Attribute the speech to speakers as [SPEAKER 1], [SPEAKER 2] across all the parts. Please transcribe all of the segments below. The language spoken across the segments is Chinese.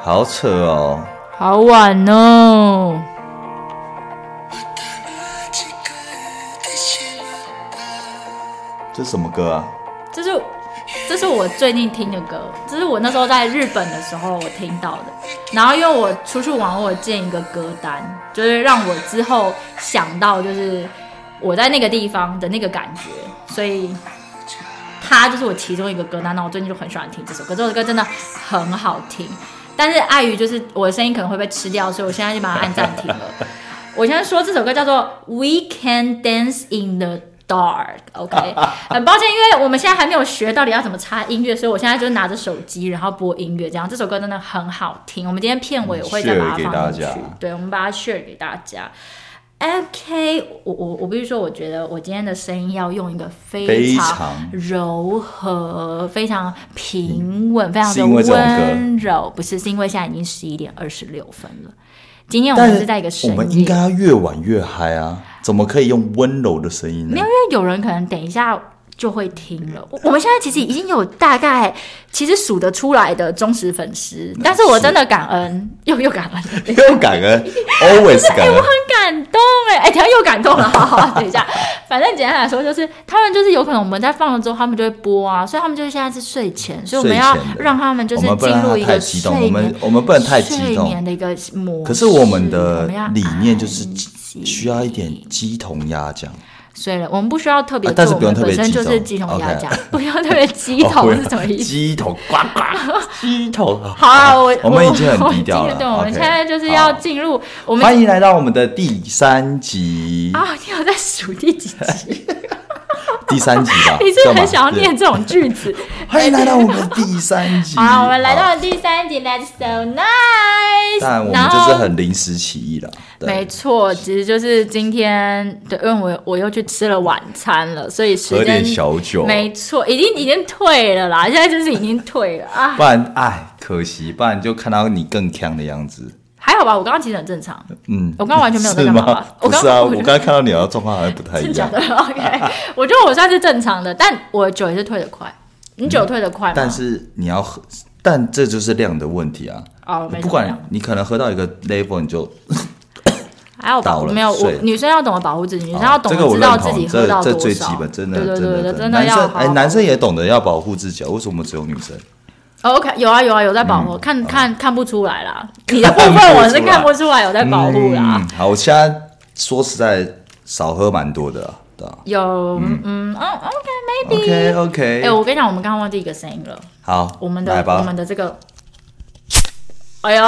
[SPEAKER 1] 好扯哦。
[SPEAKER 2] 好晚哦。
[SPEAKER 1] 这什么歌啊？
[SPEAKER 2] 这是这是我最近听的歌，这是我那时候在日本的时候我听到的。然后因为我出去玩，我有建一个歌单，就是让我之后想到就是我在那个地方的那个感觉，所以它就是我其中一个歌单。那我最近就很喜欢听这首歌，这首歌真的很好听。但是碍于就是我的声音可能会被吃掉，所以我现在就把它按暂停了。我先说这首歌叫做《We Can Dance in the Dark》，OK？很抱歉，因为我们现在还没有学到底要怎么插音乐，所以我现在就拿着手机，然后播音乐。这样这首歌真的很好听。我们今天片尾我会再把
[SPEAKER 1] 嗯 Share 给
[SPEAKER 2] 它放进
[SPEAKER 1] 大
[SPEAKER 2] 去
[SPEAKER 1] 家，
[SPEAKER 2] 对，我们把它 share 给大家。OK，我我我必须说，我觉得我今天的声音要用一个非
[SPEAKER 1] 非
[SPEAKER 2] 常
[SPEAKER 1] 常
[SPEAKER 2] 柔和、非常平稳、非
[SPEAKER 1] 嗯
[SPEAKER 2] 常
[SPEAKER 1] 是
[SPEAKER 2] 的
[SPEAKER 1] 因为这种歌
[SPEAKER 2] 温柔，不是是因为现在已经十一点二十六分了。今天我
[SPEAKER 1] 但
[SPEAKER 2] 们是在一个深
[SPEAKER 1] 我们
[SPEAKER 2] 夜
[SPEAKER 1] 应该要越晚越嗨啊！怎么可以用温柔的声音呢
[SPEAKER 2] 没有，？因为有人可能等一下就会听了。我我们现在其实已经有大概其实数得出来的忠实粉丝，但是我真的感恩，又又感恩，很
[SPEAKER 1] 又感 恩，always 感恩。
[SPEAKER 2] 感动哎、哎，等一下又感动了，好 好，等一下，反正简单来说就是，他们就是有可能我们在放了之后，他们就会播啊，所以他们就是现在是睡前，所以我们要
[SPEAKER 1] 睡前的
[SPEAKER 2] 让他们就
[SPEAKER 1] 我
[SPEAKER 2] 是
[SPEAKER 1] 们不
[SPEAKER 2] 进
[SPEAKER 1] 能
[SPEAKER 2] 入
[SPEAKER 1] 让
[SPEAKER 2] 一
[SPEAKER 1] 他太
[SPEAKER 2] 个
[SPEAKER 1] 激
[SPEAKER 2] 睡
[SPEAKER 1] 动，我们
[SPEAKER 2] 眠
[SPEAKER 1] 我们不能太激
[SPEAKER 2] 睡
[SPEAKER 1] 动
[SPEAKER 2] 眠。的一个模式。
[SPEAKER 1] 可是我们的
[SPEAKER 2] 我们要
[SPEAKER 1] 理念就是
[SPEAKER 2] 安
[SPEAKER 1] 鸡
[SPEAKER 2] 静
[SPEAKER 1] 需要一点鸡同鸭讲，
[SPEAKER 2] 所以了，我们不需要特别
[SPEAKER 1] 啊
[SPEAKER 2] 做，
[SPEAKER 1] 但是不
[SPEAKER 2] 我
[SPEAKER 1] 用
[SPEAKER 2] 们
[SPEAKER 1] 特别
[SPEAKER 2] 本身就
[SPEAKER 1] 激
[SPEAKER 2] 是
[SPEAKER 1] 动
[SPEAKER 2] 鸡同
[SPEAKER 1] OK
[SPEAKER 2] 鸭讲，不用特别鸡
[SPEAKER 1] 哦
[SPEAKER 2] 同
[SPEAKER 1] 我
[SPEAKER 2] 是什么意思？
[SPEAKER 1] 鸡同呱呱，鸡同。
[SPEAKER 2] 好啊，我
[SPEAKER 1] 我们已经很
[SPEAKER 2] 我
[SPEAKER 1] 低调
[SPEAKER 2] 我已
[SPEAKER 1] 了
[SPEAKER 2] 经对，我们
[SPEAKER 1] OK，
[SPEAKER 2] 现在就是要
[SPEAKER 1] 好
[SPEAKER 2] 进入我们
[SPEAKER 1] 欢迎来到我们的第三集，
[SPEAKER 2] 啊，你有在数第几 集？。
[SPEAKER 1] 第三集吧
[SPEAKER 2] 你是不是
[SPEAKER 1] 干嘛
[SPEAKER 2] 很想要
[SPEAKER 1] 对
[SPEAKER 2] 念这种句子？
[SPEAKER 1] 欢迎来到我们的第三集。
[SPEAKER 2] 好啊，我们来
[SPEAKER 1] 好，
[SPEAKER 2] 到第三集，That's so nice。
[SPEAKER 1] 但我
[SPEAKER 2] 然
[SPEAKER 1] 们就
[SPEAKER 2] 后
[SPEAKER 1] 是很临时起意 了。对
[SPEAKER 2] 没错，其实就是今天，对，因为我我又去吃了晚餐了，所以时
[SPEAKER 1] 喝
[SPEAKER 2] 间
[SPEAKER 1] 点小酒
[SPEAKER 2] 没错，已经已经退了啦，现在就是已经退了啊，
[SPEAKER 1] 不然哎，可惜，不然就看到你更强的样子。
[SPEAKER 2] 还好吧，我刚刚其实很正常，
[SPEAKER 1] 嗯，
[SPEAKER 2] 我刚刚完全没有在
[SPEAKER 1] 是
[SPEAKER 2] 干嘛吧
[SPEAKER 1] 吗？
[SPEAKER 2] 我
[SPEAKER 1] 不
[SPEAKER 2] 刚
[SPEAKER 1] 是啊，
[SPEAKER 2] 我
[SPEAKER 1] 我刚刚看到你的状况好像不 太
[SPEAKER 2] 真
[SPEAKER 1] 一
[SPEAKER 2] 的假
[SPEAKER 1] 样
[SPEAKER 2] 的。？OK，我觉得我算是正常的，但我酒也是退得快，你酒退得快吗？
[SPEAKER 1] 嗯但是你要喝，但这就是量的问题啊。
[SPEAKER 2] 哦，没
[SPEAKER 1] 不管你可能喝到一个 level，你就啊
[SPEAKER 2] 还有保
[SPEAKER 1] 倒了
[SPEAKER 2] 没有我
[SPEAKER 1] 睡了哦
[SPEAKER 2] 女生要懂得保护自己，女生要懂
[SPEAKER 1] 这
[SPEAKER 2] 得
[SPEAKER 1] 个我
[SPEAKER 2] 知
[SPEAKER 1] 认
[SPEAKER 2] 道
[SPEAKER 1] 同
[SPEAKER 2] 自己喝
[SPEAKER 1] 这
[SPEAKER 2] 到多
[SPEAKER 1] 这
[SPEAKER 2] 少，
[SPEAKER 1] 最基本，真的
[SPEAKER 2] 对对
[SPEAKER 1] 真
[SPEAKER 2] 对
[SPEAKER 1] 的
[SPEAKER 2] 对，真的
[SPEAKER 1] 男
[SPEAKER 2] 要
[SPEAKER 1] 生
[SPEAKER 2] 好
[SPEAKER 1] 哎，男生也懂得要保护自己啊。为什么只有女生？
[SPEAKER 2] 哦 OK，有啊有啊有在保护，
[SPEAKER 1] 嗯哦
[SPEAKER 2] 看看看不出 来啦。你的部分我是看不出来有在保护啦。
[SPEAKER 1] 嗯，好，我现在说实在少喝蛮多的啊，对 啊。
[SPEAKER 2] 有嗯嗯，OK maybe。
[SPEAKER 1] OK
[SPEAKER 2] 哎、
[SPEAKER 1] OK，
[SPEAKER 2] 我跟你讲，我们刚刚忘记一个声音了，
[SPEAKER 1] 好，
[SPEAKER 2] 我们的
[SPEAKER 1] 来吧
[SPEAKER 2] 我们的这个，哎呦，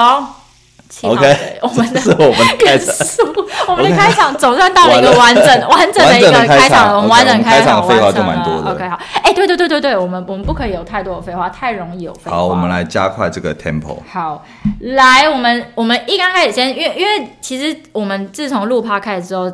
[SPEAKER 2] 气泡
[SPEAKER 1] OK，
[SPEAKER 2] 水， 我们
[SPEAKER 1] 这
[SPEAKER 2] 的
[SPEAKER 1] 是我们开
[SPEAKER 2] 更
[SPEAKER 1] 始
[SPEAKER 2] 速， 我们
[SPEAKER 1] OK
[SPEAKER 2] 的开场总算到了一个
[SPEAKER 1] 完
[SPEAKER 2] 完整完整的一个
[SPEAKER 1] 完整的开
[SPEAKER 2] 场
[SPEAKER 1] 场
[SPEAKER 2] 了，我们
[SPEAKER 1] OK，
[SPEAKER 2] 完整的开
[SPEAKER 1] 我们开
[SPEAKER 2] 场
[SPEAKER 1] 场
[SPEAKER 2] 完
[SPEAKER 1] 废话
[SPEAKER 2] 成
[SPEAKER 1] 就蛮
[SPEAKER 2] 了
[SPEAKER 1] 多的
[SPEAKER 2] OK 好，哎，对对对对对，我们我们不可以有太多的废话，太容易有废话。
[SPEAKER 1] 好，我们。来加快这个 tempo。
[SPEAKER 2] 好，来，我们我们一刚开始先，因为因为其实我们自从录趴开始之后，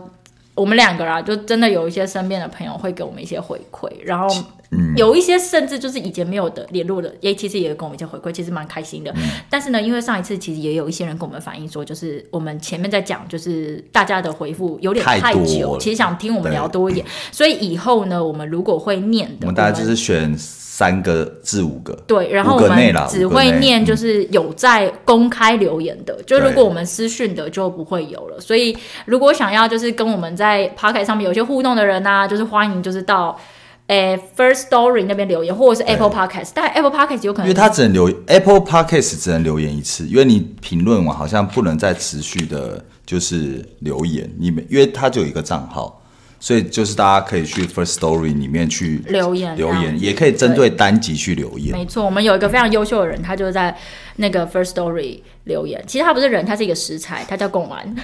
[SPEAKER 2] 我们两个啦，就真的有一些身边的朋友会给我们一些回馈，然后
[SPEAKER 1] 嗯
[SPEAKER 2] 有一些甚至就是以前没有的联络的，也其实也给我们一些回馈，其实蛮开心的。
[SPEAKER 1] 嗯
[SPEAKER 2] 但是呢，因为上一次其实也有一些人跟我们反映说，就是我们前面在讲，就是大家的回复有点
[SPEAKER 1] 太
[SPEAKER 2] 太
[SPEAKER 1] 多
[SPEAKER 2] 久，
[SPEAKER 1] 了
[SPEAKER 2] 其实想听我们
[SPEAKER 1] 对
[SPEAKER 2] 聊多一点，所以以后呢，我们如果会念的，
[SPEAKER 1] 我们大概就是选三个至五个，
[SPEAKER 2] 对，然后
[SPEAKER 1] 五
[SPEAKER 2] 我
[SPEAKER 1] 个内
[SPEAKER 2] 们
[SPEAKER 1] 啦
[SPEAKER 2] 只
[SPEAKER 1] 五个
[SPEAKER 2] 会
[SPEAKER 1] 内
[SPEAKER 2] 念
[SPEAKER 1] 嗯
[SPEAKER 2] 就是有在公开留言的，就如
[SPEAKER 1] 对
[SPEAKER 2] 果我们私讯的就不会有了。所以如果想要就是跟我们在 p o c k e t 上面有一些互动的人呢、啊就是欢迎就是到诶 First Story 那边留言，或者是 Apple Podcast，但 Apple Podcast 有可
[SPEAKER 1] 因
[SPEAKER 2] 能
[SPEAKER 1] 为它只能留 Apple Podcast 只能留言一次，因为你评论完好像不能再持续的，就是留言。你们因为它就有一个账号，所以就是大家可以去 First Story 里面去
[SPEAKER 2] 留言
[SPEAKER 1] 留
[SPEAKER 2] 这样
[SPEAKER 1] 言，也可以针对单集去留言。
[SPEAKER 2] 没错，我们有一个非常优秀的人，他就在那个 First Story 留言。其实他不是人，他是一个食材，他叫贡丸。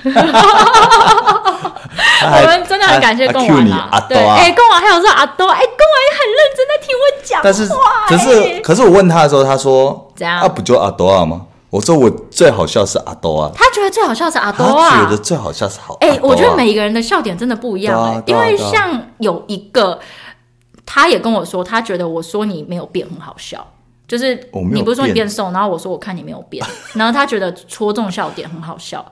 [SPEAKER 1] 我
[SPEAKER 2] 我们真的很感谢贡丸啦。
[SPEAKER 1] 阿
[SPEAKER 2] 对，
[SPEAKER 1] 多啊
[SPEAKER 2] 哎、，贡丸还有说阿多，哎、贡丸很认真在听我讲话、
[SPEAKER 1] 但是可
[SPEAKER 2] 哎
[SPEAKER 1] 是可是我问他的时候，他说
[SPEAKER 2] 怎样
[SPEAKER 1] 啊，不就阿多啊吗？我说我最好笑是阿多啊，
[SPEAKER 2] 他觉得最好笑的是阿多
[SPEAKER 1] 他
[SPEAKER 2] 啊
[SPEAKER 1] 觉得。最好笑是好。
[SPEAKER 2] 哎、
[SPEAKER 1] 阿多
[SPEAKER 2] 我觉得
[SPEAKER 1] 啊
[SPEAKER 2] 每一个人的笑点真的不一样、
[SPEAKER 1] 对啊对
[SPEAKER 2] 哎、
[SPEAKER 1] 啊
[SPEAKER 2] 因为
[SPEAKER 1] 对啊
[SPEAKER 2] 像有一个，他也跟我说，他觉得我说你没有变很好笑。就是
[SPEAKER 1] 我没有
[SPEAKER 2] 你不是说你
[SPEAKER 1] 变
[SPEAKER 2] 变瘦，然后我说我看你没有 变，然后他觉得戳中笑点很好笑，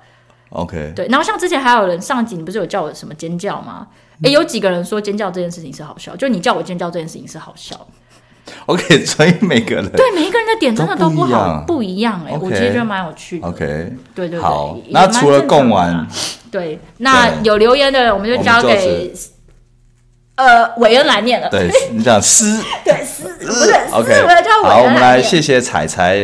[SPEAKER 1] OK，
[SPEAKER 2] 对，然后像之前还有人上集，你不是有叫我什么
[SPEAKER 1] 嗯
[SPEAKER 2] 尖叫吗？诶，有几个人说尖叫这件事情是好笑，就你叫我尖叫这件事情是好笑，
[SPEAKER 1] OK，所 以每个人
[SPEAKER 2] 对每一个人的点真的
[SPEAKER 1] 都
[SPEAKER 2] 都
[SPEAKER 1] 不
[SPEAKER 2] 不
[SPEAKER 1] 一
[SPEAKER 2] 好
[SPEAKER 1] 样，
[SPEAKER 2] 不一样哎、
[SPEAKER 1] OK
[SPEAKER 2] 我觉得觉得蛮有趣的。
[SPEAKER 1] OK，
[SPEAKER 2] 对对对，
[SPEAKER 1] 好
[SPEAKER 2] 也
[SPEAKER 1] 那
[SPEAKER 2] 蛮
[SPEAKER 1] 除了
[SPEAKER 2] 正常的
[SPEAKER 1] 贡
[SPEAKER 2] 啦
[SPEAKER 1] 丸，
[SPEAKER 2] 对，那
[SPEAKER 1] 对
[SPEAKER 2] 有留言的人我们就
[SPEAKER 1] 我们
[SPEAKER 2] 交
[SPEAKER 1] 就
[SPEAKER 2] 给呃韦恩来念了。
[SPEAKER 1] 对你讲诗
[SPEAKER 2] 对，是，不是是，我
[SPEAKER 1] OK，
[SPEAKER 2] 要叫韦
[SPEAKER 1] 好，我
[SPEAKER 2] 恩
[SPEAKER 1] 们来
[SPEAKER 2] 念
[SPEAKER 1] 谢谢彩彩。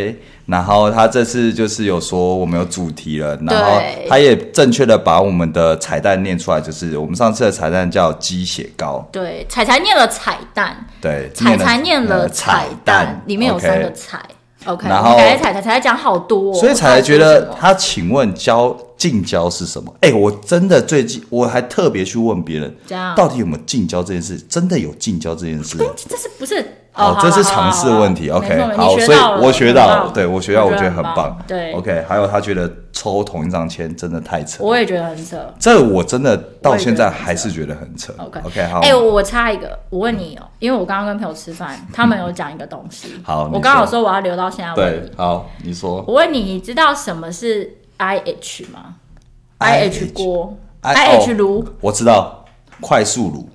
[SPEAKER 1] 然后他这次就是有说我们有主题了，然后
[SPEAKER 2] 对
[SPEAKER 1] 他也正确的把我们的彩蛋念出来，就是我们上次的彩蛋叫鸡血糕，
[SPEAKER 2] 对，彩彩念了彩蛋，
[SPEAKER 1] 对，
[SPEAKER 2] 彩彩念了彩
[SPEAKER 1] 呃彩
[SPEAKER 2] 蛋，里面有
[SPEAKER 1] OK
[SPEAKER 2] 三个彩。OK，
[SPEAKER 1] 然
[SPEAKER 2] 我们
[SPEAKER 1] 后
[SPEAKER 2] 感谢彩彩，彩彩讲好多、哦，
[SPEAKER 1] 所以彩才觉
[SPEAKER 2] 不知道说
[SPEAKER 1] 得
[SPEAKER 2] 什么
[SPEAKER 1] 他，请问教近交是什么？哎、我真的最近我还特别去问别人
[SPEAKER 2] 怎样，
[SPEAKER 1] 到底有没有近交这件事？真的有近交这件 事吗？
[SPEAKER 2] 嗯这是不是？
[SPEAKER 1] 好，
[SPEAKER 2] 哦、
[SPEAKER 1] 这是
[SPEAKER 2] 好
[SPEAKER 1] 尝试问题。
[SPEAKER 2] 好好好
[SPEAKER 1] OK，
[SPEAKER 2] 没错
[SPEAKER 1] 好，
[SPEAKER 2] 你
[SPEAKER 1] 所以
[SPEAKER 2] 到了
[SPEAKER 1] 我学
[SPEAKER 2] 很
[SPEAKER 1] 到
[SPEAKER 2] 棒
[SPEAKER 1] 了，对我学到，我觉得很棒。
[SPEAKER 2] 对
[SPEAKER 1] ，OK，还有他觉得抽同一张签真的太扯，
[SPEAKER 2] 我也觉得很扯。
[SPEAKER 1] 这我真的到现在
[SPEAKER 2] 我也觉得很扯
[SPEAKER 1] 还是觉得很扯。
[SPEAKER 2] OK
[SPEAKER 1] OK，好，。
[SPEAKER 2] 哎、我我插一个，我问你哦、因为我刚刚跟朋友吃饭，他们有讲一个东西
[SPEAKER 1] 嗯好你
[SPEAKER 2] 我刚好
[SPEAKER 1] 说
[SPEAKER 2] 说我要留到现在问
[SPEAKER 1] 对
[SPEAKER 2] 你。，
[SPEAKER 1] 好，你说
[SPEAKER 2] 我问你，你知道什么是 IH 吗？IH 锅
[SPEAKER 1] I- 哦
[SPEAKER 2] ，IH 炉，
[SPEAKER 1] 我知道快速炉，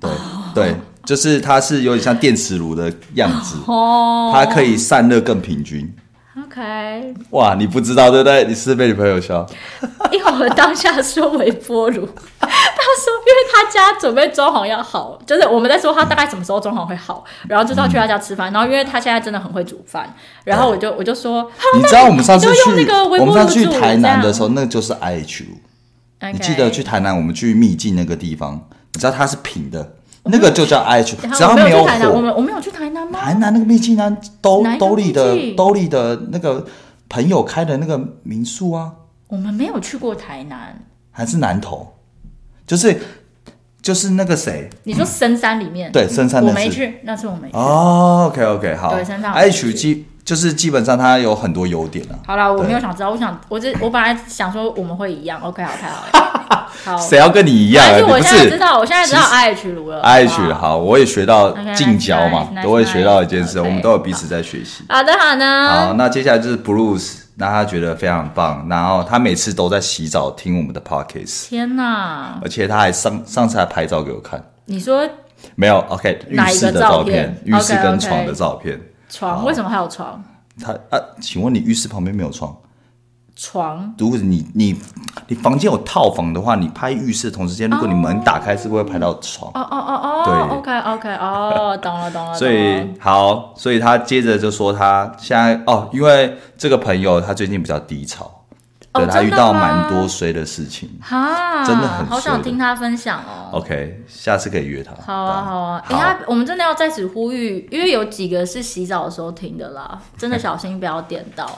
[SPEAKER 1] 对对，就是它是有点像电磁炉的样子，
[SPEAKER 2] 哦
[SPEAKER 1] 它可以散热更平均。
[SPEAKER 2] OK，
[SPEAKER 1] 哇，你不知道对不对？你是不是被你朋友
[SPEAKER 2] 哦
[SPEAKER 1] 笑。
[SPEAKER 2] 因为我当下说微波炉，他说因为他家准备装潢要好，就是我们在说他大概什么时候装潢会好，然后就是要去他家吃饭，然后因为他现在真的很会煮饭，然后我就我就说，
[SPEAKER 1] 你知道我们上次
[SPEAKER 2] 就
[SPEAKER 1] 去
[SPEAKER 2] 用那个微
[SPEAKER 1] 我们
[SPEAKER 2] 波炉
[SPEAKER 1] 上次去
[SPEAKER 2] 煮
[SPEAKER 1] 台南的时候，
[SPEAKER 2] 这
[SPEAKER 1] 那就是 IH 炉。
[SPEAKER 2] o
[SPEAKER 1] 你记得去台南，我们去秘境那个地方，你知道它是平的，那个就叫 IH，只要
[SPEAKER 2] 嗯我没
[SPEAKER 1] 有
[SPEAKER 2] 去台南，我
[SPEAKER 1] 火。
[SPEAKER 2] 们我们有去台南吗？
[SPEAKER 1] 台南那个秘境啊，兜
[SPEAKER 2] 哪一个
[SPEAKER 1] 兜里
[SPEAKER 2] 秘
[SPEAKER 1] 的
[SPEAKER 2] 境
[SPEAKER 1] 兜里的那个朋友开的那个民宿啊，
[SPEAKER 2] 我们没有去过台南。
[SPEAKER 1] 还是南投，就是就是那个谁
[SPEAKER 2] 你说深山里面？
[SPEAKER 1] 对深山那
[SPEAKER 2] 我
[SPEAKER 1] 次
[SPEAKER 2] 没去，那次我没去。
[SPEAKER 1] 哦 OK OK 好
[SPEAKER 2] 对山上我去
[SPEAKER 1] ，IH 基就是基本上它有很多优点啊。
[SPEAKER 2] 好啦，我
[SPEAKER 1] 对
[SPEAKER 2] 没有想知道，我想我只我本来想说我们会一样，OK，好，太好了， 好。
[SPEAKER 1] 谁要跟你一样啊？
[SPEAKER 2] 但
[SPEAKER 1] 你
[SPEAKER 2] 哦是我
[SPEAKER 1] 不
[SPEAKER 2] 现在
[SPEAKER 1] 是
[SPEAKER 2] 知道，我现在知道
[SPEAKER 1] 其实
[SPEAKER 2] IH 炉了。
[SPEAKER 1] 爱
[SPEAKER 2] 好不
[SPEAKER 1] 学
[SPEAKER 2] 好
[SPEAKER 1] 好，我也学到近交嘛
[SPEAKER 2] OK，nice，nice，nice，
[SPEAKER 1] 都会学到一件事
[SPEAKER 2] OK，
[SPEAKER 1] 我们都有彼此在学习。
[SPEAKER 2] 好的，好的。
[SPEAKER 1] 好，那接下来就是 Bruce，那他觉得非常棒，然后他每次都在洗澡听我们的 podcast，
[SPEAKER 2] 天哪！
[SPEAKER 1] 而且他还上上次还拍照给我看，
[SPEAKER 2] 你说
[SPEAKER 1] 没有 OK 浴
[SPEAKER 2] 哪一个
[SPEAKER 1] 室的
[SPEAKER 2] 照
[SPEAKER 1] 片，
[SPEAKER 2] 片
[SPEAKER 1] 浴室
[SPEAKER 2] OK，OK
[SPEAKER 1] 跟床的照片。
[SPEAKER 2] 床
[SPEAKER 1] 好
[SPEAKER 2] 为什么还有床？
[SPEAKER 1] 他啊，请问你浴室旁边没有床？
[SPEAKER 2] 床
[SPEAKER 1] 如果你你你房间有套房的话，你拍浴室的同时间，如果你
[SPEAKER 2] 哦
[SPEAKER 1] 门打开，是不是会拍到床？
[SPEAKER 2] 哦哦哦哦
[SPEAKER 1] 对
[SPEAKER 2] ，OK OK，哦，懂了懂了。
[SPEAKER 1] 所
[SPEAKER 2] 懂了
[SPEAKER 1] 以好，所以他接着就说他现在哦，因为这个朋友他最近比较低潮，
[SPEAKER 2] 哦
[SPEAKER 1] 对他
[SPEAKER 2] 真的
[SPEAKER 1] 遇到
[SPEAKER 2] 吗
[SPEAKER 1] 蛮多衰的事情。
[SPEAKER 2] 哈，
[SPEAKER 1] 真的很
[SPEAKER 2] 好
[SPEAKER 1] 衰
[SPEAKER 2] 想
[SPEAKER 1] 的
[SPEAKER 2] 听他分享哦。
[SPEAKER 1] OK，下次可以约他。
[SPEAKER 2] 好啊，好啊，哎、
[SPEAKER 1] 好
[SPEAKER 2] 他我们真的要在此呼吁，因为有几个是洗澡的时候听的啦，真的小心不要点到。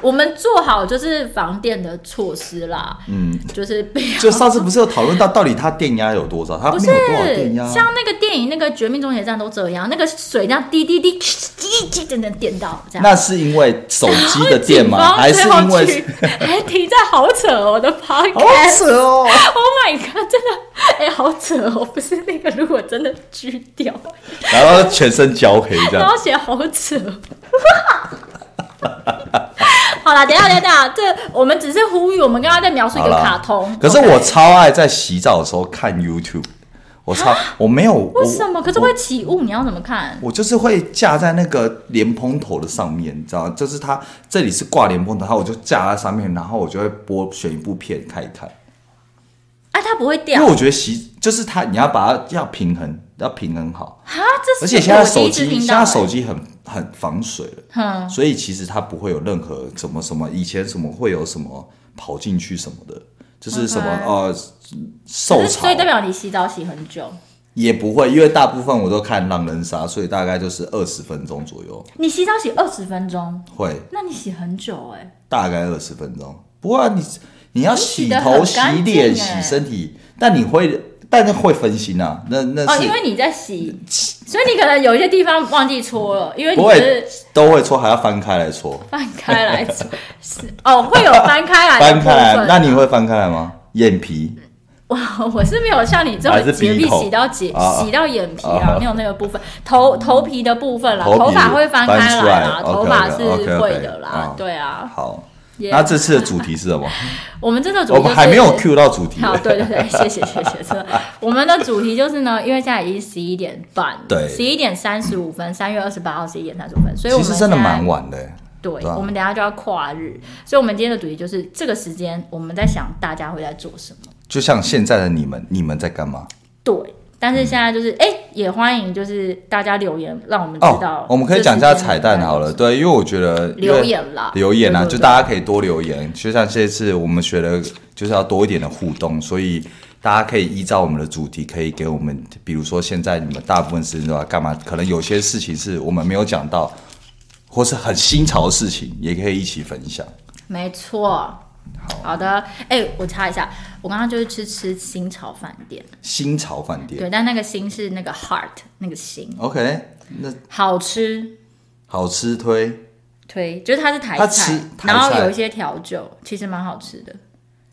[SPEAKER 2] 我们做好就是防电的措施啦，嗯，就是不要
[SPEAKER 1] 就上次不是有讨论到到底他电压有多少？他
[SPEAKER 2] 不
[SPEAKER 1] 没
[SPEAKER 2] 是
[SPEAKER 1] 有多少电压啊，
[SPEAKER 2] 像那个电影那个《绝命终结站》都这样，那个水这样滴滴滴滴滴滴，真的电到这样。
[SPEAKER 1] 那是因为手机的电
[SPEAKER 2] 然
[SPEAKER 1] 吗？
[SPEAKER 2] 后
[SPEAKER 1] 还是因
[SPEAKER 2] 最
[SPEAKER 1] 为
[SPEAKER 2] 后去还停在好扯哦我的 podcast？
[SPEAKER 1] 好扯哦？
[SPEAKER 2] Oh my god！真的，哎、好扯哦！不是那个，如果真的锯掉，
[SPEAKER 1] 然后全身焦黑这
[SPEAKER 2] 然
[SPEAKER 1] 样
[SPEAKER 2] 后。写好扯。 好啦，等一下，等一下，等一下这我们只是呼吁，我们刚刚在描述一
[SPEAKER 1] 好
[SPEAKER 2] 个
[SPEAKER 1] 啦
[SPEAKER 2] 卡通。
[SPEAKER 1] 可是
[SPEAKER 2] OK
[SPEAKER 1] 我超爱在洗澡的时候看 YouTube，我超我没有我
[SPEAKER 2] 啊为什么？可是
[SPEAKER 1] 我
[SPEAKER 2] 会起雾，你要怎么看？
[SPEAKER 1] 我就是会架在那个莲蓬头的上面，你知道吗，就是它这里是挂莲蓬头，然后我就架在上面，然后我就会播选一部片看一看，
[SPEAKER 2] 哎、它不会
[SPEAKER 1] 因
[SPEAKER 2] 掉
[SPEAKER 1] 为我觉得洗就是它，你要把它要平衡，要平衡好，
[SPEAKER 2] 啊！这
[SPEAKER 1] 而
[SPEAKER 2] 是
[SPEAKER 1] 且现在
[SPEAKER 2] 我第
[SPEAKER 1] 手
[SPEAKER 2] 一次
[SPEAKER 1] 机
[SPEAKER 2] 听
[SPEAKER 1] 现
[SPEAKER 2] 到、哎欸
[SPEAKER 1] 在手机很很防水了，
[SPEAKER 2] 哼，
[SPEAKER 1] 所以其实它不会有任何什么什么以前什么会有什么跑进去什么的，就是什么
[SPEAKER 2] OK
[SPEAKER 1] 呃
[SPEAKER 2] 嗯可
[SPEAKER 1] 受
[SPEAKER 2] 是
[SPEAKER 1] 潮
[SPEAKER 2] 所以代表你洗澡洗很久。
[SPEAKER 1] 也不会，因为大部分我都看狼人杀，所以大概就是二十分钟左右
[SPEAKER 2] 你洗澡洗二十分钟，
[SPEAKER 1] 会。
[SPEAKER 2] 那你洗很久哎、
[SPEAKER 1] 大概二十分钟。不过、啊、你你要洗
[SPEAKER 2] 你
[SPEAKER 1] 头、
[SPEAKER 2] 洗
[SPEAKER 1] 洗
[SPEAKER 2] 得很干净
[SPEAKER 1] 脸、
[SPEAKER 2] 欸
[SPEAKER 1] 洗身体，但你会，但是会分心啊。那那
[SPEAKER 2] 哦，
[SPEAKER 1] 是、
[SPEAKER 2] 因为你在洗，所以你可能有一些地方忘记搓了，因为你
[SPEAKER 1] 不
[SPEAKER 2] 是
[SPEAKER 1] 会都会搓，还要翻开来搓，
[SPEAKER 2] 翻开来搓， 是哦，会有翻开来的
[SPEAKER 1] 翻
[SPEAKER 2] 部
[SPEAKER 1] 开来。
[SPEAKER 2] 分。
[SPEAKER 1] 那你会翻开来吗？眼皮
[SPEAKER 2] 我 我是没有像你这
[SPEAKER 1] 还是
[SPEAKER 2] 么洁
[SPEAKER 1] 鼻
[SPEAKER 2] 癖，
[SPEAKER 1] 头
[SPEAKER 2] 洗到洁
[SPEAKER 1] 啊
[SPEAKER 2] 洗到眼皮
[SPEAKER 1] 啊
[SPEAKER 2] 啦，没有那个部分，头头皮的部分啦，
[SPEAKER 1] 头皮
[SPEAKER 2] 头发会翻开
[SPEAKER 1] 翻出来
[SPEAKER 2] 啦，
[SPEAKER 1] ，OK，OK，
[SPEAKER 2] 头发是
[SPEAKER 1] OK，OK，
[SPEAKER 2] 会的啦
[SPEAKER 1] 啊，
[SPEAKER 2] 对啊，
[SPEAKER 1] 好。
[SPEAKER 2] Yeah
[SPEAKER 1] 那这次的主题是什 么？
[SPEAKER 2] 我们这个主题、
[SPEAKER 1] 我
[SPEAKER 2] 就是、
[SPEAKER 1] 们还没有 cue 到主题。
[SPEAKER 2] 好，对对 对，谢谢谢谢。真的，我们的主题就是呢，因为现在已经十一点半，
[SPEAKER 1] 对
[SPEAKER 2] 十一点三十五分，三月二十八号十一点三十五分，所以我
[SPEAKER 1] 其
[SPEAKER 2] 们
[SPEAKER 1] 实真的
[SPEAKER 2] 现在
[SPEAKER 1] 蛮晚的。
[SPEAKER 2] 对，
[SPEAKER 1] 对啊
[SPEAKER 2] 我们等一下就要跨日，所以我们今天的主题就是这个时间我们在想大家会在做什么。
[SPEAKER 1] 就像现在的你们，你们在干嘛？
[SPEAKER 2] 对，但
[SPEAKER 1] 嗯
[SPEAKER 2] 是现在就是哎、也欢迎就是大家留言，让我们知道、
[SPEAKER 1] 哦，我们可以讲一下彩蛋好了。。对，因为我觉得
[SPEAKER 2] 留言啦，
[SPEAKER 1] 留言啊，
[SPEAKER 2] 对对
[SPEAKER 1] 就
[SPEAKER 2] 对
[SPEAKER 1] 大家可以多留言。就像这次我们学的，就是要多一点的互动，所以大家可以依照我们的主题，可以给我们，比如说现在你们大部分时间都在干嘛？可能有些事情是我们没有讲到，或是很新潮的事情，也可以一起分享。
[SPEAKER 2] 没错。好的，哎、我查一下，我刚刚就是去吃新潮饭店，
[SPEAKER 1] 新潮饭店
[SPEAKER 2] 对，但那个新是那个 heart 那个心，
[SPEAKER 1] ，OK，那
[SPEAKER 2] 好吃
[SPEAKER 1] 好吃推
[SPEAKER 2] 推，就是它是台
[SPEAKER 1] 它
[SPEAKER 2] 菜
[SPEAKER 1] 吃，
[SPEAKER 2] 然后
[SPEAKER 1] 台菜
[SPEAKER 2] 有一些调酒，其实蛮好吃的。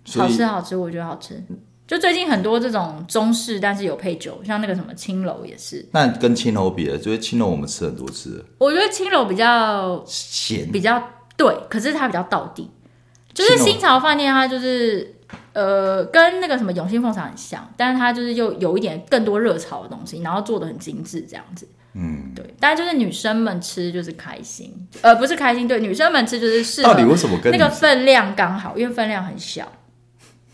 [SPEAKER 1] 所
[SPEAKER 2] 好
[SPEAKER 1] 以
[SPEAKER 2] 吃啊好吃，我觉得好吃。就最近很多这种中式，但是有配酒，像那个什么青楼也是。
[SPEAKER 1] 那跟青楼比的，就是青楼我们吃很多次了，
[SPEAKER 2] 我觉得青楼比较
[SPEAKER 1] 咸
[SPEAKER 2] 比较对，可是它比较道地。就是
[SPEAKER 1] 青楼
[SPEAKER 2] 新潮饭店，它就是呃跟那个什么永兴凤场很像，但是它就是又有一点更多热潮的东西，然后做的很精致这样子。嗯，对，但就是女生们吃就是开心，呃，不是开心，对，女生们吃就是适合
[SPEAKER 1] 到底为什么跟
[SPEAKER 2] 那
[SPEAKER 1] 你
[SPEAKER 2] 个分量刚好，因为分量很小。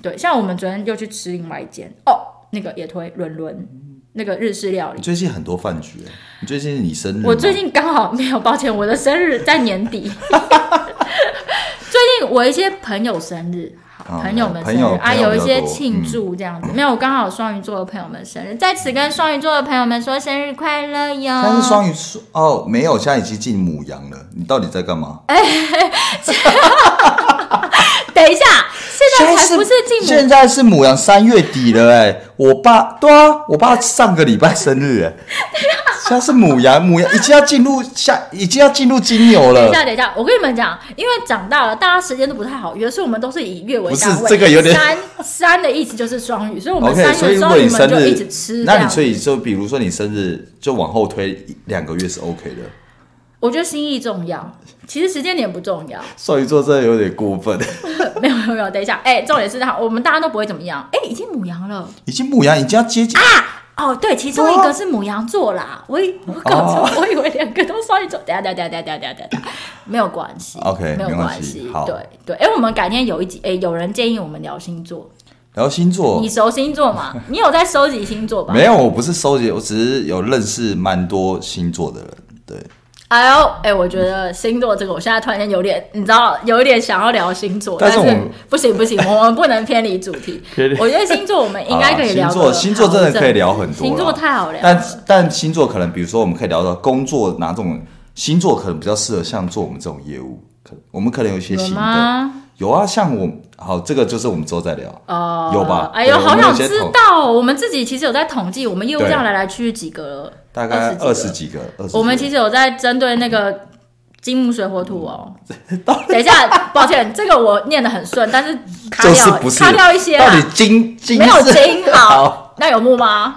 [SPEAKER 2] 对，像我们昨天又去吃另外一间哦，那个也推伦伦那个日式料理
[SPEAKER 1] 你。最近很多饭局，你最近是你生日吗，
[SPEAKER 2] 我最近刚好没有，抱歉，我的生日在年底。最近我一些朋友生日，好
[SPEAKER 1] 哦
[SPEAKER 2] 朋友们生
[SPEAKER 1] 朋友
[SPEAKER 2] 日啊，
[SPEAKER 1] 朋友
[SPEAKER 2] 有
[SPEAKER 1] 比
[SPEAKER 2] 一
[SPEAKER 1] 较
[SPEAKER 2] 些
[SPEAKER 1] 多嗯
[SPEAKER 2] 庆祝这样子。没有，我刚好双鱼座的朋友们生日，在此跟双鱼座的朋友们说生日快乐哟！
[SPEAKER 1] 现在是双鱼座哦，没有，现在已经进母羊了。你到底在干嘛？
[SPEAKER 2] 等一下，现在还不是进
[SPEAKER 1] 现
[SPEAKER 2] 母，
[SPEAKER 1] 在是母羊三月底了哎、我爸对啊，我爸上个礼拜生日 哎、现在是母羊，母羊已经要进入下，已经要进入金牛
[SPEAKER 2] 等一
[SPEAKER 1] 了。
[SPEAKER 2] 下，等一下，我跟你们讲，因为长大了，大家时间都不太好约，所以我们都是以月为
[SPEAKER 1] 不是
[SPEAKER 2] 单位。
[SPEAKER 1] 这个有点
[SPEAKER 2] 三三的意思就是双鱼，所以我们
[SPEAKER 1] OK，
[SPEAKER 2] 三
[SPEAKER 1] 所以
[SPEAKER 2] 月
[SPEAKER 1] 如
[SPEAKER 2] 之后
[SPEAKER 1] 果
[SPEAKER 2] 你
[SPEAKER 1] 你
[SPEAKER 2] 们
[SPEAKER 1] 生
[SPEAKER 2] 就一直
[SPEAKER 1] 日
[SPEAKER 2] 吃，，这
[SPEAKER 1] 那你
[SPEAKER 2] 样
[SPEAKER 1] 所以就比如说你生日就往后推一两个月是 OK 的。
[SPEAKER 2] 我觉得心意重要，其实时间点不重要。
[SPEAKER 1] 双鱼座真的有点过分，
[SPEAKER 2] 没有没有没有，等一下，哎、重点是他，我们大家都不会怎么样。哎、已经母羊了
[SPEAKER 1] 已经母羊已经要接近，
[SPEAKER 2] 哦，对，其中一个是母羊座啦，我以我搞错，
[SPEAKER 1] 哦
[SPEAKER 2] 我以为两个都双鱼座。等一下等一下等一下等一下等一下，没有关系
[SPEAKER 1] OK，
[SPEAKER 2] 没有
[SPEAKER 1] 没关
[SPEAKER 2] 关
[SPEAKER 1] 系
[SPEAKER 2] 系，
[SPEAKER 1] 好
[SPEAKER 2] 对对。哎、我们改天有一集，哎、有人建议我们聊星座，
[SPEAKER 1] 然后星座
[SPEAKER 2] 你熟星 座吗？你有在收集星座吧？
[SPEAKER 1] 哦没有，我不是收集，我只是有认识蛮多星座的人。对，
[SPEAKER 2] 哎呦，哎、我觉得星座这个，我现在突然间有点，你知道，有一点想要聊星座，但
[SPEAKER 1] 但是我们
[SPEAKER 2] 不行不行，我们不能 偏离主题。我觉得星座我们应该可以聊
[SPEAKER 1] 好啦啊星座
[SPEAKER 2] 个
[SPEAKER 1] 星座真的
[SPEAKER 2] 好一阵
[SPEAKER 1] 可以聊很多啦
[SPEAKER 2] 星座太好聊
[SPEAKER 1] 但
[SPEAKER 2] 了。
[SPEAKER 1] 但星座可能，比如说我们可以聊到工作哪种星座可能比较适合像做我们这种业务，可我们可能有一些
[SPEAKER 2] 有
[SPEAKER 1] 新的。
[SPEAKER 2] 吗？
[SPEAKER 1] 有啊，像我好，这个就是我们之后再聊。
[SPEAKER 2] 哦，
[SPEAKER 1] 有吧
[SPEAKER 2] 哎呦，
[SPEAKER 1] 对
[SPEAKER 2] 好
[SPEAKER 1] 我们有
[SPEAKER 2] 想
[SPEAKER 1] 一些
[SPEAKER 2] 知
[SPEAKER 1] 统
[SPEAKER 2] 道哦。我们自己其实有在统计，我们业务
[SPEAKER 1] 对
[SPEAKER 2] 这样来来去去几个了，
[SPEAKER 1] 大概
[SPEAKER 2] 二
[SPEAKER 1] 二
[SPEAKER 2] 十
[SPEAKER 1] 十
[SPEAKER 2] 几
[SPEAKER 1] 几个，二十几
[SPEAKER 2] 个。
[SPEAKER 1] 个。
[SPEAKER 2] 我们其实有在针对那个金木水火 土哦。等一下，抱歉，这个我念的很顺，但是卡
[SPEAKER 1] 就
[SPEAKER 2] 掉
[SPEAKER 1] 是不是
[SPEAKER 2] 卡掉一些啦
[SPEAKER 1] 到底金金
[SPEAKER 2] 没有
[SPEAKER 1] 是
[SPEAKER 2] 金 好，那有木吗？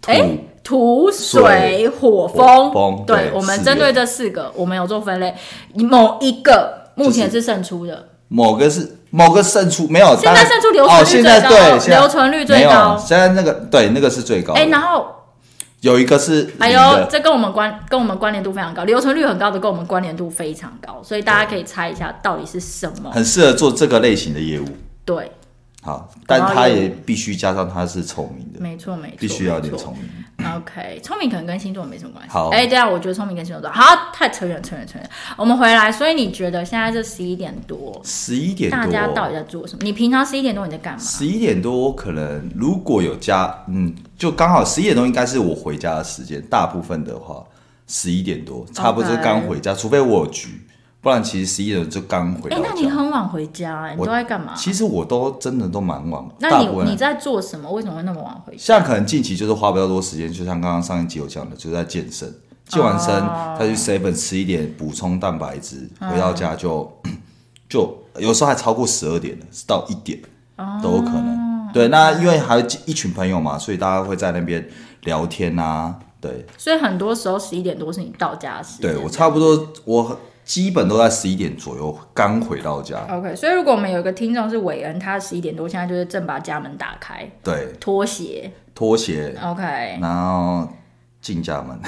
[SPEAKER 1] 土
[SPEAKER 2] 哎、土、水、
[SPEAKER 1] 水
[SPEAKER 2] 火、
[SPEAKER 1] 火风
[SPEAKER 2] 对
[SPEAKER 1] 对，
[SPEAKER 2] 我们
[SPEAKER 1] 四
[SPEAKER 2] 针对
[SPEAKER 1] 个
[SPEAKER 2] 这四个，我们有做分类，某一个目前是胜出的，
[SPEAKER 1] 某个是某个胜出没有？
[SPEAKER 2] 现在
[SPEAKER 1] 当然
[SPEAKER 2] 胜出留存
[SPEAKER 1] 哦，
[SPEAKER 2] 率
[SPEAKER 1] 现在
[SPEAKER 2] 最高
[SPEAKER 1] 对，现在
[SPEAKER 2] 留存率最高
[SPEAKER 1] 没有现在那个对那个是最高的。
[SPEAKER 2] 哎、然后
[SPEAKER 1] 有一个是
[SPEAKER 2] 哎
[SPEAKER 1] 零的
[SPEAKER 2] 呦，这跟我们关跟我们关联度非常高，留存率很高的跟我们关联度非常高，所以大家可以猜一下到底是什么？
[SPEAKER 1] 很适合做这个类型的业务。
[SPEAKER 2] 对，
[SPEAKER 1] 好，但他也必须加上他是聪明的，
[SPEAKER 2] 哦没错没错，
[SPEAKER 1] 必须要有点
[SPEAKER 2] 没错
[SPEAKER 1] 聪明。
[SPEAKER 2] OK，聪明可能跟星座没什么关系。
[SPEAKER 1] 好
[SPEAKER 2] 哎，对啊，我觉得聪明跟星座好，太扯远扯远扯远。我们回来，所以你觉得现在这十一点多，
[SPEAKER 1] 十一点
[SPEAKER 2] 大家到底
[SPEAKER 1] 多，
[SPEAKER 2] 在做什么？你平常十一点多你在干嘛？
[SPEAKER 1] 十一点多我可能如果有加，嗯，就刚好十一点多应该是我回家的时间。大部分的话，十一点多差不多就刚回家，除非我有局，不然其实十一点多就刚回
[SPEAKER 2] 哎
[SPEAKER 1] 到，
[SPEAKER 2] 那你
[SPEAKER 1] 家。
[SPEAKER 2] 很晚回家、哎，你
[SPEAKER 1] 我
[SPEAKER 2] 都在干嘛？
[SPEAKER 1] 其实我都真的都蛮晚，
[SPEAKER 2] 那
[SPEAKER 1] 大
[SPEAKER 2] 你
[SPEAKER 1] 部分
[SPEAKER 2] 你在做什么？为什么会那么晚回家？
[SPEAKER 1] 像可能近期就是花比较多时间，就像刚刚上一集有讲的，就是在健身，健完身
[SPEAKER 2] 哦
[SPEAKER 1] 再去 seven 吃一点补充蛋白质，
[SPEAKER 2] 嗯
[SPEAKER 1] 回到家就 就呃有时候还超过十二点了，到一点
[SPEAKER 2] 啊
[SPEAKER 1] 都有可能。对，那因为还有一群朋友嘛，所以大家会在那边聊天啊。对，
[SPEAKER 2] 所以很多时候十一点多是你到家的时间。
[SPEAKER 1] 对我差不多，我基本都在十一点左右刚回到家。
[SPEAKER 2] OK，所以如果我们有一个听众是韦恩，他十一点多现在就是正把家门打开，
[SPEAKER 1] 对，
[SPEAKER 2] 拖鞋
[SPEAKER 1] 拖鞋，
[SPEAKER 2] ，OK，
[SPEAKER 1] 然后进家门。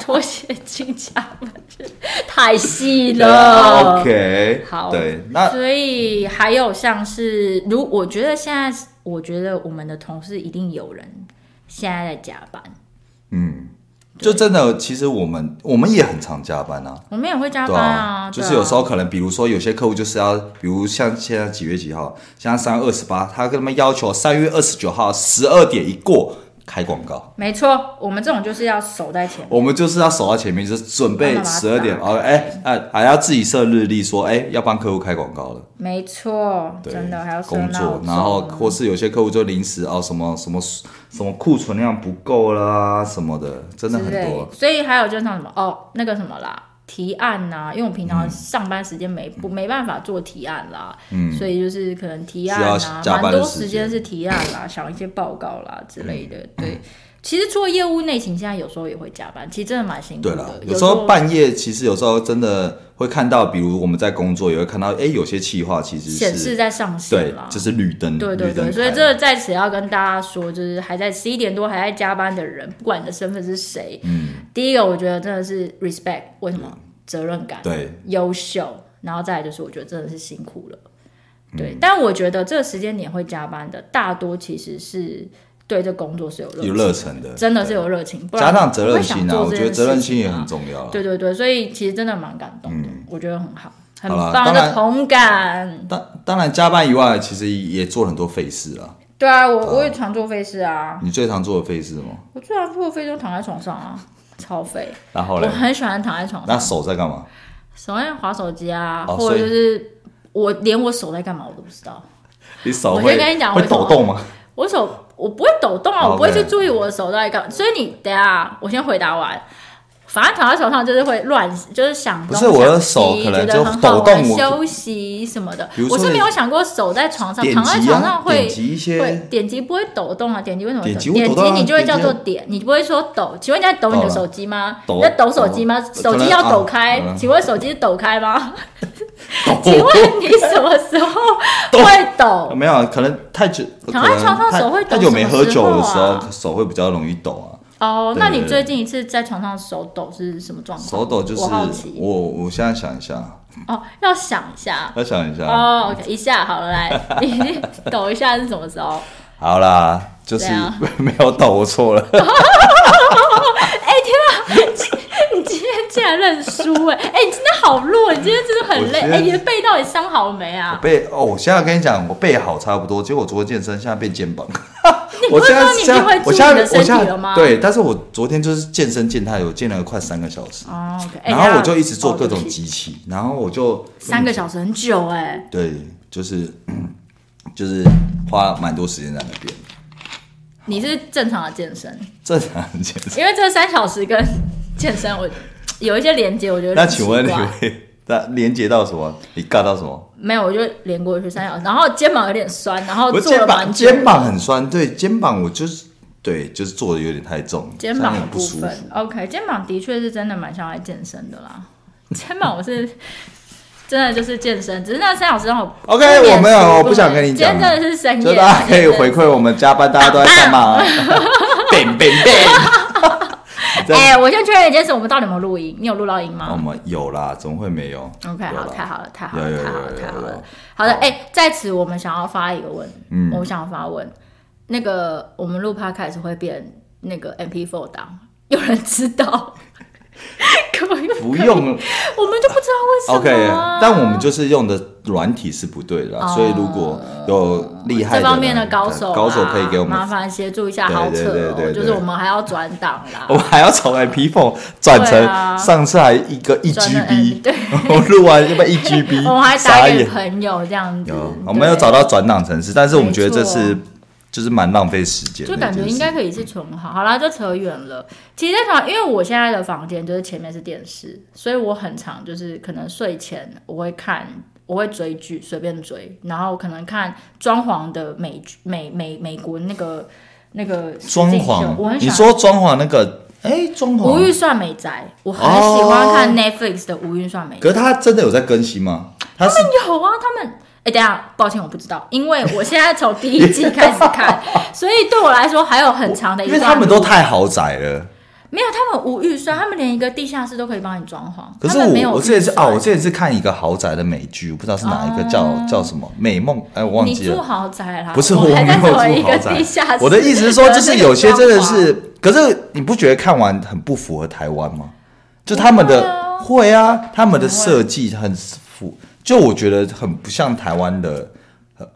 [SPEAKER 2] 拖鞋进家门，太细 了。
[SPEAKER 1] 啊 OK，
[SPEAKER 2] 好
[SPEAKER 1] 对，那
[SPEAKER 2] 所以还有像是，如我觉得现在，我觉得我们的同事一定有人现在在加班，
[SPEAKER 1] 嗯，就真的，其实我们我们也很常加班啊。
[SPEAKER 2] 我们也会加
[SPEAKER 1] 对
[SPEAKER 2] 班啊，
[SPEAKER 1] 就
[SPEAKER 2] 对
[SPEAKER 1] 是有时候可能，比如说有些客户就是要，比如像现在几月几号，像三月二十八，他跟他们要求三月二十九号十二点一过开广告，
[SPEAKER 2] 没错，我们这种就是要守在前面。
[SPEAKER 1] 我们就是要守到前面，就是准备
[SPEAKER 2] 慢慢把它
[SPEAKER 1] 十二点，
[SPEAKER 2] 打
[SPEAKER 1] 哦，哎，哎，还要自己设日历，说，哎，要帮客户开广告了，
[SPEAKER 2] 没错，
[SPEAKER 1] 对，
[SPEAKER 2] 真的还要设
[SPEAKER 1] 工
[SPEAKER 2] 闹
[SPEAKER 1] 作，
[SPEAKER 2] 钟
[SPEAKER 1] 然后或是有些客户就临时哦，什么什么什么库存量不够啦，什么的，真的
[SPEAKER 2] 之
[SPEAKER 1] 很
[SPEAKER 2] 类
[SPEAKER 1] 多，
[SPEAKER 2] 所以还有就是像什么哦，那个什么啦，提案呐、因为我平常上班时间没、不没办法做提案啦，嗯，所以就是可能提案
[SPEAKER 1] 需要
[SPEAKER 2] 啊，
[SPEAKER 1] 加
[SPEAKER 2] 蛮
[SPEAKER 1] 班的
[SPEAKER 2] 多
[SPEAKER 1] 时
[SPEAKER 2] 时
[SPEAKER 1] 间嗯
[SPEAKER 2] 间是提案啦，想一些报告啦之类的，对。其实做业务内勤，现在有时候也会加班，其实真的蛮辛苦
[SPEAKER 1] 对
[SPEAKER 2] 的。
[SPEAKER 1] 了，
[SPEAKER 2] 呃有
[SPEAKER 1] 有时候半夜其实有时候真的会看到，比如我们在工作也会看到，哎，有些企划其实是
[SPEAKER 2] 显示在上
[SPEAKER 1] 对
[SPEAKER 2] 线，啦，
[SPEAKER 1] 这是绿灯，
[SPEAKER 2] 对对
[SPEAKER 1] 绿灯
[SPEAKER 2] 对，所以
[SPEAKER 1] 开
[SPEAKER 2] 这个在此要跟大家说，就是还在十一点多还在加班的人，不管你的身份是谁，
[SPEAKER 1] 嗯，
[SPEAKER 2] 第一个我觉得真的是 respect，为什么？责任感，
[SPEAKER 1] 对，
[SPEAKER 2] 优秀，然后再来就是我觉得真的是辛苦了，
[SPEAKER 1] 嗯
[SPEAKER 2] 对。但我觉得这个时间点会加班的，大多其实是对这工作是有热
[SPEAKER 1] 有
[SPEAKER 2] 情，
[SPEAKER 1] 热忱的，
[SPEAKER 2] 真的是有热情，不然
[SPEAKER 1] 加上责任心啊，
[SPEAKER 2] 不会想做
[SPEAKER 1] 我
[SPEAKER 2] 这
[SPEAKER 1] 觉得
[SPEAKER 2] 件
[SPEAKER 1] 责任心
[SPEAKER 2] 事
[SPEAKER 1] 也
[SPEAKER 2] 情啊
[SPEAKER 1] 很重要啊。嗯
[SPEAKER 2] 对对对，所以其实真的蛮感动的，我觉得很好，很
[SPEAKER 1] 好啦
[SPEAKER 2] 棒
[SPEAKER 1] 当
[SPEAKER 2] 的
[SPEAKER 1] 然
[SPEAKER 2] 同感。
[SPEAKER 1] 当当然，加班以外，其实也做了很多费事啊。
[SPEAKER 2] 对啊，我我也常做费事啊，
[SPEAKER 1] 你最常做的费事吗？
[SPEAKER 2] 我最常做的费就躺在床上啊，超废。
[SPEAKER 1] 然后
[SPEAKER 2] 我
[SPEAKER 1] 嘞，
[SPEAKER 2] 很喜欢躺在床
[SPEAKER 1] 那
[SPEAKER 2] 上，
[SPEAKER 1] 手在干嘛？
[SPEAKER 2] 手在划手机啊，
[SPEAKER 1] 哦
[SPEAKER 2] 或
[SPEAKER 1] 所
[SPEAKER 2] 者
[SPEAKER 1] 以
[SPEAKER 2] 就是我连我手在干嘛我都不知道。
[SPEAKER 1] 你手
[SPEAKER 2] 我
[SPEAKER 1] 会
[SPEAKER 2] 先跟你讲
[SPEAKER 1] 会
[SPEAKER 2] 为什么
[SPEAKER 1] 抖动吗？
[SPEAKER 2] 我手我不会抖动啊，
[SPEAKER 1] 哦
[SPEAKER 2] 我不会
[SPEAKER 1] OK
[SPEAKER 2] 去注意我的手在干嘛。所以你等一下，我先回答完。反正躺在床上就是会乱，就是想
[SPEAKER 1] 不
[SPEAKER 2] 东
[SPEAKER 1] 是我的
[SPEAKER 2] 想
[SPEAKER 1] 手
[SPEAKER 2] 西
[SPEAKER 1] 可能
[SPEAKER 2] 觉得
[SPEAKER 1] 就
[SPEAKER 2] 很好
[SPEAKER 1] 抖动
[SPEAKER 2] 玩
[SPEAKER 1] 我
[SPEAKER 2] 休息什么的
[SPEAKER 1] 比如。说
[SPEAKER 2] 我是
[SPEAKER 1] 你
[SPEAKER 2] 没有想过手在床上，
[SPEAKER 1] 点
[SPEAKER 2] 躺在
[SPEAKER 1] 击
[SPEAKER 2] 床上
[SPEAKER 1] 啊，
[SPEAKER 2] 会
[SPEAKER 1] 点击一
[SPEAKER 2] 会
[SPEAKER 1] 些，
[SPEAKER 2] 点击不会抖动啊？点击为什么会
[SPEAKER 1] 点
[SPEAKER 2] 抖
[SPEAKER 1] 击
[SPEAKER 2] 动？
[SPEAKER 1] 会
[SPEAKER 2] 点
[SPEAKER 1] 抖动啊
[SPEAKER 2] 击你就会叫做
[SPEAKER 1] 点
[SPEAKER 2] 点，你不会说抖。请问你在抖你
[SPEAKER 1] 抖
[SPEAKER 2] 的
[SPEAKER 1] 了
[SPEAKER 2] 手机吗？
[SPEAKER 1] 抖啊
[SPEAKER 2] 你在抖手机吗？
[SPEAKER 1] 抖
[SPEAKER 2] 手
[SPEAKER 1] 可
[SPEAKER 2] 机
[SPEAKER 1] 能
[SPEAKER 2] 要
[SPEAKER 1] 啊
[SPEAKER 2] 抖开
[SPEAKER 1] 嗯，
[SPEAKER 2] 请问手机是抖开 吗？请
[SPEAKER 1] 抖
[SPEAKER 2] 问你什么时候
[SPEAKER 1] 抖
[SPEAKER 2] 会抖？
[SPEAKER 1] 没有，可能太久，
[SPEAKER 2] 躺
[SPEAKER 1] 可
[SPEAKER 2] 在
[SPEAKER 1] 能
[SPEAKER 2] 床上
[SPEAKER 1] 太
[SPEAKER 2] 手会抖
[SPEAKER 1] 太久没喝酒的时
[SPEAKER 2] 什么时候啊
[SPEAKER 1] 候，手会比较容易抖啊。
[SPEAKER 2] 哦，
[SPEAKER 1] 对
[SPEAKER 2] 那你
[SPEAKER 1] 对
[SPEAKER 2] 最近一次在床上手抖是什么状况？
[SPEAKER 1] 手抖就是
[SPEAKER 2] 我好
[SPEAKER 1] 我，啊
[SPEAKER 2] 奇
[SPEAKER 1] 我现在想一下，
[SPEAKER 2] 哦，要想一下。
[SPEAKER 1] 要想一下。
[SPEAKER 2] 哦，OK，一下好了，来，你抖一下是什么时候？
[SPEAKER 1] 好啦，就是
[SPEAKER 2] 怎样
[SPEAKER 1] 没有抖，我错了。
[SPEAKER 2] 哎你今天竟然认输 哎！哎，你今天好弱，你今天真的很累。
[SPEAKER 1] 我今天
[SPEAKER 2] 哎，你的背到底伤好没啊？
[SPEAKER 1] 背哦，我现在跟你讲，我背好差不多，结果我昨天健身，现在变肩膀。
[SPEAKER 2] 你不
[SPEAKER 1] 我
[SPEAKER 2] 是
[SPEAKER 1] 现在
[SPEAKER 2] 说你已经会
[SPEAKER 1] 我
[SPEAKER 2] 注意
[SPEAKER 1] 现
[SPEAKER 2] 你
[SPEAKER 1] 在
[SPEAKER 2] 的身
[SPEAKER 1] 我现
[SPEAKER 2] 体
[SPEAKER 1] 在
[SPEAKER 2] 了吗？
[SPEAKER 1] 对，但是我昨天就是健身健太，我健了快三个小时，
[SPEAKER 2] 哦，OK，哎，
[SPEAKER 1] 然后
[SPEAKER 2] 那
[SPEAKER 1] 我就一直做
[SPEAKER 2] 哦
[SPEAKER 1] 各
[SPEAKER 2] 对
[SPEAKER 1] 种
[SPEAKER 2] 不起
[SPEAKER 1] 机器，然后我就
[SPEAKER 2] 三个小时很久哎，
[SPEAKER 1] 对，就是 嗯就是花蛮多时间在那边，
[SPEAKER 2] 你是正常的健身，
[SPEAKER 1] 正常的健身。
[SPEAKER 2] 因为这三小时跟健身我有一些连接，我觉得
[SPEAKER 1] 那
[SPEAKER 2] 很奇
[SPEAKER 1] 请问你
[SPEAKER 2] 怪
[SPEAKER 1] 会那连接到什么？你尬到什么？
[SPEAKER 2] 没有，我就连过去三小时，然后肩膀有点酸，然后
[SPEAKER 1] 我
[SPEAKER 2] 哦做了
[SPEAKER 1] 肩膀
[SPEAKER 2] 蛮久的
[SPEAKER 1] 肩膀很酸，对肩膀我就是对就是做的有点太重，
[SPEAKER 2] 肩膀
[SPEAKER 1] 这样
[SPEAKER 2] 的
[SPEAKER 1] 很不
[SPEAKER 2] 部
[SPEAKER 1] 舒服
[SPEAKER 2] 分。，OK，肩膀的确是真的蛮像来健身的啦。 肩膀我是真的就是健身，只是那三小时让我
[SPEAKER 1] OK，
[SPEAKER 2] 不免
[SPEAKER 1] 我没有
[SPEAKER 2] 俗
[SPEAKER 1] 我不想跟你讲
[SPEAKER 2] 今天真的是深
[SPEAKER 1] 就
[SPEAKER 2] 夜，
[SPEAKER 1] 大家可以
[SPEAKER 2] 真的
[SPEAKER 1] 回馈我们加班，大啊家都在干 嘛？bang bang bang！这样
[SPEAKER 2] 哎、我先确认一件事，我们到底有没有录音？你有录到音吗、
[SPEAKER 1] 哦我们有啦，怎么会没有
[SPEAKER 2] o k
[SPEAKER 1] 有
[SPEAKER 2] 好，
[SPEAKER 1] 啦
[SPEAKER 2] 太好了，太好
[SPEAKER 1] 有
[SPEAKER 2] 了，
[SPEAKER 1] 有
[SPEAKER 2] 太好了，
[SPEAKER 1] 有有
[SPEAKER 2] 太好
[SPEAKER 1] 有
[SPEAKER 2] 了
[SPEAKER 1] 有。
[SPEAKER 2] 好的，
[SPEAKER 1] 好
[SPEAKER 2] 哎、在此我们想要发一个问，
[SPEAKER 1] 嗯
[SPEAKER 2] 我想发问，那个我们录 podcast 会变那个 MP4 档，有人知 道？可以
[SPEAKER 1] 不用
[SPEAKER 2] 我们就不知道为什
[SPEAKER 1] OK，
[SPEAKER 2] 么啊、
[SPEAKER 1] 但我们就是用的软体是不对的啦，
[SPEAKER 2] 哦
[SPEAKER 1] 所以如果有厉害
[SPEAKER 2] 这
[SPEAKER 1] 的
[SPEAKER 2] 方面的
[SPEAKER 1] 人
[SPEAKER 2] 高手啦，啊
[SPEAKER 1] 高手可以给我
[SPEAKER 2] 麻
[SPEAKER 1] 们，
[SPEAKER 2] 烦协助一下，
[SPEAKER 1] 对
[SPEAKER 2] 好
[SPEAKER 1] 对
[SPEAKER 2] 扯
[SPEAKER 1] 对
[SPEAKER 2] 哦，
[SPEAKER 1] 对对哦
[SPEAKER 2] 就是我们还要转档啦
[SPEAKER 1] 我。们还要从 MP Four 转
[SPEAKER 2] 对啊
[SPEAKER 1] 成上次还一个一
[SPEAKER 2] 转成 M-
[SPEAKER 1] GB，
[SPEAKER 2] 对
[SPEAKER 1] 我录完就被一 GB，
[SPEAKER 2] 我们还打
[SPEAKER 1] 傻
[SPEAKER 2] 给
[SPEAKER 1] 眼。
[SPEAKER 2] 朋友这样子
[SPEAKER 1] 有，，我
[SPEAKER 2] 嗯对
[SPEAKER 1] 们有找到转档程式，但是我们
[SPEAKER 2] 没
[SPEAKER 1] 觉得这
[SPEAKER 2] 错
[SPEAKER 1] 次就是蛮浪费时间的
[SPEAKER 2] 就
[SPEAKER 1] 一件事，
[SPEAKER 2] 感觉应该可以是存好。好啦，就扯远了。其实在床，因为我现在的房间就是前面是电视，所以我很常就是可能睡前我会看，我会追剧，随便追，然后可能看装潢的美剧美美美国那个那个实
[SPEAKER 1] 装
[SPEAKER 2] 境秀
[SPEAKER 1] 潢
[SPEAKER 2] 我，很喜
[SPEAKER 1] 你
[SPEAKER 2] 欢
[SPEAKER 1] 说装潢那个哎，装
[SPEAKER 2] 无预
[SPEAKER 1] 潢。哦
[SPEAKER 2] 算美宅，我很喜欢看 Netflix 的无预算美宅
[SPEAKER 1] 可。是他真的有在更新吗？他是
[SPEAKER 2] 有啊，他们。哎、等一下，抱歉，我不知道，因为我现在从第一季开始 看，所以对我来说还有很长的一
[SPEAKER 1] 因
[SPEAKER 2] 段
[SPEAKER 1] 为
[SPEAKER 2] 路。
[SPEAKER 1] 他们都太豪宅了。
[SPEAKER 2] 没有，他们无预算，他们连一个地下室都可以帮你装潢。
[SPEAKER 1] 可是
[SPEAKER 2] 他们没
[SPEAKER 1] 我
[SPEAKER 2] 有
[SPEAKER 1] 我之前是
[SPEAKER 2] 预算哦
[SPEAKER 1] 啊，我之前是看一个豪宅的美剧，我不知道是哪一个叫、叫什么美梦，哎，我忘
[SPEAKER 2] 你
[SPEAKER 1] 记
[SPEAKER 2] 住
[SPEAKER 1] 了。
[SPEAKER 2] 豪宅啦，
[SPEAKER 1] 不是
[SPEAKER 2] 我
[SPEAKER 1] 我
[SPEAKER 2] 还
[SPEAKER 1] 没
[SPEAKER 2] 在
[SPEAKER 1] 有
[SPEAKER 2] 走
[SPEAKER 1] 住
[SPEAKER 2] 一
[SPEAKER 1] 豪
[SPEAKER 2] 个
[SPEAKER 1] 宅
[SPEAKER 2] 地下室。
[SPEAKER 1] 我的意思是说，就是有些真的
[SPEAKER 2] 那个装潢，
[SPEAKER 1] 是，可是你不觉得看完很不符合台湾吗？就他们的会啊，他们的设计很符，就我觉得很不像台湾的，呃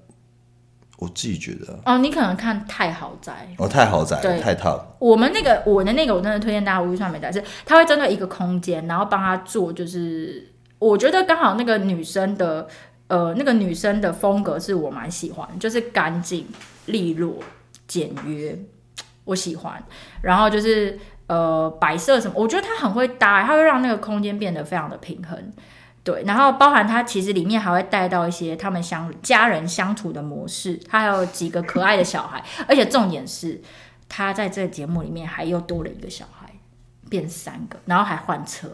[SPEAKER 1] 我自己觉得 啊
[SPEAKER 2] 哦，你可能看太豪宅。
[SPEAKER 1] 哦，太豪宅了，
[SPEAKER 2] 对
[SPEAKER 1] 太 top 了。
[SPEAKER 2] 我们那个我的那个，我真的推荐大家无预算美宅，是他会针对一个空间，然后帮他做，就是我觉得刚好那个女生的呃那个女生的风格是我蛮喜欢，就是干净利落简约，我喜欢。然后就是呃摆设什么，我觉得他很会搭，他会让那个空间变得非常的平衡。对，然后包含它其实里面还会带到一些他们相家人相处的模式，他还有几个可爱的小孩，而且重点是他在这个节目里面还又多了一个小孩，变三个，然后还换车。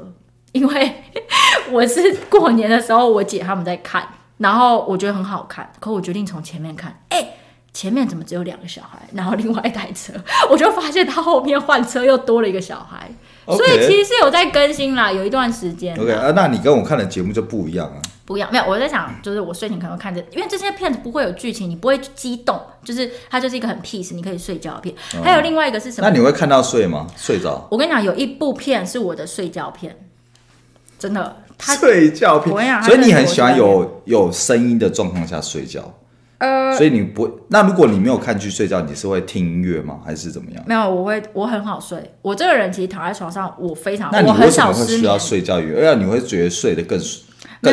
[SPEAKER 2] 因为 我是过年的时候，我姐他们在看，然后我觉得很好看，可我决定从前面看，哎、前面怎么只有两个小孩，然后另外一台车，我就发现他后面换车又多了一个小孩
[SPEAKER 1] OK
[SPEAKER 2] 所以其实是有在更新啦，有一段时间啦。
[SPEAKER 1] OK 啊，那你跟我看的节目就不一样啊。
[SPEAKER 2] 不要，没有，我
[SPEAKER 1] 嗯
[SPEAKER 2] 在想，就是我睡前可能会看着，因为这些片子不会有剧情，你不会激动，就是它就是一个很 peace，你可以睡觉的片。还有另外一个是什
[SPEAKER 1] 哦那
[SPEAKER 2] 么？
[SPEAKER 1] 你会看到睡吗？睡着？
[SPEAKER 2] 我跟你讲，有一部片是我的睡觉片，真的，它
[SPEAKER 1] 睡觉片
[SPEAKER 2] 我跟你讲它
[SPEAKER 1] 所以你
[SPEAKER 2] 真的
[SPEAKER 1] 很
[SPEAKER 2] 是我
[SPEAKER 1] 喜欢
[SPEAKER 2] 睡觉
[SPEAKER 1] 有有声音的状况下睡觉。
[SPEAKER 2] 呃
[SPEAKER 1] 所以你不会那如果你没有看剧睡觉，你是会听音乐吗？还是怎么样？
[SPEAKER 2] 没有，我会我很好睡，我这个人其实躺在床上，我非常
[SPEAKER 1] 那你
[SPEAKER 2] 我
[SPEAKER 1] 为
[SPEAKER 2] 很
[SPEAKER 1] 什么
[SPEAKER 2] 少
[SPEAKER 1] 会
[SPEAKER 2] 失
[SPEAKER 1] 需要
[SPEAKER 2] 眠，
[SPEAKER 1] 睡觉语？而且你会觉得睡得更
[SPEAKER 2] 没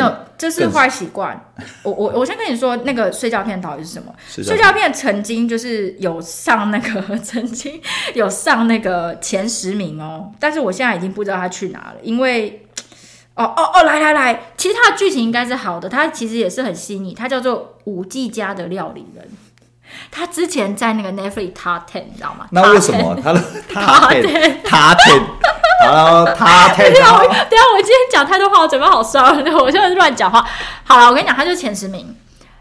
[SPEAKER 1] 更
[SPEAKER 2] 有，这是
[SPEAKER 1] 更
[SPEAKER 2] 坏习惯。我我我先跟你说，那个睡觉片到底是什么？
[SPEAKER 1] 睡觉
[SPEAKER 2] 睡觉片曾经就是有上那个， 曾经有上那个前十名哦，但是我现在已经不知道它去哪了，因为。哦哦哦，来来来，其实它的剧情应该是好的，它其实也是很细腻，它叫做《五 G 家的料理人》，他之前在那个 Netflix Top Ten，你知道吗？
[SPEAKER 1] 那为
[SPEAKER 2] Top
[SPEAKER 1] 什
[SPEAKER 2] 10？
[SPEAKER 1] 么他的他天他天，然后他天，
[SPEAKER 2] 等一下我，等一下我今天讲太多话，我嘴巴好酸， 我现在乱讲话。好了，我跟你讲，他就前十名。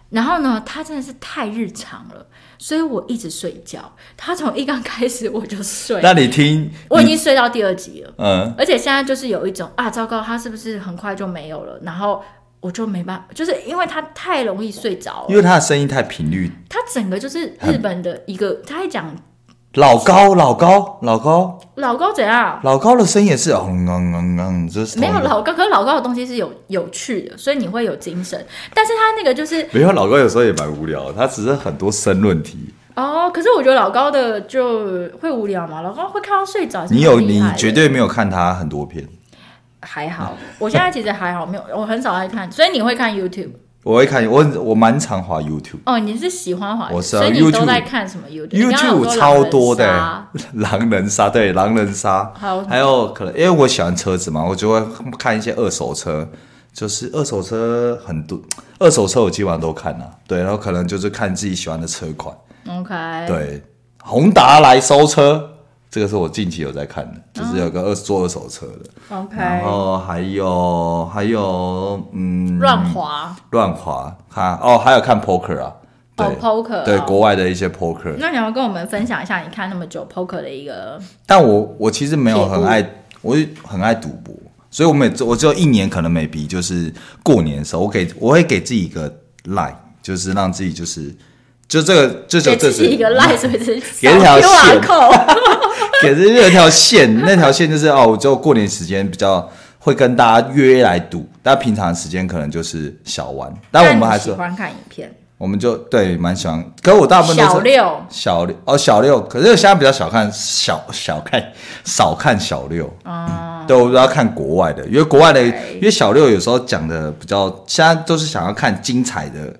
[SPEAKER 2] 然后呢，他真的是太日常了，所以我一直睡觉。他从一刚开始我就睡，
[SPEAKER 1] 那你听，
[SPEAKER 2] 我已
[SPEAKER 1] 你
[SPEAKER 2] 经睡到第二集了。
[SPEAKER 1] 嗯，
[SPEAKER 2] 而且现在就是有一种啊，糟糕，他是不是很快就没有了？然后我就没办法，就是因为他太容易睡着
[SPEAKER 1] 因为
[SPEAKER 2] 了。
[SPEAKER 1] 他的声音太频率，
[SPEAKER 2] 他整个就是日本的一个，他还讲
[SPEAKER 1] 老高老高老高
[SPEAKER 2] 老高怎样，
[SPEAKER 1] 老高的声音也是嗯嗯嗯嗯，就是
[SPEAKER 2] 没有
[SPEAKER 1] 同一个
[SPEAKER 2] 老高，可是老高的东西是有有趣的，所以你会有精神。但是他那个就是
[SPEAKER 1] 没有老高有时候也蛮无聊的，他只是很多申论题。
[SPEAKER 2] 哦，可是我觉得老高的就会无聊嘛，老高会看到睡着。
[SPEAKER 1] 你有你
[SPEAKER 2] 是蛮厉害的
[SPEAKER 1] 绝对没有看他很多片，
[SPEAKER 2] 还好，我现在其实还好，没有，我很少爱看，所以你会看 YouTube
[SPEAKER 1] 我会看我我蛮常滑 YouTube。
[SPEAKER 2] 哦，你是喜欢滑，
[SPEAKER 1] 我是啊
[SPEAKER 2] 所以你都
[SPEAKER 1] YouTube
[SPEAKER 2] 在看什么 YouTube？你刚刚有
[SPEAKER 1] YouTube
[SPEAKER 2] 说
[SPEAKER 1] 超多的、 狼
[SPEAKER 2] 狼人杀
[SPEAKER 1] 人杀，对，狼人杀，
[SPEAKER 2] 还有
[SPEAKER 1] 还有可能因为我喜欢车子嘛，我就会看一些二手车，就是二手车很多，二手车我基本上都看了、啊对，然后可能就是看自己喜欢的车款，
[SPEAKER 2] OK，
[SPEAKER 1] 对，宏达来收车，这个是我近期有在看的，就是有个二做二手车的，然
[SPEAKER 2] ，OK，
[SPEAKER 1] 后还有还有嗯，
[SPEAKER 2] 乱滑
[SPEAKER 1] 乱滑看哦，还有看 poker 啊，对、
[SPEAKER 2] 哦，Poker，
[SPEAKER 1] 对，
[SPEAKER 2] 哦
[SPEAKER 1] 国外的一些 poker，
[SPEAKER 2] 那你要跟我们分享一下你看那么久 Poker 的一个
[SPEAKER 1] 但我我其实没有
[SPEAKER 2] 撇步
[SPEAKER 1] 很爱，我很爱赌博，所以我每次我只有一年可能每笔就是过年的时候，我给我会给自己一个 line，就是让自己就是就这个就就
[SPEAKER 2] 给
[SPEAKER 1] 这
[SPEAKER 2] 自己一个赖，是不是？
[SPEAKER 1] 给一条
[SPEAKER 2] QR
[SPEAKER 1] 线
[SPEAKER 2] code，
[SPEAKER 1] 给自己有一条线，那条线就是哦，我只有过年时间比较会跟大家约来赌，但平常时间可能就是小玩，但我
[SPEAKER 2] 那
[SPEAKER 1] 们
[SPEAKER 2] 你
[SPEAKER 1] 还
[SPEAKER 2] 喜
[SPEAKER 1] 是
[SPEAKER 2] 欢看影片，
[SPEAKER 1] 我们就对蛮喜欢，可我大部分都是
[SPEAKER 2] 小六
[SPEAKER 1] 小六哦，小六，可是我现在比较小看小小看少看小六，
[SPEAKER 2] 哦
[SPEAKER 1] 嗯，对，我都要看国外的，因为国外的，
[SPEAKER 2] OK
[SPEAKER 1] 因为小六有时候讲的比较，现在都是想要看精彩的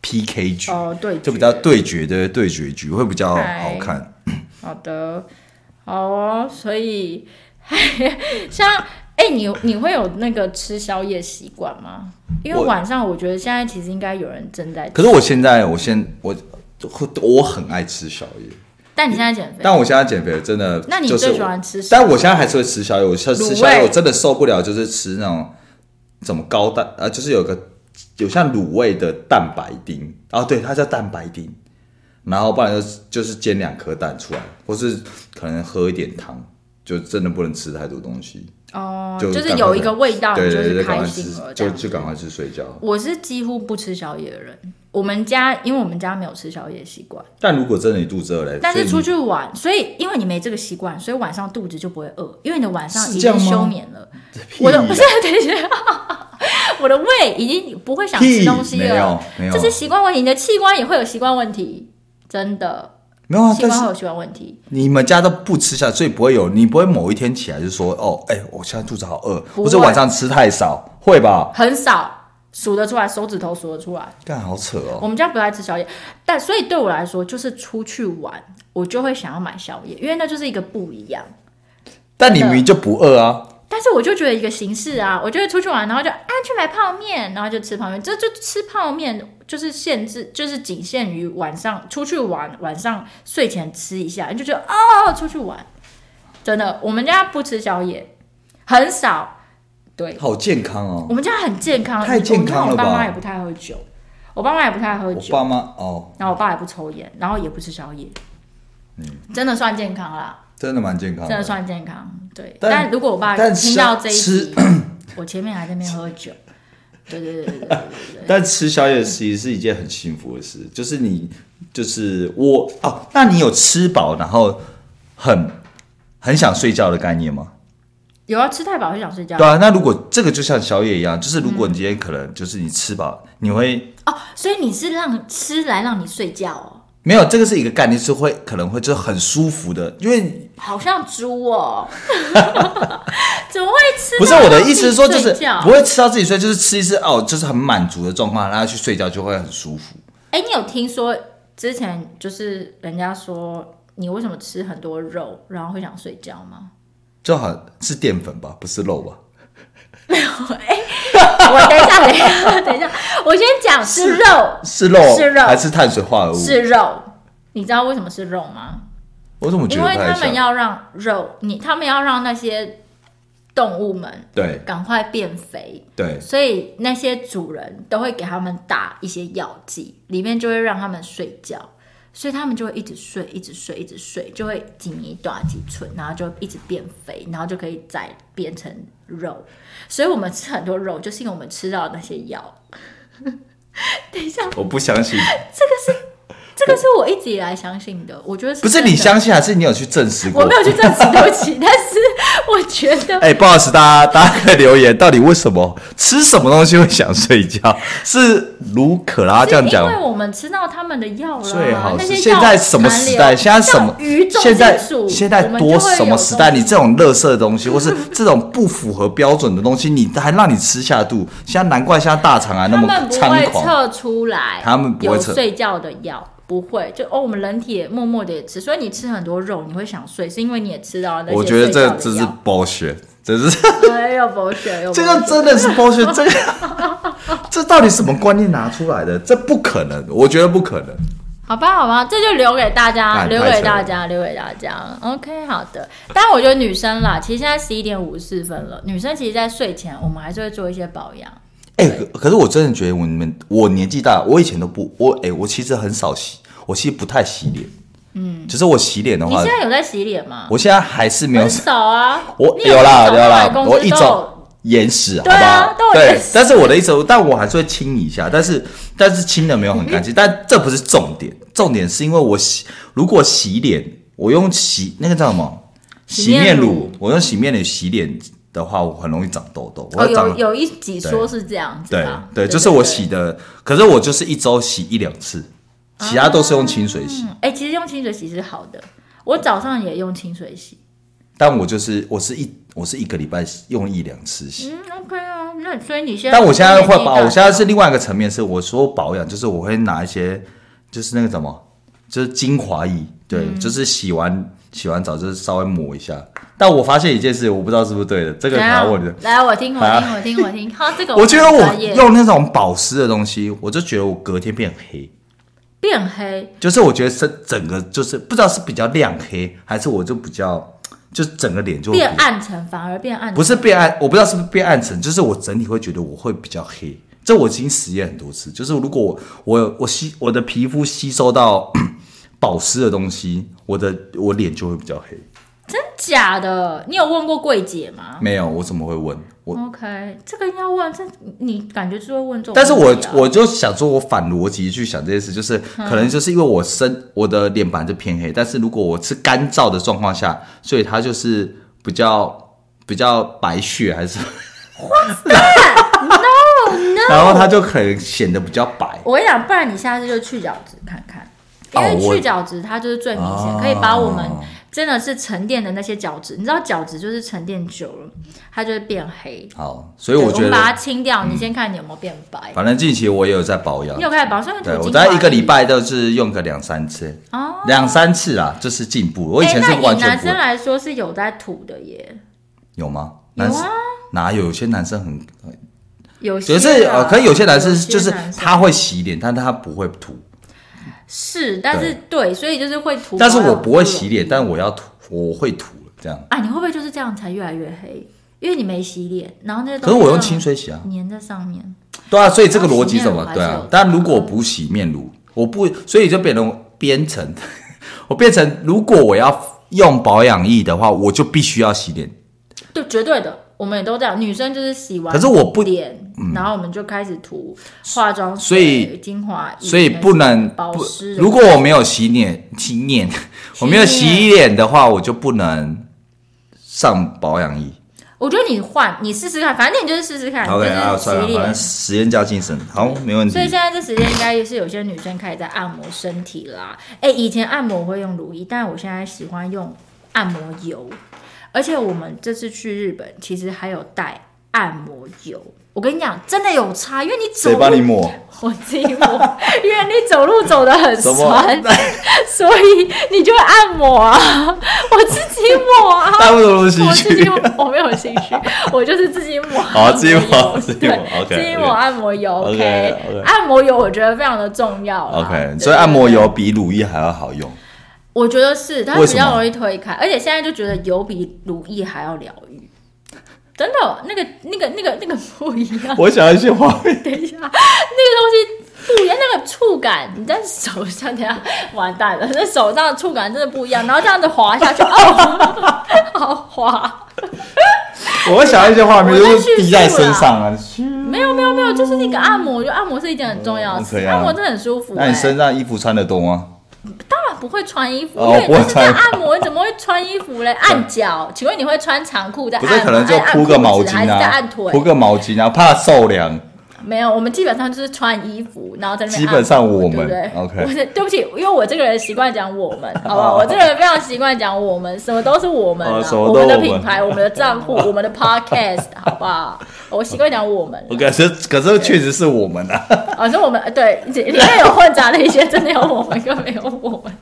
[SPEAKER 1] PK 局，
[SPEAKER 2] 哦，对，
[SPEAKER 1] 就比较对决的对决局会比较好
[SPEAKER 2] OK
[SPEAKER 1] 看。
[SPEAKER 2] 好的，好哦，所以 像哎、你你会有那个吃宵夜习惯吗？因为
[SPEAKER 1] 我
[SPEAKER 2] 晚上我觉得现在其实应该有人正在吃
[SPEAKER 1] 可是我现在，我现我我很爱吃宵夜，
[SPEAKER 2] 但你现在减肥，
[SPEAKER 1] 但我现在减肥真的，
[SPEAKER 2] 那你
[SPEAKER 1] 就是
[SPEAKER 2] 最
[SPEAKER 1] 我
[SPEAKER 2] 喜欢吃什么
[SPEAKER 1] 但我现在还是会吃宵夜，我吃吃宵
[SPEAKER 2] 卤
[SPEAKER 1] 夜
[SPEAKER 2] 味
[SPEAKER 1] 我真的受不了，就是吃那种怎么高蛋呃，就是有个有像卤味的蛋白丁啊，对，它叫蛋白丁，然后不然就是就是煎两颗蛋出来，或是可能喝一点汤，就真的不能吃太多东西，
[SPEAKER 2] 哦，
[SPEAKER 1] 就
[SPEAKER 2] 就是
[SPEAKER 1] 赶快
[SPEAKER 2] 有一个味道，
[SPEAKER 1] 对
[SPEAKER 2] 啊你就
[SPEAKER 1] 对
[SPEAKER 2] 是
[SPEAKER 1] 对，赶
[SPEAKER 2] 开
[SPEAKER 1] 快
[SPEAKER 2] 心
[SPEAKER 1] 吃
[SPEAKER 2] 了，这
[SPEAKER 1] 就
[SPEAKER 2] 样
[SPEAKER 1] 就赶快去睡觉。
[SPEAKER 2] 我是几乎不吃宵夜的人。我们家因为我们家没有吃宵夜习惯，
[SPEAKER 1] 但如果真的你肚子饿了，
[SPEAKER 2] 但
[SPEAKER 1] 所以
[SPEAKER 2] 是
[SPEAKER 1] 你
[SPEAKER 2] 出去玩，所以因为你没这个习惯，所以晚上肚子就不会饿，因为你的晚上
[SPEAKER 1] 是
[SPEAKER 2] 已
[SPEAKER 1] 这样
[SPEAKER 2] 经
[SPEAKER 1] 吗
[SPEAKER 2] 休眠了。
[SPEAKER 1] 屁
[SPEAKER 2] 我的
[SPEAKER 1] 啦
[SPEAKER 2] 不是，等一下，我的胃已经不会想吃
[SPEAKER 1] 屁
[SPEAKER 2] 东西
[SPEAKER 1] 没有
[SPEAKER 2] 了，
[SPEAKER 1] 没有
[SPEAKER 2] 这是习惯问题，你的器官也会有习惯问题，真的，
[SPEAKER 1] 没有啊，
[SPEAKER 2] 器
[SPEAKER 1] 但
[SPEAKER 2] 官
[SPEAKER 1] 是
[SPEAKER 2] 会有习惯问题。
[SPEAKER 1] 你们家都不吃下，所以不会有，你不会某一天起来就说，哦，哎、我现在肚子好饿，
[SPEAKER 2] 不会
[SPEAKER 1] 或者晚上吃太少，会吧？
[SPEAKER 2] 很少数得出来，手指头数得出来。
[SPEAKER 1] 干好扯哦，
[SPEAKER 2] 我们家不爱吃宵夜，但所以对我来说，就是出去玩，我就会想要买宵夜，因为那就是一个不一样。
[SPEAKER 1] 但你明明就不饿啊，
[SPEAKER 2] 但是我就觉得一个形式啊，我就会出去玩，然后就啊去买泡面，然后就吃泡面，这就吃泡面就是限制，就是仅限于晚上出去玩，晚上睡前吃一下，你就觉得哦出去玩，真的，我们家不吃宵夜，很少，对，
[SPEAKER 1] 好健康哦。
[SPEAKER 2] 我们家很健康，
[SPEAKER 1] 太健康了吧
[SPEAKER 2] 我爸妈也不太喝酒，我爸妈也不太喝
[SPEAKER 1] 我
[SPEAKER 2] 酒，
[SPEAKER 1] 爸妈哦，
[SPEAKER 2] 然后我爸也不抽烟，然后也不吃宵夜，
[SPEAKER 1] 嗯
[SPEAKER 2] 真的算健康啦，
[SPEAKER 1] 真的蛮健康
[SPEAKER 2] 真的
[SPEAKER 1] 的。
[SPEAKER 2] 算健康。对，
[SPEAKER 1] 但
[SPEAKER 2] 但如果我爸
[SPEAKER 1] 但
[SPEAKER 2] 听到
[SPEAKER 1] 吃
[SPEAKER 2] 这一集， 我前面还在那边喝酒，对对对对对对
[SPEAKER 1] 但吃宵夜其实是一件很幸福的事，就是你，就是我哦，那你有吃饱然后很很想睡觉的概念吗？
[SPEAKER 2] 有啊，吃太饱会想睡觉
[SPEAKER 1] 对啊，那如果这个就像宵夜一样，就是如果你今天可能就是你吃饱，你会
[SPEAKER 2] 哦，所以你是让吃来让你睡觉哦，
[SPEAKER 1] 没有，这个是一个概念，是会可能会就是很舒服的，因为
[SPEAKER 2] 好像猪 哦，怎么会吃到
[SPEAKER 1] 不是我的意思是说，就是
[SPEAKER 2] 让自己睡觉
[SPEAKER 1] 不会吃到自己睡，就是吃一吃哦，就是很满足的状况，然后去睡觉就会很舒服。
[SPEAKER 2] 哎、你有听说之前就是人家说你为什么吃很多肉，然后会想睡觉吗？
[SPEAKER 1] 就好像是淀粉吧，不是肉吧？
[SPEAKER 2] 我等一下，等一下，等一下，我先讲是肉，
[SPEAKER 1] 是肉，
[SPEAKER 2] 是肉
[SPEAKER 1] 还是碳水化合物？
[SPEAKER 2] 是肉。你知道为什么是肉吗？
[SPEAKER 1] 我怎么觉
[SPEAKER 2] 因
[SPEAKER 1] 得
[SPEAKER 2] 为
[SPEAKER 1] 不太
[SPEAKER 2] 他
[SPEAKER 1] 像？
[SPEAKER 2] 们要让肉，你他们要让那些动物们
[SPEAKER 1] 对
[SPEAKER 2] 赶快变肥，
[SPEAKER 1] 对，
[SPEAKER 2] 所以那些主人都会给他们打一些药剂，里面就会让他们睡觉，所以他们就会一直睡，一直睡，一直睡，就会几米短几寸，然后就一直变肥，然后就可以再变成肉。所以我们吃很多肉，就是因为我们吃到那些药。 等一下，
[SPEAKER 1] 我不相 信，
[SPEAKER 2] 这个是我一直以来相信的，我觉得是
[SPEAKER 1] 不是
[SPEAKER 2] 真的
[SPEAKER 1] 你，相信，还是你有去证实
[SPEAKER 2] 我
[SPEAKER 1] 过
[SPEAKER 2] 没？有去证实，对 不起，但是我觉得
[SPEAKER 1] 哎、不好意思，大家大家可以留言，到底为什么吃什么东西会想睡觉？是如可拉这样
[SPEAKER 2] 是因
[SPEAKER 1] 讲
[SPEAKER 2] 为我们吃到他们的药了啊，
[SPEAKER 1] 最好
[SPEAKER 2] 那
[SPEAKER 1] 是
[SPEAKER 2] 些
[SPEAKER 1] 现
[SPEAKER 2] 药
[SPEAKER 1] 在什么
[SPEAKER 2] 残
[SPEAKER 1] 时
[SPEAKER 2] 留
[SPEAKER 1] 代？现在什
[SPEAKER 2] 像
[SPEAKER 1] 么？
[SPEAKER 2] 鱼重
[SPEAKER 1] 现在
[SPEAKER 2] 金属
[SPEAKER 1] 现在
[SPEAKER 2] 我们
[SPEAKER 1] 多
[SPEAKER 2] 就会
[SPEAKER 1] 什
[SPEAKER 2] 有
[SPEAKER 1] 么时
[SPEAKER 2] 重
[SPEAKER 1] 代？你
[SPEAKER 2] 金
[SPEAKER 1] 这种垃圾的东西，或是这种不符合标准的东西，你还让你吃下肚？现在难怪现在大肠癌那
[SPEAKER 2] 他
[SPEAKER 1] 么
[SPEAKER 2] 们不
[SPEAKER 1] 猖
[SPEAKER 2] 会
[SPEAKER 1] 狂。
[SPEAKER 2] 测出来，
[SPEAKER 1] 他们不会
[SPEAKER 2] 有
[SPEAKER 1] 测
[SPEAKER 2] 睡觉的药不会，就哦，我们人体也默默的也吃，所以你吃很多肉，你会想睡，是因为你也吃到那些
[SPEAKER 1] 我觉得
[SPEAKER 2] 睡
[SPEAKER 1] 这
[SPEAKER 2] 觉的
[SPEAKER 1] 这是
[SPEAKER 2] 药
[SPEAKER 1] bullshit，这是
[SPEAKER 2] 哎呦，博学，又
[SPEAKER 1] 这个真的是 bullshit，这个 这到底什么观念拿出来的？这不可能，我觉得不可能。
[SPEAKER 2] 好吧，好吧，这就留给大家，
[SPEAKER 1] 干
[SPEAKER 2] 留
[SPEAKER 1] 哎太
[SPEAKER 2] 给
[SPEAKER 1] 扯
[SPEAKER 2] 大
[SPEAKER 1] 了
[SPEAKER 2] 家，留给大家。OK，好的。但我觉得女生啦，其实现在十一点五十四分了，女生其实，在睡前我们还是会做一些保养。
[SPEAKER 1] 哎、可可是我真的觉得我们我年纪大，我以前都不我哎、我其实很少洗，我其实不太洗脸。嗯，就是我洗脸的
[SPEAKER 2] 你
[SPEAKER 1] 话
[SPEAKER 2] 现，在有在洗脸吗？
[SPEAKER 1] 我现在还是没有
[SPEAKER 2] 很少啊，
[SPEAKER 1] 我
[SPEAKER 2] 你
[SPEAKER 1] 有啦
[SPEAKER 2] 一种
[SPEAKER 1] 有
[SPEAKER 2] 外
[SPEAKER 1] 啦，
[SPEAKER 2] 公司
[SPEAKER 1] 我一
[SPEAKER 2] 都
[SPEAKER 1] 种
[SPEAKER 2] 有
[SPEAKER 1] 眼屎，好不
[SPEAKER 2] 对啊
[SPEAKER 1] 好
[SPEAKER 2] 都？有眼
[SPEAKER 1] 对
[SPEAKER 2] 屎，
[SPEAKER 1] 但是我的意思，但我还是会清一下，但是但是清的没有很
[SPEAKER 2] 嗯
[SPEAKER 1] 干净，但这不是重点，重点是因为我洗，如果洗脸，我用洗那个叫什么
[SPEAKER 2] 洗
[SPEAKER 1] 洗
[SPEAKER 2] 面
[SPEAKER 1] 面
[SPEAKER 2] 乳
[SPEAKER 1] 乳，我用洗面乳洗脸的话，我很容易长痘痘，我
[SPEAKER 2] 哦，
[SPEAKER 1] 会长
[SPEAKER 2] 有啊有一集说是这样子
[SPEAKER 1] 对
[SPEAKER 2] 吧？
[SPEAKER 1] 对，就是我洗。的，可是我就是一周洗一两次，其他都是用清水洗，
[SPEAKER 2] 嗯哎、其实用清水洗是好的，我早上也用清水洗。
[SPEAKER 1] 但我就是我是一我是一个礼拜用一两次洗。
[SPEAKER 2] 嗯，OK 啊，那所以你现在，
[SPEAKER 1] 但我现在会把，我现
[SPEAKER 2] 啊
[SPEAKER 1] 在是另外一个层面，是我说保养，就是我会拿一些，就是那个什么，就是精华液，对，
[SPEAKER 2] 嗯
[SPEAKER 1] 就是洗完洗完澡就是稍微抹一下。但我发现一件事，我不知道是不是对的，这个
[SPEAKER 2] 怎
[SPEAKER 1] 拿
[SPEAKER 2] 样
[SPEAKER 1] 我的，
[SPEAKER 2] 来，我听，我听，
[SPEAKER 1] 啊
[SPEAKER 2] 我听，我听。好，这个
[SPEAKER 1] 我觉得
[SPEAKER 2] 很
[SPEAKER 1] 我
[SPEAKER 2] 专业
[SPEAKER 1] 用那种保湿的东西，我就觉得我隔天变黑，
[SPEAKER 2] 变黑，
[SPEAKER 1] 就是我觉得是整个就是不知道是比较亮黑，还是我就比较就是整个脸就
[SPEAKER 2] 变暗沉，反而变暗沉。
[SPEAKER 1] 不是变暗，我不知道是不是变暗沉，就是我整体会觉得我会比较黑。这我已经实验很多次，就是如果我我我吸我的皮肤吸收到 保湿的东西，我的我脸就会比较黑。
[SPEAKER 2] 真假的？你有问过柜姐吗
[SPEAKER 1] 没有，我怎么会问我？
[SPEAKER 2] ？OK，这个应该问，这你感觉是会问这种
[SPEAKER 1] 但是我
[SPEAKER 2] 问题啊
[SPEAKER 1] 我就想说，我反逻辑去想这件事，就是
[SPEAKER 2] 嗯
[SPEAKER 1] 可能就是因为我身我的脸板就偏黑，但是如果我是干燥的状况下，所以它就是比较比较白雪还是 然后它就可能显得比较白。
[SPEAKER 2] 我跟你讲，不然你下次就去角质看看，
[SPEAKER 1] 哦
[SPEAKER 2] 因为
[SPEAKER 1] 我啊
[SPEAKER 2] 去角质它就是最明显，可以把我们真的是沉淀的那些角质，你知道角质就是沉淀久了，它就会变黑。
[SPEAKER 1] 好，所以我觉
[SPEAKER 2] 们把它
[SPEAKER 1] 得，嗯
[SPEAKER 2] 清掉，你先看你有没有变白。
[SPEAKER 1] 反正近期我也有在保养
[SPEAKER 2] 你，有开始保养？
[SPEAKER 1] 对我
[SPEAKER 2] 因为涂精
[SPEAKER 1] 大
[SPEAKER 2] 华
[SPEAKER 1] 概一个礼拜都是用个两三次，
[SPEAKER 2] 哦。
[SPEAKER 1] 两三次啊，就是进步。我以
[SPEAKER 2] 哎
[SPEAKER 1] 前是
[SPEAKER 2] 那
[SPEAKER 1] 完
[SPEAKER 2] 以
[SPEAKER 1] 全
[SPEAKER 2] 男
[SPEAKER 1] 不会
[SPEAKER 2] 生来说是有在涂的耶，
[SPEAKER 1] 有吗？
[SPEAKER 2] 有
[SPEAKER 1] 男生
[SPEAKER 2] 啊，
[SPEAKER 1] 哪有？有些男生很
[SPEAKER 2] 有些
[SPEAKER 1] 只
[SPEAKER 2] 啊
[SPEAKER 1] 是呃，可能有些男生
[SPEAKER 2] 些
[SPEAKER 1] 就是
[SPEAKER 2] 男生
[SPEAKER 1] 他会洗脸，但他不会涂。
[SPEAKER 2] 是，但是对，所以就是会涂。
[SPEAKER 1] 但是我不会洗脸，但我要涂，我会涂这样。
[SPEAKER 2] 啊，你会不会就是这样才越来越黑？因为你没洗脸，然后那些
[SPEAKER 1] 可是我用清水洗啊，
[SPEAKER 2] 粘在上面。
[SPEAKER 1] 对啊，所以这个逻辑怎么
[SPEAKER 2] 洗面乳还是
[SPEAKER 1] 对
[SPEAKER 2] 有
[SPEAKER 1] 啊
[SPEAKER 2] 差？
[SPEAKER 1] 但如果我不洗面乳，我不，所以就变成编程， 我变成如果我要用保养液的话，我就必须要洗脸。
[SPEAKER 2] 对，绝对的，我们也都这样。女生就是洗完，
[SPEAKER 1] 可是我不嗯
[SPEAKER 2] 脸，然后我们就开始涂化妆水、
[SPEAKER 1] 所以
[SPEAKER 2] 精华液，
[SPEAKER 1] 所以不能
[SPEAKER 2] 保
[SPEAKER 1] 不
[SPEAKER 2] 湿，的
[SPEAKER 1] 如果我没有洗脸洗脸，我没有洗脸的话，我就不能上保养液。
[SPEAKER 2] 我觉得你换，你试试看，反正你就是试试看，
[SPEAKER 1] OK 啊，
[SPEAKER 2] 就是
[SPEAKER 1] 算了，反
[SPEAKER 2] 洗
[SPEAKER 1] 正
[SPEAKER 2] 脸。
[SPEAKER 1] 实验加精神，好，没问题
[SPEAKER 2] 所以。现在这时间应该也是有些女生开始在按摩身体啦。哎、以前按摩我会用乳液，但我现在喜欢用按摩油，而且我们这次去日本其实还有带按摩油。我跟你讲，真的有差，因为你走
[SPEAKER 1] 谁
[SPEAKER 2] 路
[SPEAKER 1] 帮你抹？
[SPEAKER 2] 我自己抹，因为你走路走得很
[SPEAKER 1] 什么
[SPEAKER 2] 酸，所以你就会按摩啊。 我自己抹啊，
[SPEAKER 1] 大为什么
[SPEAKER 2] 我
[SPEAKER 1] 心
[SPEAKER 2] 自己
[SPEAKER 1] 虚？
[SPEAKER 2] 抹我没有兴趣，我就是自己抹按摩油。
[SPEAKER 1] 好哦自己抹自己抹
[SPEAKER 2] 对
[SPEAKER 1] OK，
[SPEAKER 2] 自己抹
[SPEAKER 1] OK
[SPEAKER 2] 按摩油
[SPEAKER 1] OK，OK
[SPEAKER 2] 按摩油我觉得非常的重要啊。
[SPEAKER 1] OK，
[SPEAKER 2] 对
[SPEAKER 1] 所以按摩，油比乳液还要好 用。
[SPEAKER 2] 我觉得是它
[SPEAKER 1] 为
[SPEAKER 2] 比
[SPEAKER 1] 什
[SPEAKER 2] 较
[SPEAKER 1] 么
[SPEAKER 2] 容易推开，而且现在就觉得油比乳液还要疗愈。真的，哦那个、那个、那个、那个不一样。
[SPEAKER 1] 我想要一些画面，
[SPEAKER 2] 等一下，那个东西不一样，那个触感，你在手上，等一下完蛋了，那手上的触感真的不一样，然后这样子滑下去，哦， 好滑，
[SPEAKER 1] 我想要一些画面，
[SPEAKER 2] 我在
[SPEAKER 1] 就
[SPEAKER 2] 叙
[SPEAKER 1] 是
[SPEAKER 2] 述
[SPEAKER 1] 滴在身上啊。
[SPEAKER 2] 没有没有没有，就是那个按摩，我觉得按摩是一件很重要的事，
[SPEAKER 1] 嗯可以啊
[SPEAKER 2] 按摩真的很舒服、欸。
[SPEAKER 1] 那你身上衣服穿得动吗？
[SPEAKER 2] 当然不会穿衣服，
[SPEAKER 1] 哦
[SPEAKER 2] 因为
[SPEAKER 1] 不会
[SPEAKER 2] 你是在
[SPEAKER 1] 穿衣服
[SPEAKER 2] 按摩，你怎么会穿衣服 嘞？按脚，请问你会穿长裤在
[SPEAKER 1] 不
[SPEAKER 2] 按
[SPEAKER 1] 是，
[SPEAKER 2] 吗？
[SPEAKER 1] 可能就
[SPEAKER 2] 还是按
[SPEAKER 1] 铺个
[SPEAKER 2] 裤子
[SPEAKER 1] 毛巾
[SPEAKER 2] 还是在
[SPEAKER 1] 啊
[SPEAKER 2] 按，腿？
[SPEAKER 1] 铺个毛巾啊，怕受凉。
[SPEAKER 2] 没有，我们基本上就是穿衣服，然后在那边按摩。
[SPEAKER 1] 基本上我们
[SPEAKER 2] 对不对
[SPEAKER 1] OK
[SPEAKER 2] 我是对不起，因为我这个人习惯讲我 们，好不好？我这个人非常习惯讲我们，什么都是我们、啊
[SPEAKER 1] 哦什么
[SPEAKER 2] 我
[SPEAKER 1] 都
[SPEAKER 2] 们的
[SPEAKER 1] 我们
[SPEAKER 2] 品牌、我们的账户、我们的 podcast，好不好？我习惯讲我们，
[SPEAKER 1] 可是可是确实是我们啊，
[SPEAKER 2] 哦，是我们对 里面有混杂了一些，真的有我们跟没有我们，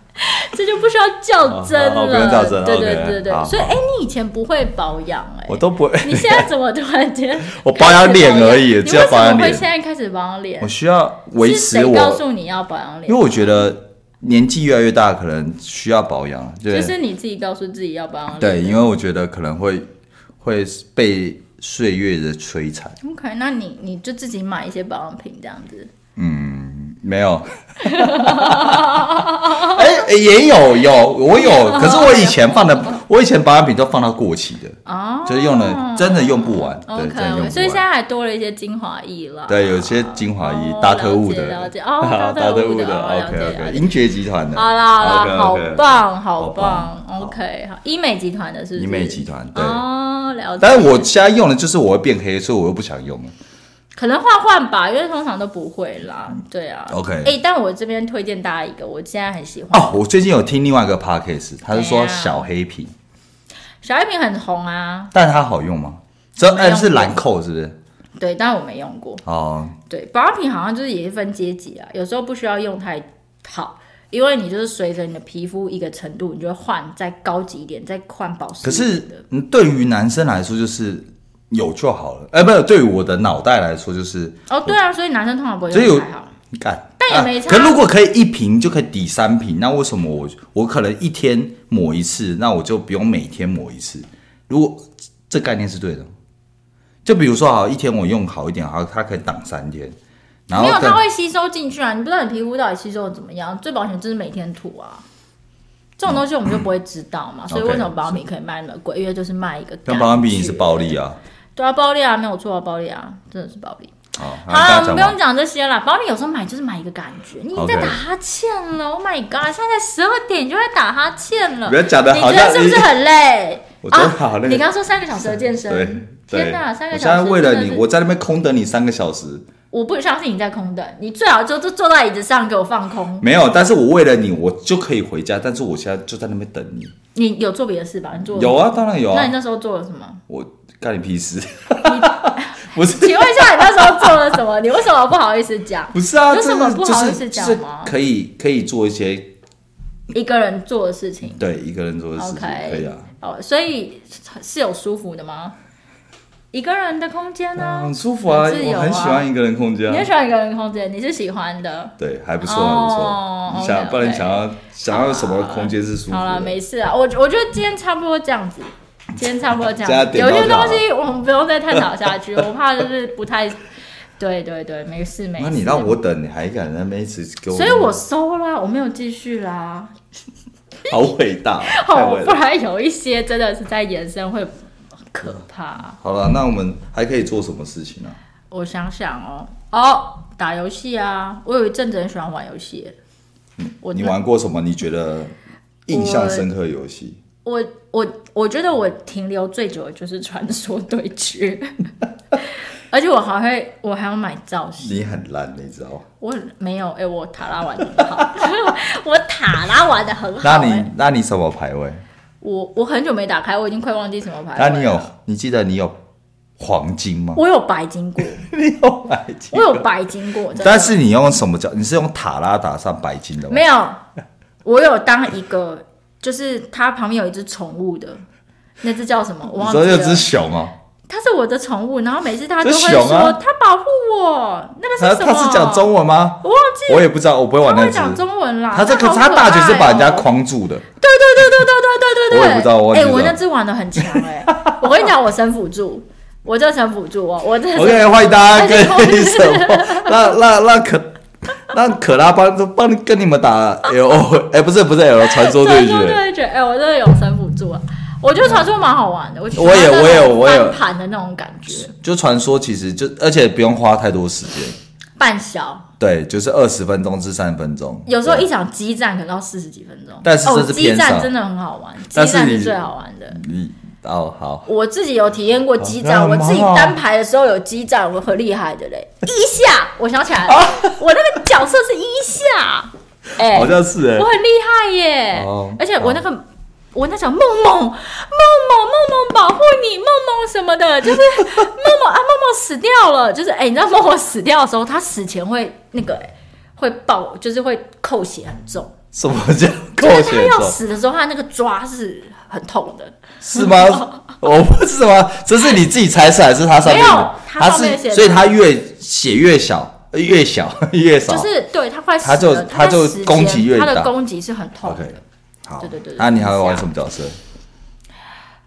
[SPEAKER 2] 这就不需要较真
[SPEAKER 1] 好好哦
[SPEAKER 2] 了。
[SPEAKER 1] 不用较真
[SPEAKER 2] 对
[SPEAKER 1] OK，
[SPEAKER 2] 对对对。
[SPEAKER 1] 好
[SPEAKER 2] 所以，
[SPEAKER 1] 好
[SPEAKER 2] 哎，你以前不会保养哎、
[SPEAKER 1] 我都不会。
[SPEAKER 2] 你现在怎么突然间
[SPEAKER 1] 我保养脸而已
[SPEAKER 2] 开始
[SPEAKER 1] 只要保养
[SPEAKER 2] 你为
[SPEAKER 1] 脸
[SPEAKER 2] 什么会现在开始保养脸
[SPEAKER 1] 我？需要维
[SPEAKER 2] 是
[SPEAKER 1] 持
[SPEAKER 2] 谁告
[SPEAKER 1] 我，
[SPEAKER 2] 诉你要保养
[SPEAKER 1] 因为
[SPEAKER 2] 脸？
[SPEAKER 1] 我觉得年纪越来越大，可能需要保养。对
[SPEAKER 2] 就是你自己告诉自己要保养脸。
[SPEAKER 1] 对，因为我觉得可能会会被岁月的摧残。
[SPEAKER 2] OK，那你你就自己买一些保养品这样子。
[SPEAKER 1] 没 有。哎、也有有，我有，可是我以前放的，我以前保养品都放到过期的，
[SPEAKER 2] 哦，
[SPEAKER 1] 就是用了真的用不完，对，
[SPEAKER 2] OK，
[SPEAKER 1] 真的用
[SPEAKER 2] 所以
[SPEAKER 1] 不
[SPEAKER 2] 现在
[SPEAKER 1] 完。
[SPEAKER 2] 还多了一些精华液了。
[SPEAKER 1] 对，有些精华液，达特
[SPEAKER 2] 物
[SPEAKER 1] 务的，
[SPEAKER 2] 了解 哦，达特
[SPEAKER 1] 特
[SPEAKER 2] 物
[SPEAKER 1] 务
[SPEAKER 2] 的哦了解
[SPEAKER 1] ，OK
[SPEAKER 2] 了
[SPEAKER 1] OK，
[SPEAKER 2] 解
[SPEAKER 1] 英爵集团的，
[SPEAKER 2] 好啦好啦，好
[SPEAKER 1] OK，OK，
[SPEAKER 2] 棒好
[SPEAKER 1] 好
[SPEAKER 2] 棒
[SPEAKER 1] 棒
[SPEAKER 2] ，OK，好，医美集团的是不是
[SPEAKER 1] 医美集团对。
[SPEAKER 2] 哦，了解。
[SPEAKER 1] 但是我现在用的就是我会变黑，所以我又不想用了。
[SPEAKER 2] 可能换换吧，因为通常都不会啦，对啊。
[SPEAKER 1] OK
[SPEAKER 2] 哎，但我这边推荐大家一个，我现在很喜欢
[SPEAKER 1] 哦，我最近有听另外一个 podcast，他是
[SPEAKER 2] 怎
[SPEAKER 1] 说
[SPEAKER 2] 样
[SPEAKER 1] 小黑瓶，
[SPEAKER 2] 小黑瓶很红啊，
[SPEAKER 1] 但它好用吗？这
[SPEAKER 2] 没用
[SPEAKER 1] 哎是
[SPEAKER 2] 过
[SPEAKER 1] 兰蔻是不是？
[SPEAKER 2] 对，但我没用过。
[SPEAKER 1] 哦，
[SPEAKER 2] 对，保养品好像就是也是分阶级啊，有时候不需要用太好，因为你就是随着你的皮肤一个程度，你就会换再高级一点，再换保湿
[SPEAKER 1] 可
[SPEAKER 2] 一点
[SPEAKER 1] 是
[SPEAKER 2] 的。，
[SPEAKER 1] 嗯，对于男生来说就是有就好了，哎、不是，对于我的脑袋来说就是
[SPEAKER 2] 哦，对啊，所以男生通常不会
[SPEAKER 1] 所以有
[SPEAKER 2] 用太好。
[SPEAKER 1] 干，啊
[SPEAKER 2] 但但也没差。啊
[SPEAKER 1] 可如果可以一瓶就可以抵三瓶，那为什么我我可能一天抹一次，那我就不用每天抹一次？如果这概念是对的吗，就比如说啊好，一天我用好一点，好，它可以挡三天，然后
[SPEAKER 2] 没有，
[SPEAKER 1] 等
[SPEAKER 2] 它会吸收进去啊！你不知道你皮肤到底吸收的怎么样，最保险就是每天涂啊。这种东西我们就不会知道嘛，所
[SPEAKER 1] 嗯
[SPEAKER 2] 以
[SPEAKER 1] OK，
[SPEAKER 2] 为什么保养品可以卖那么贵？因为就是卖一个。
[SPEAKER 1] 但保养品也是暴。利啊。
[SPEAKER 2] 对啊，暴利啊，没有错啊，暴利啊，真的是暴利。
[SPEAKER 1] 好，
[SPEAKER 2] 好啦，
[SPEAKER 1] 啊那
[SPEAKER 2] 我们
[SPEAKER 1] 大家讲
[SPEAKER 2] 不
[SPEAKER 1] 完
[SPEAKER 2] 用讲这些啦。保利有时候买就是买一个感觉，你已经在
[SPEAKER 1] OK
[SPEAKER 2] 打哈欠了。Oh my god！现在十二点你就在打哈欠了，
[SPEAKER 1] 不要讲得
[SPEAKER 2] 你
[SPEAKER 1] 好
[SPEAKER 2] 觉得
[SPEAKER 1] 像
[SPEAKER 2] 是不是
[SPEAKER 1] 你
[SPEAKER 2] 很累？
[SPEAKER 1] 我觉得好累
[SPEAKER 2] 啊。你刚刚说三个小时的健身，
[SPEAKER 1] 对对，
[SPEAKER 2] 天哪，三个
[SPEAKER 1] 我
[SPEAKER 2] 小时
[SPEAKER 1] 现在为了
[SPEAKER 2] 真
[SPEAKER 1] 你
[SPEAKER 2] 的，是
[SPEAKER 1] 我在那边空等你三个小时，
[SPEAKER 2] 我不相信你在空等，你最好就就坐在椅子上给我放空。
[SPEAKER 1] 没有，但是我为了你，我就可以回家，但是我现在就在那边等你。
[SPEAKER 2] 你有做别的事吧？你做了
[SPEAKER 1] 有啊，当然有
[SPEAKER 2] 哦那你
[SPEAKER 1] 啊，
[SPEAKER 2] 那时候做了什么？
[SPEAKER 1] 我干你屁事， 不是
[SPEAKER 2] 请问一下，你那时候做了什么？你为什么不好意思讲？
[SPEAKER 1] 不是啊，
[SPEAKER 2] 有什么
[SPEAKER 1] 真的
[SPEAKER 2] 不好意思讲
[SPEAKER 1] 就是
[SPEAKER 2] 吗
[SPEAKER 1] 就是可以可以做一些
[SPEAKER 2] 一个人做的事情。
[SPEAKER 1] 对一个人做的事情
[SPEAKER 2] OK，
[SPEAKER 1] 可以啊，
[SPEAKER 2] 哦，所以是有舒服的吗？一个人的空间呢、
[SPEAKER 1] 啊很舒服啊，
[SPEAKER 2] 很自由
[SPEAKER 1] 我
[SPEAKER 2] 啊
[SPEAKER 1] 很喜欢一个人空间
[SPEAKER 2] 你
[SPEAKER 1] 啊
[SPEAKER 2] 很。喜欢一个人的空间，你是喜欢的。
[SPEAKER 1] 对，还不错，还不
[SPEAKER 2] 哦
[SPEAKER 1] 错。你想，
[SPEAKER 2] OK，OK
[SPEAKER 1] 不然你想要想要什么空间是舒服
[SPEAKER 2] 好了，
[SPEAKER 1] 的？
[SPEAKER 2] 没事啊，我我觉得今天差不多这样子。今天差不多这
[SPEAKER 1] 加
[SPEAKER 2] 样子，
[SPEAKER 1] 点
[SPEAKER 2] 有
[SPEAKER 1] 到
[SPEAKER 2] 些
[SPEAKER 1] 就好
[SPEAKER 2] 东西我们不用再探讨下去， 我怕就是不太，对对对，没事没事。
[SPEAKER 1] 那你让我等，你还敢在那边一直给我？
[SPEAKER 2] 所以我收啦，我没有继续啦。
[SPEAKER 1] 好伟 大，太
[SPEAKER 2] 哦
[SPEAKER 1] 伟，
[SPEAKER 2] 不
[SPEAKER 1] 大。
[SPEAKER 2] 然有一些真的是在延伸会可怕。
[SPEAKER 1] 好了，那我们还可以做什么事情呢？
[SPEAKER 2] 我想想哦，哦，打游戏啊，我有一阵子很喜欢玩游戏。我
[SPEAKER 1] 嗯你玩过什么？你觉得印象深刻的游戏？
[SPEAKER 2] 我我我觉得我停留最久的就是传说对 决，而且我还会我还要买造型。
[SPEAKER 1] 你很烂，你知道吗？
[SPEAKER 2] 我没有，哎、我塔拉玩的很好， 我塔拉玩的很好、
[SPEAKER 1] 那
[SPEAKER 2] 哎
[SPEAKER 1] 你那你什么排位？
[SPEAKER 2] 我我很久没打开，我已经快忘记什么牌。
[SPEAKER 1] 那你有？你记得你有黄金吗？
[SPEAKER 2] 我有白金过，
[SPEAKER 1] 你有白金
[SPEAKER 2] 我？有白金过，真的
[SPEAKER 1] 但是你用什么叫？你是用塔拉打上白金的吗？
[SPEAKER 2] 没有，我有当一个，就是它旁边有一只宠物的，那只叫什么？我
[SPEAKER 1] 你
[SPEAKER 2] 忘记
[SPEAKER 1] 说那只
[SPEAKER 2] 了。
[SPEAKER 1] 熊哦、
[SPEAKER 2] 它是我的宠物，然后每次它就
[SPEAKER 1] 这
[SPEAKER 2] 会
[SPEAKER 1] 熊
[SPEAKER 2] 说
[SPEAKER 1] 啊
[SPEAKER 2] 它保护我，那个
[SPEAKER 1] 他
[SPEAKER 2] 是什么？
[SPEAKER 1] 他是讲中文吗？
[SPEAKER 2] 我忘记
[SPEAKER 1] 我也不知道，我不会玩
[SPEAKER 2] 它
[SPEAKER 1] 那
[SPEAKER 2] 会讲
[SPEAKER 1] 只。
[SPEAKER 2] 中文啦。
[SPEAKER 1] 他这
[SPEAKER 2] 它
[SPEAKER 1] 个
[SPEAKER 2] 好
[SPEAKER 1] 他大
[SPEAKER 2] 可
[SPEAKER 1] 绝
[SPEAKER 2] 爱
[SPEAKER 1] 是把人家
[SPEAKER 2] 哦
[SPEAKER 1] 框住的，
[SPEAKER 2] 对对对对对对对对对，
[SPEAKER 1] 我也不知道我忘记
[SPEAKER 2] 哎、
[SPEAKER 1] 了
[SPEAKER 2] 我那只玩的很强哎、我跟你讲，我神辅助，我这神辅助哦，我这
[SPEAKER 1] OK，欢迎大家跟你什么？让让让可让可拉帮帮你跟你们打 L O，哎，不是不是 L 传说对
[SPEAKER 2] 对对
[SPEAKER 1] 决，
[SPEAKER 2] 对对，哎、我真的有神辅助啊，我觉得传说蛮好玩的，我喜欢
[SPEAKER 1] 我也
[SPEAKER 2] 那种
[SPEAKER 1] 我也我也
[SPEAKER 2] 翻盘的那种感觉，
[SPEAKER 1] 就传说其实就而且不用花太多时间，
[SPEAKER 2] 半小。
[SPEAKER 1] 对，就是二十分钟至三分钟，
[SPEAKER 2] 有时候
[SPEAKER 1] 对
[SPEAKER 2] 一场激战可能要四十几分钟，
[SPEAKER 1] 但是
[SPEAKER 2] 哦
[SPEAKER 1] 这是
[SPEAKER 2] 激
[SPEAKER 1] 偏
[SPEAKER 2] 战
[SPEAKER 1] 少
[SPEAKER 2] 真的很好玩，激
[SPEAKER 1] 但是
[SPEAKER 2] 战
[SPEAKER 1] 你
[SPEAKER 2] 是最好玩的。
[SPEAKER 1] 嗯哦好，
[SPEAKER 2] 我自己有体验过激战，
[SPEAKER 1] 哦
[SPEAKER 2] 我自己
[SPEAKER 1] 那蛮好
[SPEAKER 2] 单排的时候有激战，我很厉害的嘞。一下，我想起 来了，我那个角色是一下，哎、
[SPEAKER 1] 好像是哎
[SPEAKER 2] 我，很厉害耶！
[SPEAKER 1] 哦
[SPEAKER 2] 而且我那个、我那叫梦梦梦梦梦梦保护你梦梦什 么的，就是梦梦啊梦梦死掉了，就是哎、你知道梦梦死掉的时候，他死前会那个、哎会爆，就是会扣血很重，
[SPEAKER 1] 什么叫扣
[SPEAKER 2] 就是他
[SPEAKER 1] 血
[SPEAKER 2] 要
[SPEAKER 1] 咒？
[SPEAKER 2] 死的时候，他那个抓是很痛的。
[SPEAKER 1] 是吗？我不是吗？这是你自己猜测还是他上面
[SPEAKER 2] 没有他
[SPEAKER 1] 他
[SPEAKER 2] 上面
[SPEAKER 1] 是，
[SPEAKER 2] 写的
[SPEAKER 1] 所以他越写越小，呃越小 越少。
[SPEAKER 2] 就是对他快死
[SPEAKER 1] 他就
[SPEAKER 2] 了，
[SPEAKER 1] 他就
[SPEAKER 2] 在死前
[SPEAKER 1] 攻击越
[SPEAKER 2] 他的
[SPEAKER 1] 大
[SPEAKER 2] 攻击是很痛
[SPEAKER 1] OK，
[SPEAKER 2] 的。
[SPEAKER 1] 好，
[SPEAKER 2] 对对对对
[SPEAKER 1] 那你还会玩
[SPEAKER 2] 是啊
[SPEAKER 1] 什么角色？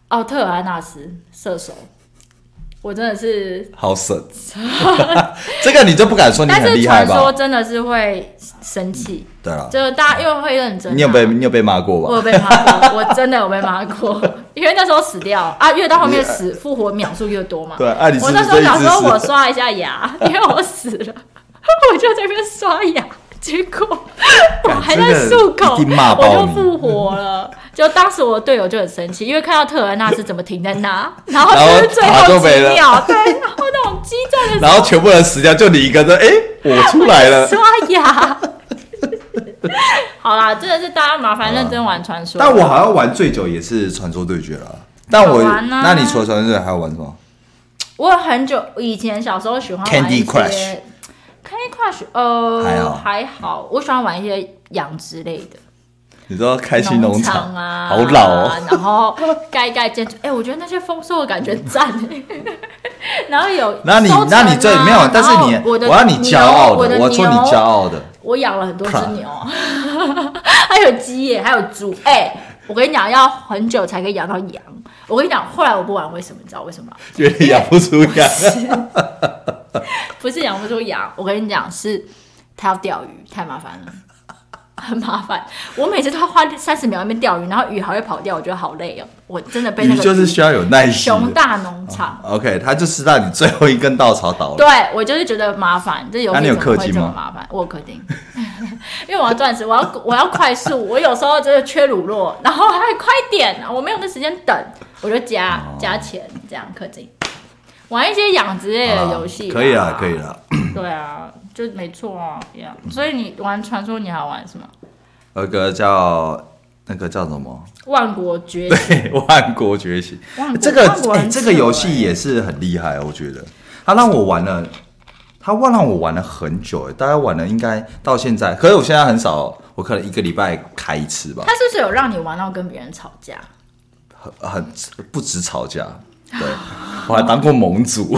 [SPEAKER 2] 奥特尔安纳斯射手，我真的是，
[SPEAKER 1] 好神， 这个你就不敢说你
[SPEAKER 2] 但
[SPEAKER 1] 很
[SPEAKER 2] 是
[SPEAKER 1] 厉害
[SPEAKER 2] 传说
[SPEAKER 1] 吧？
[SPEAKER 2] 真的是会生气，
[SPEAKER 1] 对了，
[SPEAKER 2] 就是大家因为会认真啊、
[SPEAKER 1] 你有被你有被骂过
[SPEAKER 2] 我
[SPEAKER 1] 吧？
[SPEAKER 2] 有被骂过，我真的有被骂过，因为那时候死掉啊，越到后面死复活秒数越多嘛。
[SPEAKER 1] 对啊你是
[SPEAKER 2] 我
[SPEAKER 1] 不是
[SPEAKER 2] 那时候
[SPEAKER 1] 这一
[SPEAKER 2] 想
[SPEAKER 1] 直
[SPEAKER 2] 说
[SPEAKER 1] 死
[SPEAKER 2] 我刷一下牙，因为我死了，我就在那边刷牙，结果我还在漱口，
[SPEAKER 1] 真的一定骂
[SPEAKER 2] 我
[SPEAKER 1] 爆
[SPEAKER 2] 就
[SPEAKER 1] 你
[SPEAKER 2] 复活了。就当时我队友就很生气，因为看到特尔纳斯怎么停在那，然后
[SPEAKER 1] 然后
[SPEAKER 2] 就是最
[SPEAKER 1] 塔
[SPEAKER 2] 后
[SPEAKER 1] 就没
[SPEAKER 2] 几
[SPEAKER 1] 了
[SPEAKER 2] 秒，对，然后那种激战的时
[SPEAKER 1] 然后全部人死掉，就你一个人，哎，我出来了
[SPEAKER 2] 候。刷牙。好啦，真的是大家麻烦认真玩传说。
[SPEAKER 1] 但我好像玩最久也是传说对决了。但我，
[SPEAKER 2] 好玩啊
[SPEAKER 1] 那你除了传说对决还要玩什么？
[SPEAKER 2] 我很久以前小时候喜欢玩
[SPEAKER 1] Candy
[SPEAKER 2] 一些
[SPEAKER 1] Crush
[SPEAKER 2] Candy Crush，呃，
[SPEAKER 1] 还好
[SPEAKER 2] 好我喜欢玩一些养殖类的，
[SPEAKER 1] 你知道开心
[SPEAKER 2] 农
[SPEAKER 1] 场
[SPEAKER 2] 啊，
[SPEAKER 1] 好老哦。
[SPEAKER 2] 然后盖一盖建筑，哎、我觉得那些丰收的感觉很赞、 然后有收成
[SPEAKER 1] 那
[SPEAKER 2] 啊，啊
[SPEAKER 1] 你那你最没有，但是
[SPEAKER 2] 然后
[SPEAKER 1] 你
[SPEAKER 2] 我的
[SPEAKER 1] 要你骄傲
[SPEAKER 2] 牛我
[SPEAKER 1] 的，我要说你
[SPEAKER 2] 牛
[SPEAKER 1] 骄傲的，
[SPEAKER 2] 我养了很多只牛， 还有鸡耶，还有猪。哎、我跟你讲，要很久才可以养到羊。我跟你讲，后来我不玩，为什么？你知道为什么吗？
[SPEAKER 1] 因为养不出羊。
[SPEAKER 2] 不是养不出羊，我跟你讲，是它要钓鱼，太麻烦了。很麻烦，我每次都要花三十秒在那边钓鱼，然后鱼还会跑掉，我觉得好累哦。我真 的被那
[SPEAKER 1] 鱼
[SPEAKER 2] 个
[SPEAKER 1] 就是需要有耐心的。
[SPEAKER 2] 熊大农场，
[SPEAKER 1] OK，他就是让你最后一根稻草倒了。
[SPEAKER 2] 对我就是觉得麻烦，这游
[SPEAKER 1] 那
[SPEAKER 2] 戏
[SPEAKER 1] 你有
[SPEAKER 2] 怎么
[SPEAKER 1] 氪
[SPEAKER 2] 会
[SPEAKER 1] 金
[SPEAKER 2] 这么
[SPEAKER 1] 吗
[SPEAKER 2] 麻烦？我有氪金， 因为我要断食，我要我要快速，我有时候真的缺乳酪，然后还快点，我没有那时间等，我就加、
[SPEAKER 1] 哦
[SPEAKER 2] 加钱这样氪金，玩一些养殖类的
[SPEAKER 1] 好啦
[SPEAKER 2] 游戏、啊
[SPEAKER 1] 哦可以啦，可以，啊啦。
[SPEAKER 2] 对啊，就没错啊，一样。所以你玩传说，你还玩什么？
[SPEAKER 1] 有个叫那个叫什么？
[SPEAKER 2] 万国崛起，
[SPEAKER 1] 对， 万国觉醒
[SPEAKER 2] 万国。
[SPEAKER 1] 这个
[SPEAKER 2] 万国
[SPEAKER 1] 哎、
[SPEAKER 2] 很
[SPEAKER 1] 这个游
[SPEAKER 2] 扯
[SPEAKER 1] 戏也是很厉害，我觉得。它让我玩了，它忘让我玩了很久，哎大概玩了应该到现在。可是我现在很少，我可能一个礼拜开一次吧
[SPEAKER 2] 他，是不是有让你玩到跟别人吵架？
[SPEAKER 1] 很很不止吵架。对，我还当过盟主，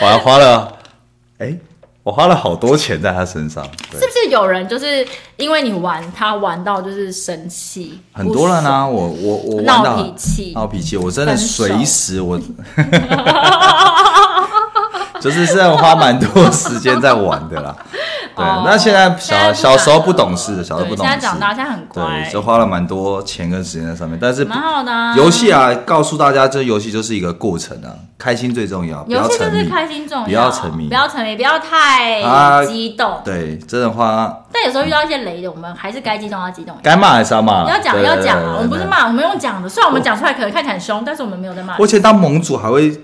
[SPEAKER 1] 我还花了，哎、我花了好多钱在他身上。对。
[SPEAKER 2] 是不是有人就是因为你玩他玩到就是生气，
[SPEAKER 1] 很多人
[SPEAKER 2] 不
[SPEAKER 1] 啊，我我我玩
[SPEAKER 2] 闹
[SPEAKER 1] 到
[SPEAKER 2] 脾气
[SPEAKER 1] 闹脾气，我真的
[SPEAKER 2] 分手
[SPEAKER 1] 随时我，就是真的花蛮多时间在玩的啦。对，
[SPEAKER 2] 哦
[SPEAKER 1] 那现在小
[SPEAKER 2] 现在不
[SPEAKER 1] 小时候
[SPEAKER 2] 敢
[SPEAKER 1] 不
[SPEAKER 2] 了
[SPEAKER 1] 懂事，小时候
[SPEAKER 2] 对
[SPEAKER 1] 不懂
[SPEAKER 2] 现
[SPEAKER 1] 事
[SPEAKER 2] 在，长大，现在很乖
[SPEAKER 1] 对，，就花了蛮多钱跟时间在上面。但是
[SPEAKER 2] 蛮好的、啊。
[SPEAKER 1] 游戏，啊，告诉大家，这游戏就是一个过程啊，开心最重要，不要
[SPEAKER 2] 游戏就
[SPEAKER 1] 沉
[SPEAKER 2] 是
[SPEAKER 1] 迷。
[SPEAKER 2] 开心重要，
[SPEAKER 1] 不要沉迷
[SPEAKER 2] 不要沉迷，不要太
[SPEAKER 1] 啊
[SPEAKER 2] 激动。
[SPEAKER 1] 对，真的话，
[SPEAKER 2] 但有时候遇到一些雷的，我们还是该激动要激动一下。
[SPEAKER 1] 该骂还是要骂啦。
[SPEAKER 2] 要讲
[SPEAKER 1] 啊对
[SPEAKER 2] 要
[SPEAKER 1] 对
[SPEAKER 2] 讲
[SPEAKER 1] 对
[SPEAKER 2] 啊，
[SPEAKER 1] 对
[SPEAKER 2] 我们不是
[SPEAKER 1] 对
[SPEAKER 2] 骂，我们用讲的。虽然我们讲出来可能看起来很凶，但是我们没有在骂啊
[SPEAKER 1] 而。且当盟主还会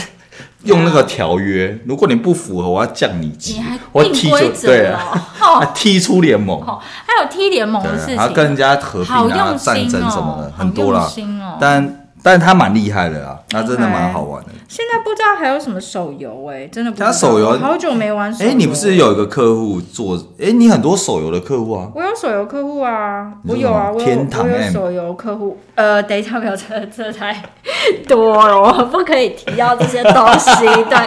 [SPEAKER 1] 用那个条约，如果你不符合，我要降你级
[SPEAKER 2] 你还，
[SPEAKER 1] 我
[SPEAKER 2] 定
[SPEAKER 1] 踢
[SPEAKER 2] 规
[SPEAKER 1] 出对
[SPEAKER 2] 则
[SPEAKER 1] 啊，
[SPEAKER 2] 哦
[SPEAKER 1] 还，踢出联盟，
[SPEAKER 2] 哦，还有踢联盟
[SPEAKER 1] 对
[SPEAKER 2] 的
[SPEAKER 1] 啊
[SPEAKER 2] 事，情，
[SPEAKER 1] 还要跟人家合并
[SPEAKER 2] 好
[SPEAKER 1] 啊、
[SPEAKER 2] 用
[SPEAKER 1] 战
[SPEAKER 2] 心
[SPEAKER 1] 争什么
[SPEAKER 2] 哦
[SPEAKER 1] 的，，
[SPEAKER 2] 好
[SPEAKER 1] 很多
[SPEAKER 2] 用
[SPEAKER 1] 啦。
[SPEAKER 2] 心哦
[SPEAKER 1] 但但他蛮厉害的啊，他真的
[SPEAKER 2] OK
[SPEAKER 1] 蛮好玩的。
[SPEAKER 2] 现在不知道还有什么手游哎、真的不知道。
[SPEAKER 1] 他手游
[SPEAKER 2] 我好久没玩手游。
[SPEAKER 1] 哎，你不是？有一个客户做？哎，你很多手游的客户啊，
[SPEAKER 2] 我有手游客户啊，
[SPEAKER 1] 你
[SPEAKER 2] 我
[SPEAKER 1] 说
[SPEAKER 2] 有啊，
[SPEAKER 1] 什么
[SPEAKER 2] 我有
[SPEAKER 1] 天堂哎
[SPEAKER 2] 我有
[SPEAKER 1] M
[SPEAKER 2] 手游客户。呃，等一下，没有，这这太多了，我不可以提到这些东西。对，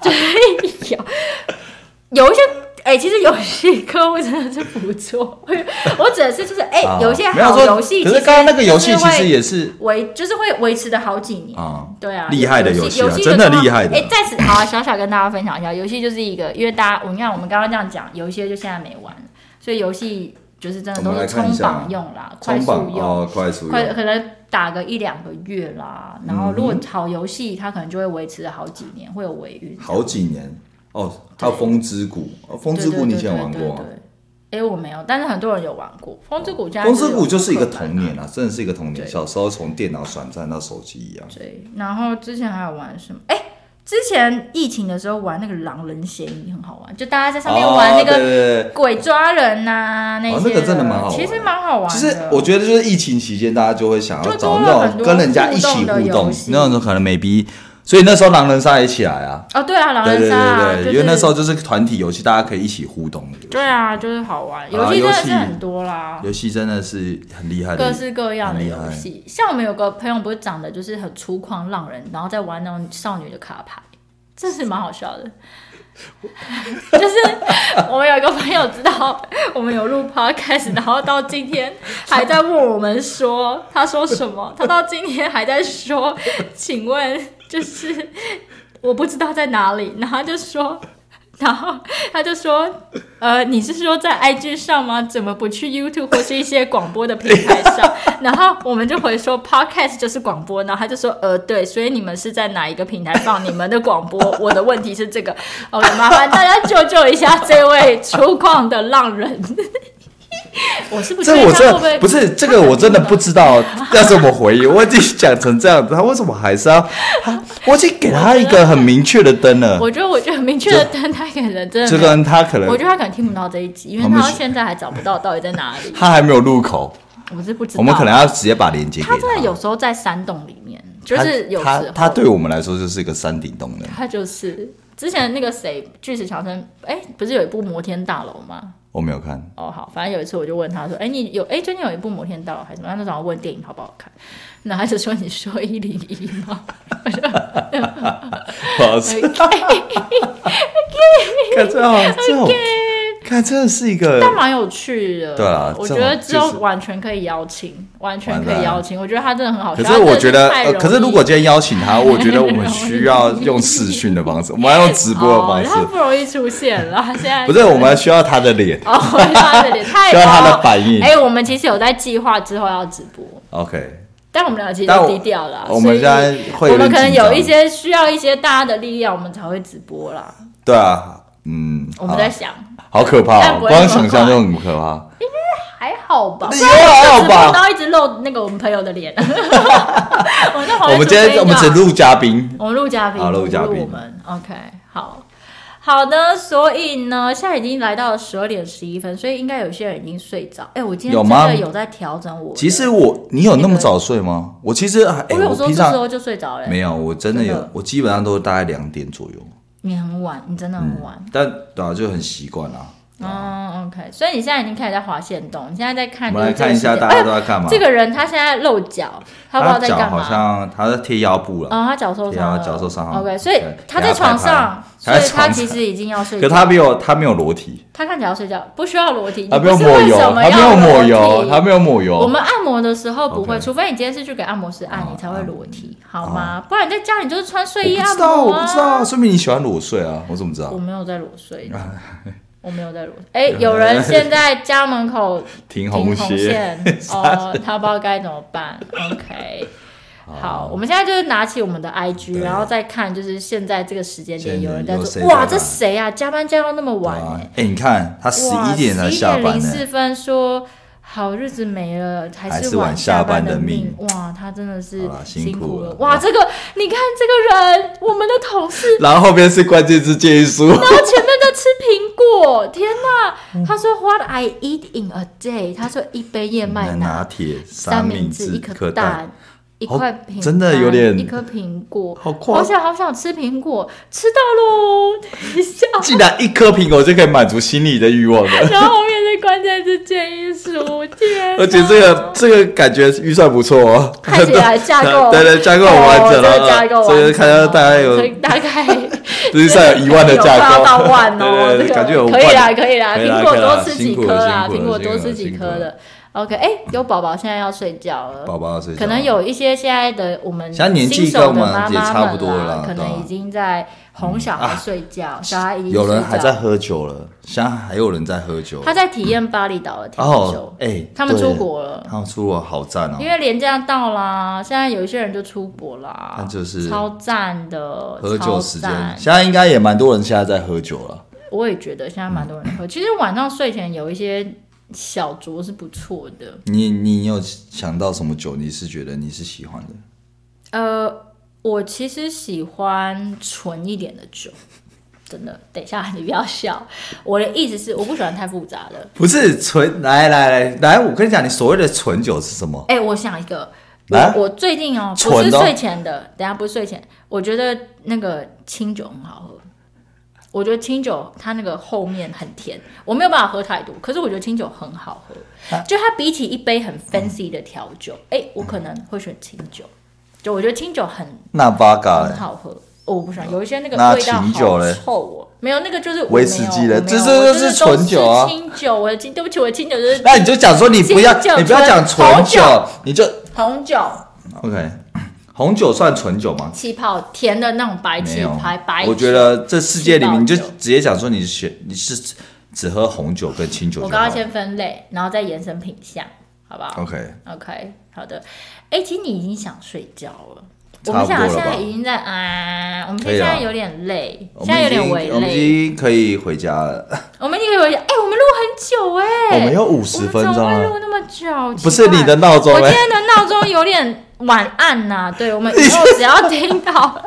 [SPEAKER 2] 就是有有一些。哎、其实有些客户真的是不错， 我我指的是就是哎、
[SPEAKER 1] 啊
[SPEAKER 2] 有些
[SPEAKER 1] 没有
[SPEAKER 2] 好
[SPEAKER 1] 说
[SPEAKER 2] 游戏，
[SPEAKER 1] 可是刚刚那个游戏
[SPEAKER 2] 就是
[SPEAKER 1] 其
[SPEAKER 2] 会
[SPEAKER 1] 实也是
[SPEAKER 2] 维就是会维持的好几年
[SPEAKER 1] 啊
[SPEAKER 2] 对啊，
[SPEAKER 1] 厉害的游戏啊
[SPEAKER 2] 游戏
[SPEAKER 1] 真的厉害的
[SPEAKER 2] 哎，在此好啊，小小跟大家分享一下，游戏就是一个，因为大家我你看我们刚刚这样讲，有一些就现在没玩了，所以游戏就是真的都
[SPEAKER 1] 我们
[SPEAKER 2] 是
[SPEAKER 1] 来看
[SPEAKER 2] 冲
[SPEAKER 1] 一下
[SPEAKER 2] 榜用啦，快
[SPEAKER 1] 冲
[SPEAKER 2] 速
[SPEAKER 1] 榜
[SPEAKER 2] 用。
[SPEAKER 1] 哦，快速
[SPEAKER 2] 快
[SPEAKER 1] 用。
[SPEAKER 2] 可能打个一两个月啦，然后
[SPEAKER 1] 嗯
[SPEAKER 2] 如果好游戏，它可能就会维持好几年，会有尾韵。
[SPEAKER 1] 好几年哦，还有风之谷，哦风
[SPEAKER 2] 对
[SPEAKER 1] 之谷你以前
[SPEAKER 2] 对
[SPEAKER 1] 玩
[SPEAKER 2] 对
[SPEAKER 1] 过吗哦
[SPEAKER 2] 对？对哎，我没有，但是很多人有玩过《风之谷》。现在
[SPEAKER 1] 风之谷
[SPEAKER 2] 有
[SPEAKER 1] 就是一个
[SPEAKER 2] 刻板
[SPEAKER 1] 童年啊，真的是一个童
[SPEAKER 2] 对
[SPEAKER 1] 年。小时候从电脑转战到手机一样，
[SPEAKER 2] 对，然后之前还有玩什么？哎、之前疫情的时候玩那个狼人嫌疑很好玩，就大家在上面玩那
[SPEAKER 1] 哦
[SPEAKER 2] 个
[SPEAKER 1] 对对对
[SPEAKER 2] 鬼抓人呐、那些、
[SPEAKER 1] 哦那个真的蛮好玩
[SPEAKER 2] 其实蛮好玩的。
[SPEAKER 1] 其实我觉得就是疫情期间，大家就会想要
[SPEAKER 2] 就多
[SPEAKER 1] 找
[SPEAKER 2] 了
[SPEAKER 1] 那
[SPEAKER 2] 很
[SPEAKER 1] 种
[SPEAKER 2] 多
[SPEAKER 1] 跟人家一起
[SPEAKER 2] 互动的
[SPEAKER 1] 互
[SPEAKER 2] 游
[SPEAKER 1] 动
[SPEAKER 2] 戏，
[SPEAKER 1] 那种可能没逼，所以那时候狼人杀也起来啊。
[SPEAKER 2] 哦，对啊，狼
[SPEAKER 1] 对
[SPEAKER 2] 人
[SPEAKER 1] 对
[SPEAKER 2] 杀、啊，
[SPEAKER 1] 对
[SPEAKER 2] 就
[SPEAKER 1] 对，
[SPEAKER 2] 是
[SPEAKER 1] 因为那时候就是团体游戏，大家可以一起互动的游戏。
[SPEAKER 2] 对啊，就是好玩，
[SPEAKER 1] 啊
[SPEAKER 2] 游戏真
[SPEAKER 1] 游
[SPEAKER 2] 的
[SPEAKER 1] 戏
[SPEAKER 2] 是很多啦。
[SPEAKER 1] 游戏真的是很厉害
[SPEAKER 2] 各
[SPEAKER 1] 的，
[SPEAKER 2] 式各样的
[SPEAKER 1] 很厉
[SPEAKER 2] 游
[SPEAKER 1] 害
[SPEAKER 2] 戏，像我们有个朋友不是长得就是很粗犷浪人，然后在玩那种少女的卡牌，这是蛮好笑的。 就是我们有一个朋友知道我们有录 podcast，然后到今天还在问我们说，他说什么？他到今天还在说，请问 就是我不知道在哪里，然后他就说。然后他就说：“呃，你是说在 IG 上吗？怎么不去 YouTube 或是一些广播的平台上？” 然后我们就回说：“Podcast 就是广播。”然后他就说：“呃，对，所以你们是在哪一个平台放你们的广播？我的问题是这个。OK，麻烦大家救救一下这位粗犷的浪人。 我是不确
[SPEAKER 1] 这
[SPEAKER 2] 定
[SPEAKER 1] 我
[SPEAKER 2] 他
[SPEAKER 1] 真
[SPEAKER 2] 会会
[SPEAKER 1] 的不是这个，我真的不知 道要怎么回应。我已经讲成这样子，他为什么还是要？他我已经给他一个很明确的灯了，
[SPEAKER 2] 我觉得，我觉得很明确的灯，他可能真的
[SPEAKER 1] 这
[SPEAKER 2] 没有，
[SPEAKER 1] 个人他可能
[SPEAKER 2] 我觉得他可能听不到这一集，因为
[SPEAKER 1] 我们
[SPEAKER 2] 他到
[SPEAKER 1] 是
[SPEAKER 2] 现在还找不到到底在哪里。
[SPEAKER 1] 他还没有入口，
[SPEAKER 2] 我是不知道，
[SPEAKER 1] 我们可能要直接把链接给
[SPEAKER 2] 他真的有时候在山洞里面，就是有时
[SPEAKER 1] 他
[SPEAKER 2] 候
[SPEAKER 1] 他他对我们来说就是一个山顶洞人，
[SPEAKER 2] 他就是之前那个谁巨石强森，哎、不是有一部《摩天大楼》吗？
[SPEAKER 1] 我没有看，
[SPEAKER 2] 哦，好，反正有一次我就问他说，哎、你有哎、最近有一部《摩天大楼》还是 什么？他那时候好像问电影好不好看，那他就说你说一零一吗？我就
[SPEAKER 1] 不好吃。看这好，这好，看真的是一个
[SPEAKER 2] 但蛮有趣的。
[SPEAKER 1] 对啊
[SPEAKER 2] 我
[SPEAKER 1] 这
[SPEAKER 2] 觉
[SPEAKER 1] 种
[SPEAKER 2] 得
[SPEAKER 1] 就
[SPEAKER 2] 之后
[SPEAKER 1] 是
[SPEAKER 2] 完全可以邀请，完全
[SPEAKER 1] 完
[SPEAKER 2] 可以
[SPEAKER 1] 蛋
[SPEAKER 2] 邀请。我觉得他真的很好
[SPEAKER 1] 可
[SPEAKER 2] 笑。
[SPEAKER 1] 是我觉得，
[SPEAKER 2] 他
[SPEAKER 1] 呃，
[SPEAKER 2] 真的太容易
[SPEAKER 1] 可是如果今天邀请他，我觉得 我们需要用视讯的方式，我们要用直播的方
[SPEAKER 2] 哦，他
[SPEAKER 1] 式，
[SPEAKER 2] 不容易出现 了。现在
[SPEAKER 1] 不是，我们需要他的脸
[SPEAKER 2] 哦， 他 的脸太
[SPEAKER 1] 需要他
[SPEAKER 2] 高
[SPEAKER 1] 的反应
[SPEAKER 2] 哎、我们其实有在计划之后要直播，
[SPEAKER 1] ，OK，
[SPEAKER 2] 但我们两个其实
[SPEAKER 1] 但
[SPEAKER 2] 都
[SPEAKER 1] 我
[SPEAKER 2] 低调了啊。
[SPEAKER 1] 我们
[SPEAKER 2] 所以
[SPEAKER 1] 现在会
[SPEAKER 2] 我
[SPEAKER 1] 有
[SPEAKER 2] 们
[SPEAKER 1] 点
[SPEAKER 2] 可能
[SPEAKER 1] 紧张
[SPEAKER 2] 有一些需要一些大家的力量，我们才会直播啦。
[SPEAKER 1] 对啊，嗯，
[SPEAKER 2] 我们
[SPEAKER 1] 好
[SPEAKER 2] 在想，
[SPEAKER 1] 好可怕
[SPEAKER 2] 但
[SPEAKER 1] 哦，
[SPEAKER 2] 不会那么
[SPEAKER 1] 光想象就很可 怕，
[SPEAKER 2] 还好吧。
[SPEAKER 1] 也还好
[SPEAKER 2] 直播
[SPEAKER 1] 吧。
[SPEAKER 2] 到一直露那个我们朋友的脸， 我们在旁边
[SPEAKER 1] 我们今天
[SPEAKER 2] 主持
[SPEAKER 1] 我们只
[SPEAKER 2] 人就好
[SPEAKER 1] 录嘉宾，
[SPEAKER 2] 我们录哦嘉宾，
[SPEAKER 1] 好录
[SPEAKER 2] 不
[SPEAKER 1] 啊嘉宾
[SPEAKER 2] 我们 OK 好。好的，所以呢，现在已经来到十二点十一分，所以应该有些人已经睡着。哎、我今天
[SPEAKER 1] 有
[SPEAKER 2] 真
[SPEAKER 1] 吗
[SPEAKER 2] 的有在调整我的。
[SPEAKER 1] 其实我你有那么早睡吗？我其实还，哎，
[SPEAKER 2] 我有
[SPEAKER 1] 我
[SPEAKER 2] 时候
[SPEAKER 1] 平
[SPEAKER 2] 这时
[SPEAKER 1] 常
[SPEAKER 2] 候就睡着了、
[SPEAKER 1] 没有，我真的
[SPEAKER 2] 真
[SPEAKER 1] 有
[SPEAKER 2] 的，
[SPEAKER 1] 我基本上都大概两点左右，
[SPEAKER 2] 你很晚，你真的很晚。
[SPEAKER 1] 但对啊，就很习惯啦。
[SPEAKER 2] 嗯 o k 所以你现在已经开始在滑线动，你现在在
[SPEAKER 1] 我
[SPEAKER 2] 看。
[SPEAKER 1] 们来看一下大
[SPEAKER 2] 哎
[SPEAKER 1] 家
[SPEAKER 2] 呦
[SPEAKER 1] 都在干嘛
[SPEAKER 2] 这。个人他现在露脚，他不知道在
[SPEAKER 1] 脚
[SPEAKER 2] 干
[SPEAKER 1] 好
[SPEAKER 2] 嘛。
[SPEAKER 1] 像他在贴腰部了，
[SPEAKER 2] 啊、他脚受
[SPEAKER 1] 对
[SPEAKER 2] 伤
[SPEAKER 1] 啊
[SPEAKER 2] 了，
[SPEAKER 1] 脚受伤了
[SPEAKER 2] OK，所以
[SPEAKER 1] 对
[SPEAKER 2] 他
[SPEAKER 1] 给
[SPEAKER 2] 在
[SPEAKER 1] 他
[SPEAKER 2] 床
[SPEAKER 1] 拍拍
[SPEAKER 2] 上，
[SPEAKER 1] 他
[SPEAKER 2] 所
[SPEAKER 1] 在
[SPEAKER 2] 以他
[SPEAKER 1] 床
[SPEAKER 2] 其
[SPEAKER 1] 上
[SPEAKER 2] 实已经要睡
[SPEAKER 1] 可
[SPEAKER 2] 觉。
[SPEAKER 1] 是他没有他没有裸体，
[SPEAKER 2] 他看起来要睡觉，不需要裸体，
[SPEAKER 1] 他
[SPEAKER 2] 你
[SPEAKER 1] 没有
[SPEAKER 2] 不是
[SPEAKER 1] 抹
[SPEAKER 2] 为
[SPEAKER 1] 油，
[SPEAKER 2] 什么
[SPEAKER 1] 他没有
[SPEAKER 2] 要
[SPEAKER 1] 抹
[SPEAKER 2] 裸
[SPEAKER 1] 油，
[SPEAKER 2] 体
[SPEAKER 1] 他没有抹油。
[SPEAKER 2] 我们按摩的时候不会
[SPEAKER 1] 哦 OK 哦
[SPEAKER 2] 除非你今天是去给按摩师按，你才会裸体，好吗？
[SPEAKER 1] 啊
[SPEAKER 2] 不然你在家里就是穿
[SPEAKER 1] 我
[SPEAKER 2] 睡衣
[SPEAKER 1] 不
[SPEAKER 2] 按
[SPEAKER 1] 知
[SPEAKER 2] 摩啊。
[SPEAKER 1] 道，我不知道，啊说明你喜欢裸睡啊，我怎么知
[SPEAKER 2] 我
[SPEAKER 1] 道？
[SPEAKER 2] 没有在裸睡，我没有在裸。哎， 有人现在家门口
[SPEAKER 1] 停
[SPEAKER 2] 停
[SPEAKER 1] 红
[SPEAKER 2] 红
[SPEAKER 1] 鞋，
[SPEAKER 2] 线哦，他不知道该怎么办。OK，好，我们现在就是拿起我们的 IG，
[SPEAKER 1] 对
[SPEAKER 2] 然后再看，就是现在这个时间点
[SPEAKER 1] 现在
[SPEAKER 2] 有人在
[SPEAKER 1] 有谁
[SPEAKER 2] 做，
[SPEAKER 1] 在
[SPEAKER 2] 哇，
[SPEAKER 1] 玩
[SPEAKER 2] 这谁啊？加班加到那么晚
[SPEAKER 1] 对啊
[SPEAKER 2] 哎，
[SPEAKER 1] 哎，你看他十
[SPEAKER 2] 哇，
[SPEAKER 1] 一点才下班
[SPEAKER 2] 零
[SPEAKER 1] 呢，
[SPEAKER 2] 四分说好日子没了，还
[SPEAKER 1] 还
[SPEAKER 2] 是
[SPEAKER 1] 是
[SPEAKER 2] 晚
[SPEAKER 1] 晚下
[SPEAKER 2] 班
[SPEAKER 1] 班的
[SPEAKER 2] 命
[SPEAKER 1] 命。
[SPEAKER 2] 哇，他真的是
[SPEAKER 1] 好啦辛
[SPEAKER 2] 辛
[SPEAKER 1] 苦
[SPEAKER 2] 了。
[SPEAKER 1] 了
[SPEAKER 2] 哇，这个你看这个人，我们的同事，
[SPEAKER 1] 然后后面是关键字建议书，
[SPEAKER 2] 然后前面在吃苹果，天
[SPEAKER 1] 嗯
[SPEAKER 2] 哪！他说 What I eat in a day，他说一杯燕麦
[SPEAKER 1] 拿
[SPEAKER 2] 奶、
[SPEAKER 1] 铁、嗯
[SPEAKER 2] 三
[SPEAKER 1] 明
[SPEAKER 2] 明治、一颗
[SPEAKER 1] 颗蛋，
[SPEAKER 2] 蛋。一
[SPEAKER 1] 好
[SPEAKER 2] 块苹
[SPEAKER 1] 真的有
[SPEAKER 2] 干
[SPEAKER 1] 点
[SPEAKER 2] 一颗苹果，
[SPEAKER 1] 好夸
[SPEAKER 2] 好想好想吃苹果，吃到喽！等一 下，
[SPEAKER 1] 既然一颗苹果就可以满足心理的欲 望了，
[SPEAKER 2] 然后后面是关键字建议书，天哪！
[SPEAKER 1] 而且这个这个感觉预算不错哦，
[SPEAKER 2] 看 起来架构，
[SPEAKER 1] 对对，架构很
[SPEAKER 2] 哦
[SPEAKER 1] 完整
[SPEAKER 2] 这
[SPEAKER 1] 了，
[SPEAKER 2] 个架构完整哦，
[SPEAKER 1] 这个看到大概有
[SPEAKER 2] 所以大概
[SPEAKER 1] 至少有一万的
[SPEAKER 2] 有
[SPEAKER 1] 架
[SPEAKER 2] 快
[SPEAKER 1] 构
[SPEAKER 2] 要到万 哦，
[SPEAKER 1] 对对
[SPEAKER 2] 这
[SPEAKER 1] 对
[SPEAKER 2] 个
[SPEAKER 1] 感觉有
[SPEAKER 2] 可以啊啦，
[SPEAKER 1] 万
[SPEAKER 2] 可以啦，
[SPEAKER 1] 可以啦
[SPEAKER 2] 苹果
[SPEAKER 1] 可以啦
[SPEAKER 2] 多吃几
[SPEAKER 1] 辛苦
[SPEAKER 2] 颗
[SPEAKER 1] 了辛
[SPEAKER 2] 啦，
[SPEAKER 1] 苦
[SPEAKER 2] 苹
[SPEAKER 1] 了
[SPEAKER 2] 果多吃几
[SPEAKER 1] 辛苦
[SPEAKER 2] 颗
[SPEAKER 1] 了
[SPEAKER 2] 的。OK，哎，有宝宝现在要睡觉了，
[SPEAKER 1] 宝宝要睡觉
[SPEAKER 2] 可能有一些现在的我们
[SPEAKER 1] 现在年纪
[SPEAKER 2] 新手的
[SPEAKER 1] 跟我们
[SPEAKER 2] 妈
[SPEAKER 1] 也
[SPEAKER 2] 妈
[SPEAKER 1] 差
[SPEAKER 2] 们
[SPEAKER 1] 不多
[SPEAKER 2] 啦
[SPEAKER 1] 了
[SPEAKER 2] 可
[SPEAKER 1] 对啊嗯
[SPEAKER 2] 能已经在哄小孩睡觉，小孩已经
[SPEAKER 1] 有人还在
[SPEAKER 2] 睡觉，
[SPEAKER 1] 喝酒了，现在还有人在喝酒。
[SPEAKER 2] 他在体验巴厘岛的甜酒
[SPEAKER 1] 哦，，哎，
[SPEAKER 2] 他们出
[SPEAKER 1] 对，
[SPEAKER 2] 国了。
[SPEAKER 1] 他们出国好赞哦
[SPEAKER 2] 因。为廉价到啦，现在有一些人就出国啦，
[SPEAKER 1] 那就是
[SPEAKER 2] 超赞的
[SPEAKER 1] 喝酒时间
[SPEAKER 2] 超，赞
[SPEAKER 1] 现在应该也蛮多人现在在喝酒了。
[SPEAKER 2] 我也觉得现在蛮多
[SPEAKER 1] 嗯
[SPEAKER 2] 人喝。其实晚上睡前有一些小酌是不错的。
[SPEAKER 1] 你你有想到什么酒？你是觉得你是喜欢的？
[SPEAKER 2] 呃，我其实喜欢纯一点的酒，真的。等一下你不要笑，我的意思是我不喜欢太复杂的。
[SPEAKER 1] 不是纯，来来来来，我跟你讲，你所谓的纯酒是什么？
[SPEAKER 2] 哎、我想一个，
[SPEAKER 1] 来
[SPEAKER 2] 我我最近哦、不
[SPEAKER 1] 纯
[SPEAKER 2] 是
[SPEAKER 1] 的哦
[SPEAKER 2] 睡前的，等一下不是睡前，我觉得那个清酒很好喝。我觉得清酒它那个后面很甜，我没有办法喝太多，可是我觉得清酒很好喝，
[SPEAKER 1] 啊
[SPEAKER 2] 就它比起一杯
[SPEAKER 1] 嗯
[SPEAKER 2] 很 fancy 的调酒，哎、我可能会选清酒，就我觉得清酒很
[SPEAKER 1] 那八嘎
[SPEAKER 2] 很好喝。哦我不喜欢，有一些那个
[SPEAKER 1] 哎那
[SPEAKER 2] 味道
[SPEAKER 1] 琴酒
[SPEAKER 2] 好
[SPEAKER 1] 嘞
[SPEAKER 2] 臭哦。没有那个就是我
[SPEAKER 1] 威士忌
[SPEAKER 2] 没有
[SPEAKER 1] 嘞
[SPEAKER 2] 我没有
[SPEAKER 1] 这这这
[SPEAKER 2] 我就是是都
[SPEAKER 1] 纯酒啊
[SPEAKER 2] 吃清酒，我的清，对不起，我的清酒就是
[SPEAKER 1] 那你就讲说你不要
[SPEAKER 2] 清酒，
[SPEAKER 1] 你不要讲
[SPEAKER 2] 纯
[SPEAKER 1] 纯
[SPEAKER 2] 红
[SPEAKER 1] 酒
[SPEAKER 2] 酒，
[SPEAKER 1] 你就
[SPEAKER 2] 红酒
[SPEAKER 1] OK。红酒算纯酒吗？
[SPEAKER 2] 气泡甜的那种白
[SPEAKER 1] 没
[SPEAKER 2] 气
[SPEAKER 1] 有
[SPEAKER 2] 白白，，
[SPEAKER 1] 我觉。得这世界里面，你就
[SPEAKER 2] 气泡酒
[SPEAKER 1] 直接讲说你选你是只喝红酒跟清酒
[SPEAKER 2] 我
[SPEAKER 1] 就
[SPEAKER 2] 刚
[SPEAKER 1] 好
[SPEAKER 2] 刚
[SPEAKER 1] 了。
[SPEAKER 2] 先分类，然后再延伸品相，好不好
[SPEAKER 1] OK，
[SPEAKER 2] ？OK，好的。哎，其实你已经想睡觉了，我
[SPEAKER 1] 差
[SPEAKER 2] 们
[SPEAKER 1] 不多
[SPEAKER 2] 想
[SPEAKER 1] 了吧
[SPEAKER 2] 现在已经在啊，我们
[SPEAKER 1] 可以
[SPEAKER 2] 现
[SPEAKER 1] 啦
[SPEAKER 2] 在有点累，
[SPEAKER 1] 我
[SPEAKER 2] 现
[SPEAKER 1] 们
[SPEAKER 2] 在有
[SPEAKER 1] 已
[SPEAKER 2] 点
[SPEAKER 1] 经
[SPEAKER 2] 微
[SPEAKER 1] 我们已
[SPEAKER 2] 累，
[SPEAKER 1] 经可以回家 了。
[SPEAKER 2] 我们已经有点哎，我们录很久哎，
[SPEAKER 1] 我们有50分钟
[SPEAKER 2] 我们
[SPEAKER 1] 啊
[SPEAKER 2] 怎么会录那么久？
[SPEAKER 1] 不是
[SPEAKER 2] 奇怪
[SPEAKER 1] 你的闹钟
[SPEAKER 2] 我今
[SPEAKER 1] 欸
[SPEAKER 2] 天的闹钟有点晚按呐，对我们以后只要听到。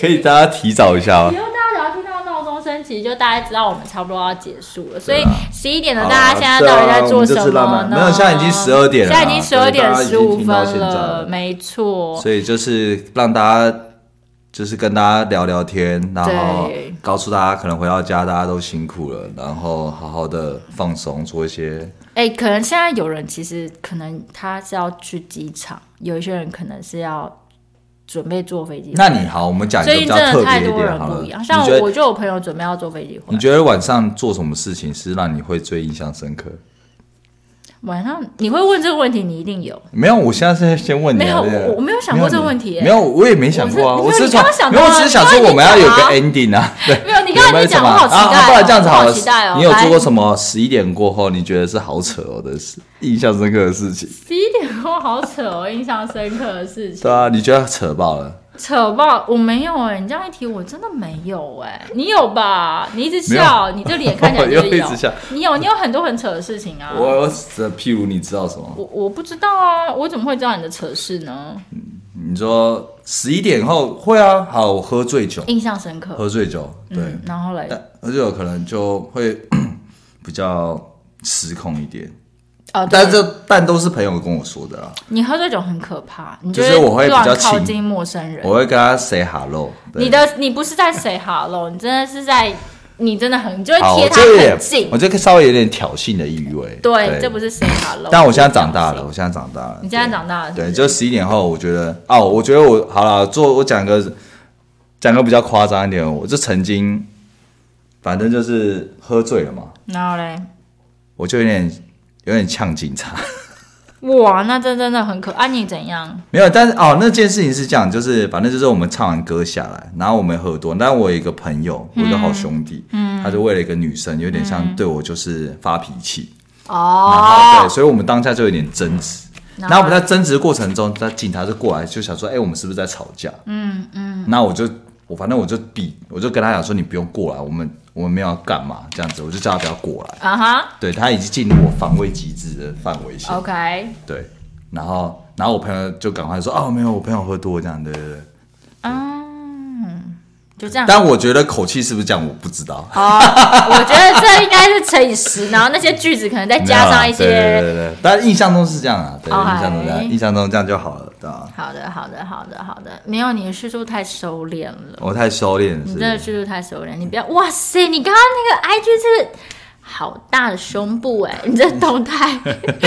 [SPEAKER 1] 可以大家提早一下
[SPEAKER 2] 以
[SPEAKER 1] 吗？
[SPEAKER 2] 后大家只要听到闹钟声，其实就大家知道我们差不多要结束了。所以
[SPEAKER 1] 对啦
[SPEAKER 2] 十一点的
[SPEAKER 1] 好
[SPEAKER 2] 大
[SPEAKER 1] 啦
[SPEAKER 2] 家现在
[SPEAKER 1] 对
[SPEAKER 2] 到
[SPEAKER 1] 啊
[SPEAKER 2] 底在做
[SPEAKER 1] 我们就
[SPEAKER 2] 什
[SPEAKER 1] 是浪
[SPEAKER 2] 么
[SPEAKER 1] 漫
[SPEAKER 2] 呢？
[SPEAKER 1] 没有现在已经12点了
[SPEAKER 2] 现
[SPEAKER 1] 啦
[SPEAKER 2] 在已经十二点十五
[SPEAKER 1] 所以大家已经
[SPEAKER 2] 分
[SPEAKER 1] 听到现在
[SPEAKER 2] 了，
[SPEAKER 1] 了
[SPEAKER 2] 没错。
[SPEAKER 1] 所以就是让大家，就是跟大家聊聊天，然后
[SPEAKER 2] 对
[SPEAKER 1] 告诉大家，可能回到家大家都辛苦了，然后好好的放松，做一些
[SPEAKER 2] 哎、可能现在有人其实可能他是要去机场，有一些人可能是要准备坐飞机回
[SPEAKER 1] 那
[SPEAKER 2] 来。
[SPEAKER 1] 你好，我们讲一
[SPEAKER 2] 最
[SPEAKER 1] 个比
[SPEAKER 2] 近
[SPEAKER 1] 较
[SPEAKER 2] 真
[SPEAKER 1] 特
[SPEAKER 2] 的太
[SPEAKER 1] 别一
[SPEAKER 2] 多
[SPEAKER 1] 点
[SPEAKER 2] 人
[SPEAKER 1] 好了。
[SPEAKER 2] 不
[SPEAKER 1] 你
[SPEAKER 2] 一样，像
[SPEAKER 1] 觉
[SPEAKER 2] 我
[SPEAKER 1] 得
[SPEAKER 2] 就有朋友准备要坐飞机回
[SPEAKER 1] 你
[SPEAKER 2] 来。
[SPEAKER 1] 觉得晚上做什么事情是让你会最印象深刻？
[SPEAKER 2] 晚上你会问这个问题，你一定有。
[SPEAKER 1] 没有，我现在是先问你、啊。
[SPEAKER 2] 没有
[SPEAKER 1] 对不对
[SPEAKER 2] 我我没有想过这个问题
[SPEAKER 1] 没有，我也没想过啊。
[SPEAKER 2] 我
[SPEAKER 1] 我
[SPEAKER 2] 是
[SPEAKER 1] 是从
[SPEAKER 2] 你刚刚想
[SPEAKER 1] 没有，
[SPEAKER 2] 到
[SPEAKER 1] 我
[SPEAKER 2] 啊
[SPEAKER 1] 只是想说
[SPEAKER 2] 你刚刚
[SPEAKER 1] 我们要有个
[SPEAKER 2] 已
[SPEAKER 1] ending 啊。对，
[SPEAKER 2] 没有，
[SPEAKER 1] 有
[SPEAKER 2] 你刚才
[SPEAKER 1] 没
[SPEAKER 2] 已
[SPEAKER 1] 有
[SPEAKER 2] 经讲，
[SPEAKER 1] 什么
[SPEAKER 2] 我好期
[SPEAKER 1] 啊
[SPEAKER 2] 待、
[SPEAKER 1] 啊
[SPEAKER 2] 哦，
[SPEAKER 1] 不然这样子
[SPEAKER 2] 我好
[SPEAKER 1] 了，
[SPEAKER 2] 期待哦。
[SPEAKER 1] 你有做过
[SPEAKER 2] 么？
[SPEAKER 1] 什么十一点过后你觉得是好扯哦的事，印象深刻的事情？
[SPEAKER 2] 十一点钟好扯哦，印象深刻的事情
[SPEAKER 1] 对，啊，你觉得扯爆了？
[SPEAKER 2] 扯爆！我没有哎、你这样一提，我真的没有哎、你有吧？你一直笑，你这脸看起来就
[SPEAKER 1] 我
[SPEAKER 2] 是
[SPEAKER 1] 又一
[SPEAKER 2] 有
[SPEAKER 1] 直笑，
[SPEAKER 2] 你有，你有很多很扯的事情啊。
[SPEAKER 1] 我我只譬如你知道什么？
[SPEAKER 2] 我我不知道啊，我怎么会知道你的扯事呢？
[SPEAKER 1] 你说十一点后会啊？好，我喝醉酒，
[SPEAKER 2] 印象深刻。
[SPEAKER 1] 喝醉酒，对，
[SPEAKER 2] 嗯，然后嘞，
[SPEAKER 1] 但喝醉酒可能就会 比较失控一点。
[SPEAKER 2] 哦，
[SPEAKER 1] 但
[SPEAKER 2] 对
[SPEAKER 1] 这但都是朋友跟我说的啊啦，
[SPEAKER 2] 你喝醉酒很可怕，你
[SPEAKER 1] 就是我会比较
[SPEAKER 2] 乱靠
[SPEAKER 1] 轻
[SPEAKER 2] 近陌生人。
[SPEAKER 1] 我会跟他 say hello 对。
[SPEAKER 2] 你的你不是在 say hello，你真的是在，你真的很，你就会
[SPEAKER 1] 好，
[SPEAKER 2] 贴
[SPEAKER 1] 我
[SPEAKER 2] 他
[SPEAKER 1] 这有
[SPEAKER 2] 很
[SPEAKER 1] 点
[SPEAKER 2] 近，
[SPEAKER 1] 我。这个稍微有点挑衅的意味。
[SPEAKER 2] 对，这不是 say hello。
[SPEAKER 1] 但我现在长大了，
[SPEAKER 2] 这样
[SPEAKER 1] 我
[SPEAKER 2] 子，
[SPEAKER 1] 现在长大了。
[SPEAKER 2] 你现在长大了是不
[SPEAKER 1] 对，
[SPEAKER 2] 是，
[SPEAKER 1] 对就十一点后，我觉得哦，我觉得我好了，做我讲个讲个比较夸张一点，我就曾经，反正就是喝醉了嘛，
[SPEAKER 2] 然后嘞，
[SPEAKER 1] 我就有点有点呛警察。
[SPEAKER 2] 哇，那这真的很可爱。你怎样？
[SPEAKER 1] 没有，但是哦，那件事情是这样，就是反正就是我们唱完歌下来，然后我们喝多，但我有一个朋友，我一个好兄弟，
[SPEAKER 2] 嗯
[SPEAKER 1] 他就为了一个女生，有点像对我就是发脾气，然后
[SPEAKER 2] 哦
[SPEAKER 1] 对，，所以我们当下就有点争执。然
[SPEAKER 2] 然后
[SPEAKER 1] 后我们在争执的过程中，他警察就过来就想说，哎、我们是不是在吵架？嗯嗯。那我就我反正我就比，我就跟他讲说，你不用过来，我们我们没有要干嘛这样子，我就叫他不要过来。
[SPEAKER 2] 啊哈
[SPEAKER 1] 对他已经进入我防卫机制的范围
[SPEAKER 2] 哦
[SPEAKER 1] 线。
[SPEAKER 2] ，OK，
[SPEAKER 1] 对，然后然后我朋友就赶快说，哦，没有，我朋友喝多这样，对对对。
[SPEAKER 2] 嗯，啊 就这样。
[SPEAKER 1] 但我觉得口气是不是这样，我不知道。
[SPEAKER 2] 哦，我觉得这应该是乘以十，然后那些句子可能再加上一
[SPEAKER 1] 没有 啦对对
[SPEAKER 2] 些。
[SPEAKER 1] 对对，但印象中是这样啊，对，
[SPEAKER 2] 哦
[SPEAKER 1] 印象中这
[SPEAKER 2] 哎
[SPEAKER 1] 样，印象中这样就好了，对啊吧？
[SPEAKER 2] 好的，好的，好的，好的，没有你的叙述太收敛了。
[SPEAKER 1] 我太收敛了，
[SPEAKER 2] 你
[SPEAKER 1] 是不
[SPEAKER 2] 真的
[SPEAKER 1] 是？
[SPEAKER 2] 叙述太熟练，你不要哇塞！你刚刚那个 IG 是好大的胸部哎、你这 动态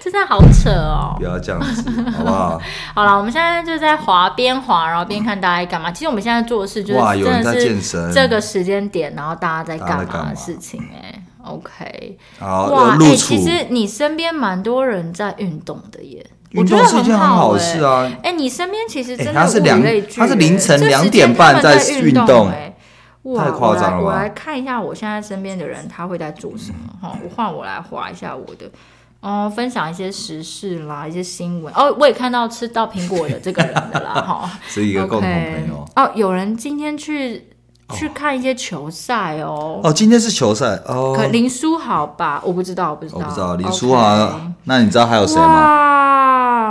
[SPEAKER 2] 真的好扯哦
[SPEAKER 1] 不。要这样 子，好不好？
[SPEAKER 2] 好了，我们现在就在滑边滑，然后边看大家在干嘛。其实我们现在做的事就是
[SPEAKER 1] 哇有
[SPEAKER 2] 真
[SPEAKER 1] 人
[SPEAKER 2] 的
[SPEAKER 1] 在健
[SPEAKER 2] 是
[SPEAKER 1] 身
[SPEAKER 2] 这个时间点，然后大家在
[SPEAKER 1] 大家
[SPEAKER 2] 干
[SPEAKER 1] 在干
[SPEAKER 2] 嘛
[SPEAKER 1] 嘛
[SPEAKER 2] 的事情哎、OK，
[SPEAKER 1] 好，
[SPEAKER 2] 哇，
[SPEAKER 1] 要
[SPEAKER 2] 哎、
[SPEAKER 1] 露出
[SPEAKER 2] 其。实你身边蛮多人在运动的耶，我
[SPEAKER 1] 运
[SPEAKER 2] 觉
[SPEAKER 1] 动
[SPEAKER 2] 得
[SPEAKER 1] 是一件很
[SPEAKER 2] 好
[SPEAKER 1] 好的
[SPEAKER 2] 哎
[SPEAKER 1] 事啊！
[SPEAKER 2] 哎、你身边其实真的、
[SPEAKER 1] 哎他是两他是凌晨
[SPEAKER 2] 两
[SPEAKER 1] 2点半
[SPEAKER 2] 在
[SPEAKER 1] 在
[SPEAKER 2] 运
[SPEAKER 1] 运动
[SPEAKER 2] 哎、哇
[SPEAKER 1] 太夸张了吧
[SPEAKER 2] 我来！我来看一下我现在身边的人他会在做什么哈、我换我来划一下我的。哦，分享一些时事啦，一些新闻。哦，我也看到吃到苹果的这个人的啦，哈，
[SPEAKER 1] 是一个共同朋友
[SPEAKER 2] OK。哦，有人今天去去看一些球赛哦。
[SPEAKER 1] 哦，今天是球赛哦，
[SPEAKER 2] 可林书豪吧，我不知道，我不知道，
[SPEAKER 1] 我不知道林书豪啊
[SPEAKER 2] OK。
[SPEAKER 1] 那你知道还有谁啊吗？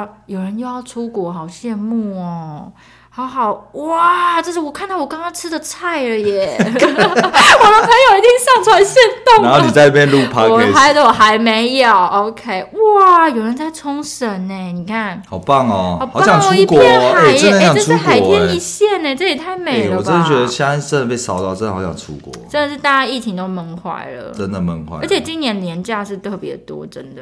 [SPEAKER 2] 哇，有人又要出国，好羡慕哦！好好哇，这是我看到我刚刚吃的菜 了耶！我的朋友一定上传现动
[SPEAKER 1] 然后你
[SPEAKER 2] 了。
[SPEAKER 1] 在那边录
[SPEAKER 2] 哦我
[SPEAKER 1] podcast，
[SPEAKER 2] 拍的我还没有，OK，哇，有人在冲绳呢，你看，
[SPEAKER 1] 好棒
[SPEAKER 2] 好
[SPEAKER 1] 哦，好
[SPEAKER 2] 棒
[SPEAKER 1] 想
[SPEAKER 2] 哦，一
[SPEAKER 1] 出国
[SPEAKER 2] 片
[SPEAKER 1] 哦，
[SPEAKER 2] 海
[SPEAKER 1] 哎，
[SPEAKER 2] 耶，
[SPEAKER 1] 真的
[SPEAKER 2] 哎、
[SPEAKER 1] 想
[SPEAKER 2] 这是
[SPEAKER 1] 出
[SPEAKER 2] 海
[SPEAKER 1] 国
[SPEAKER 2] 天
[SPEAKER 1] 哎
[SPEAKER 2] 一。线呢，这也太美
[SPEAKER 1] 哎
[SPEAKER 2] 了
[SPEAKER 1] 我
[SPEAKER 2] 吧！
[SPEAKER 1] 真的觉得现在真的被骚扰，真的好想出国，哦
[SPEAKER 2] 真的是大家疫情都闷坏了，
[SPEAKER 1] 真的闷坏了。
[SPEAKER 2] 而且今年年假是特别多，真的。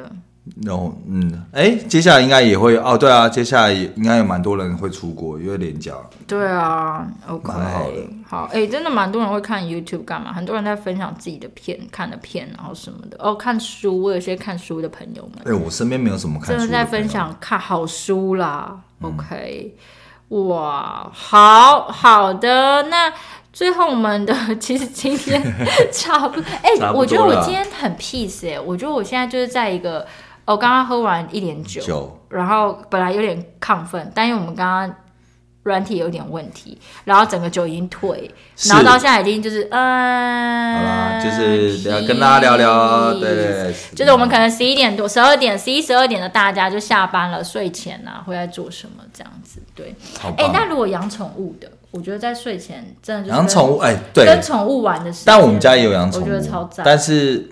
[SPEAKER 1] 然后，嗯，哎，接下来应该也会哦，对啊，接下来也应该有蛮多人会出国，因为连假。
[SPEAKER 2] 对啊，OK，
[SPEAKER 1] 蛮好的
[SPEAKER 2] 好，哎、真的蛮多人会看 YouTube 干嘛？很多人在分享自己的片、看的片，然后什么的。哦，看书，我有些看书的朋友
[SPEAKER 1] 哎，
[SPEAKER 2] 们，
[SPEAKER 1] 我身边没有什么看
[SPEAKER 2] 真
[SPEAKER 1] 书
[SPEAKER 2] 的
[SPEAKER 1] 的
[SPEAKER 2] 在
[SPEAKER 1] 朋友
[SPEAKER 2] 分，享看好书啦。OK，哇，好好的，那最后我们的 其实今天差不多，哎、
[SPEAKER 1] 差不多
[SPEAKER 2] 我觉得我
[SPEAKER 1] 啦
[SPEAKER 2] 今天很 peace 哎、我觉得我现在就是在一个，我、哦、刚刚喝完一点酒，
[SPEAKER 1] 就
[SPEAKER 2] 然后本来有点亢奋，但因为我们刚刚软体有点问题，然后整个酒已经退，
[SPEAKER 1] 是
[SPEAKER 2] 然后到现在已经就是嗯，
[SPEAKER 1] 好啦，就是聊跟大家聊聊，对对，对
[SPEAKER 2] 就是我们可能十一点多、十二点、十一、十二点的大家就下班了，睡前啊会在做什么这样子？对，
[SPEAKER 1] 好
[SPEAKER 2] 哎、
[SPEAKER 1] 棒。
[SPEAKER 2] 那如果养宠物的，我觉得在睡前真的就是
[SPEAKER 1] 养宠物，哎，
[SPEAKER 2] 跟
[SPEAKER 1] 对
[SPEAKER 2] 跟，宠物玩的时间，
[SPEAKER 1] 但我们家也有养宠
[SPEAKER 2] 我
[SPEAKER 1] 物
[SPEAKER 2] 觉得超，赞。
[SPEAKER 1] 但是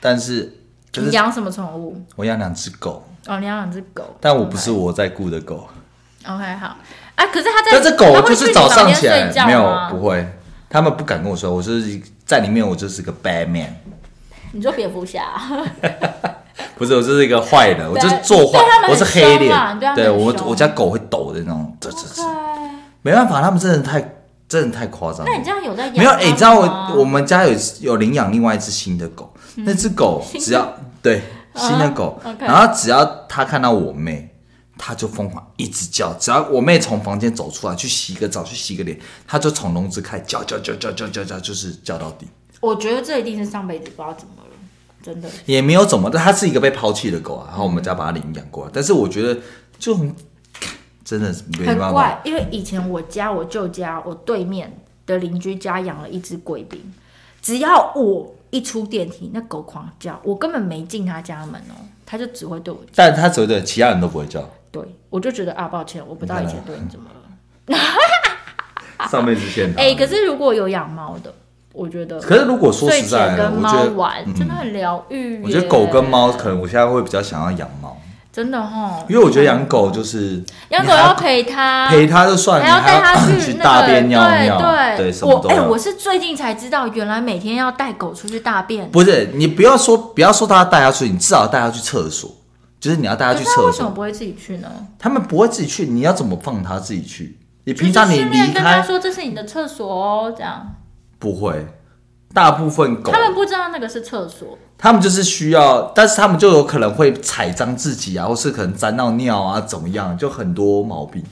[SPEAKER 1] 但是就
[SPEAKER 2] 你
[SPEAKER 1] 是
[SPEAKER 2] 养什么宠物？
[SPEAKER 1] 我养两只狗，
[SPEAKER 2] 哦，你养两只狗，
[SPEAKER 1] 但我不是我在雇的狗，
[SPEAKER 2] OK。OK，好啊，可是它在，
[SPEAKER 1] 但这狗
[SPEAKER 2] 它会
[SPEAKER 1] 就
[SPEAKER 2] 去
[SPEAKER 1] 是
[SPEAKER 2] 你
[SPEAKER 1] 早
[SPEAKER 2] 房
[SPEAKER 1] 上
[SPEAKER 2] 间
[SPEAKER 1] 起来
[SPEAKER 2] 睡觉
[SPEAKER 1] 没有
[SPEAKER 2] 吗
[SPEAKER 1] 不会，他们不敢跟我说，我就是在里面我就是个 bad man，
[SPEAKER 2] 你说蝙蝠侠啊？
[SPEAKER 1] 不是，我就是一个坏人，我就是
[SPEAKER 2] 对
[SPEAKER 1] 做坏
[SPEAKER 2] 对他，们
[SPEAKER 1] 我是
[SPEAKER 2] 很
[SPEAKER 1] 黑
[SPEAKER 2] 凶啊
[SPEAKER 1] 脸
[SPEAKER 2] 你对。他们
[SPEAKER 1] 对
[SPEAKER 2] 很
[SPEAKER 1] 我
[SPEAKER 2] 凶
[SPEAKER 1] 我家狗会抖的那种，这这这，
[SPEAKER 2] 对
[SPEAKER 1] 没办法，他们真的太真的太夸张了
[SPEAKER 2] 那。你这样有在养
[SPEAKER 1] 没有，哎、
[SPEAKER 2] 它
[SPEAKER 1] 你知道
[SPEAKER 2] 吗
[SPEAKER 1] 我我们家有有领养另外一只新的狗，那只狗只要对
[SPEAKER 2] 嗯啊
[SPEAKER 1] 新的狗，
[SPEAKER 2] OK
[SPEAKER 1] 然后只要它看到我妹，它就疯狂一直叫，只要我妹从房间走出来去洗个澡去洗个脸，它就从笼子开始叫叫叫叫叫叫叫，就是叫到底，
[SPEAKER 2] 我觉得这一定是上辈子不知道怎么了，真的。
[SPEAKER 1] 也没有怎么，但它是一个被抛弃的狗啊，然后我们家把它领养过啊来，但是我觉得就很真的是没
[SPEAKER 2] 很
[SPEAKER 1] 办法，
[SPEAKER 2] 怪，因为以前我家、我舅家、我对面的邻居家养了一只贵宾，只要我一出电梯，那狗狂叫，我根本没进他家门哦，它就只会对我
[SPEAKER 1] 但它只会对其他人都不会叫，
[SPEAKER 2] 对，我就觉得啊，抱歉，我不知道以前对你怎么了。
[SPEAKER 1] 上辈子欠它。
[SPEAKER 2] 哎、可是如果有养猫的，我觉得
[SPEAKER 1] 嗯可是如果说
[SPEAKER 2] 睡
[SPEAKER 1] 实在
[SPEAKER 2] 前
[SPEAKER 1] 的，
[SPEAKER 2] 跟
[SPEAKER 1] 我
[SPEAKER 2] 猫
[SPEAKER 1] 觉得。嗯
[SPEAKER 2] 玩真的很疗愈耶。
[SPEAKER 1] 我觉得狗跟猫，可能我现在会比较想要养猫，
[SPEAKER 2] 真的哈，
[SPEAKER 1] 因为我觉得养狗就是
[SPEAKER 2] 养狗
[SPEAKER 1] 你还
[SPEAKER 2] 要陪它，
[SPEAKER 1] 陪它就算了，
[SPEAKER 2] 还
[SPEAKER 1] 你
[SPEAKER 2] 要带
[SPEAKER 1] 还
[SPEAKER 2] 它
[SPEAKER 1] 要
[SPEAKER 2] 去那个
[SPEAKER 1] 大便尿尿，
[SPEAKER 2] 对
[SPEAKER 1] 对，什
[SPEAKER 2] 我
[SPEAKER 1] 么都
[SPEAKER 2] 哎、
[SPEAKER 1] 要
[SPEAKER 2] 我是最近才知道，原来每天要带狗出去大便。
[SPEAKER 1] 不是你不要说不要说它带它出去，你至少带它去厕所，就是你要带它
[SPEAKER 2] 可
[SPEAKER 1] 去
[SPEAKER 2] 是它
[SPEAKER 1] 厕
[SPEAKER 2] 为什么
[SPEAKER 1] 所，
[SPEAKER 2] 不会自己去呢？
[SPEAKER 1] 他们不会自己去，你要怎么放它自己去？你平常你
[SPEAKER 2] 就是训
[SPEAKER 1] 离
[SPEAKER 2] 练跟他
[SPEAKER 1] 开
[SPEAKER 2] 说这是你的厕所哦，这样
[SPEAKER 1] 不会，大部分狗
[SPEAKER 2] 他们不知道那个是厕所。
[SPEAKER 1] 他们就是需要，但是他们就有可能会踩脏自己啊，或是可能沾到尿啊，怎么样，就很多毛病。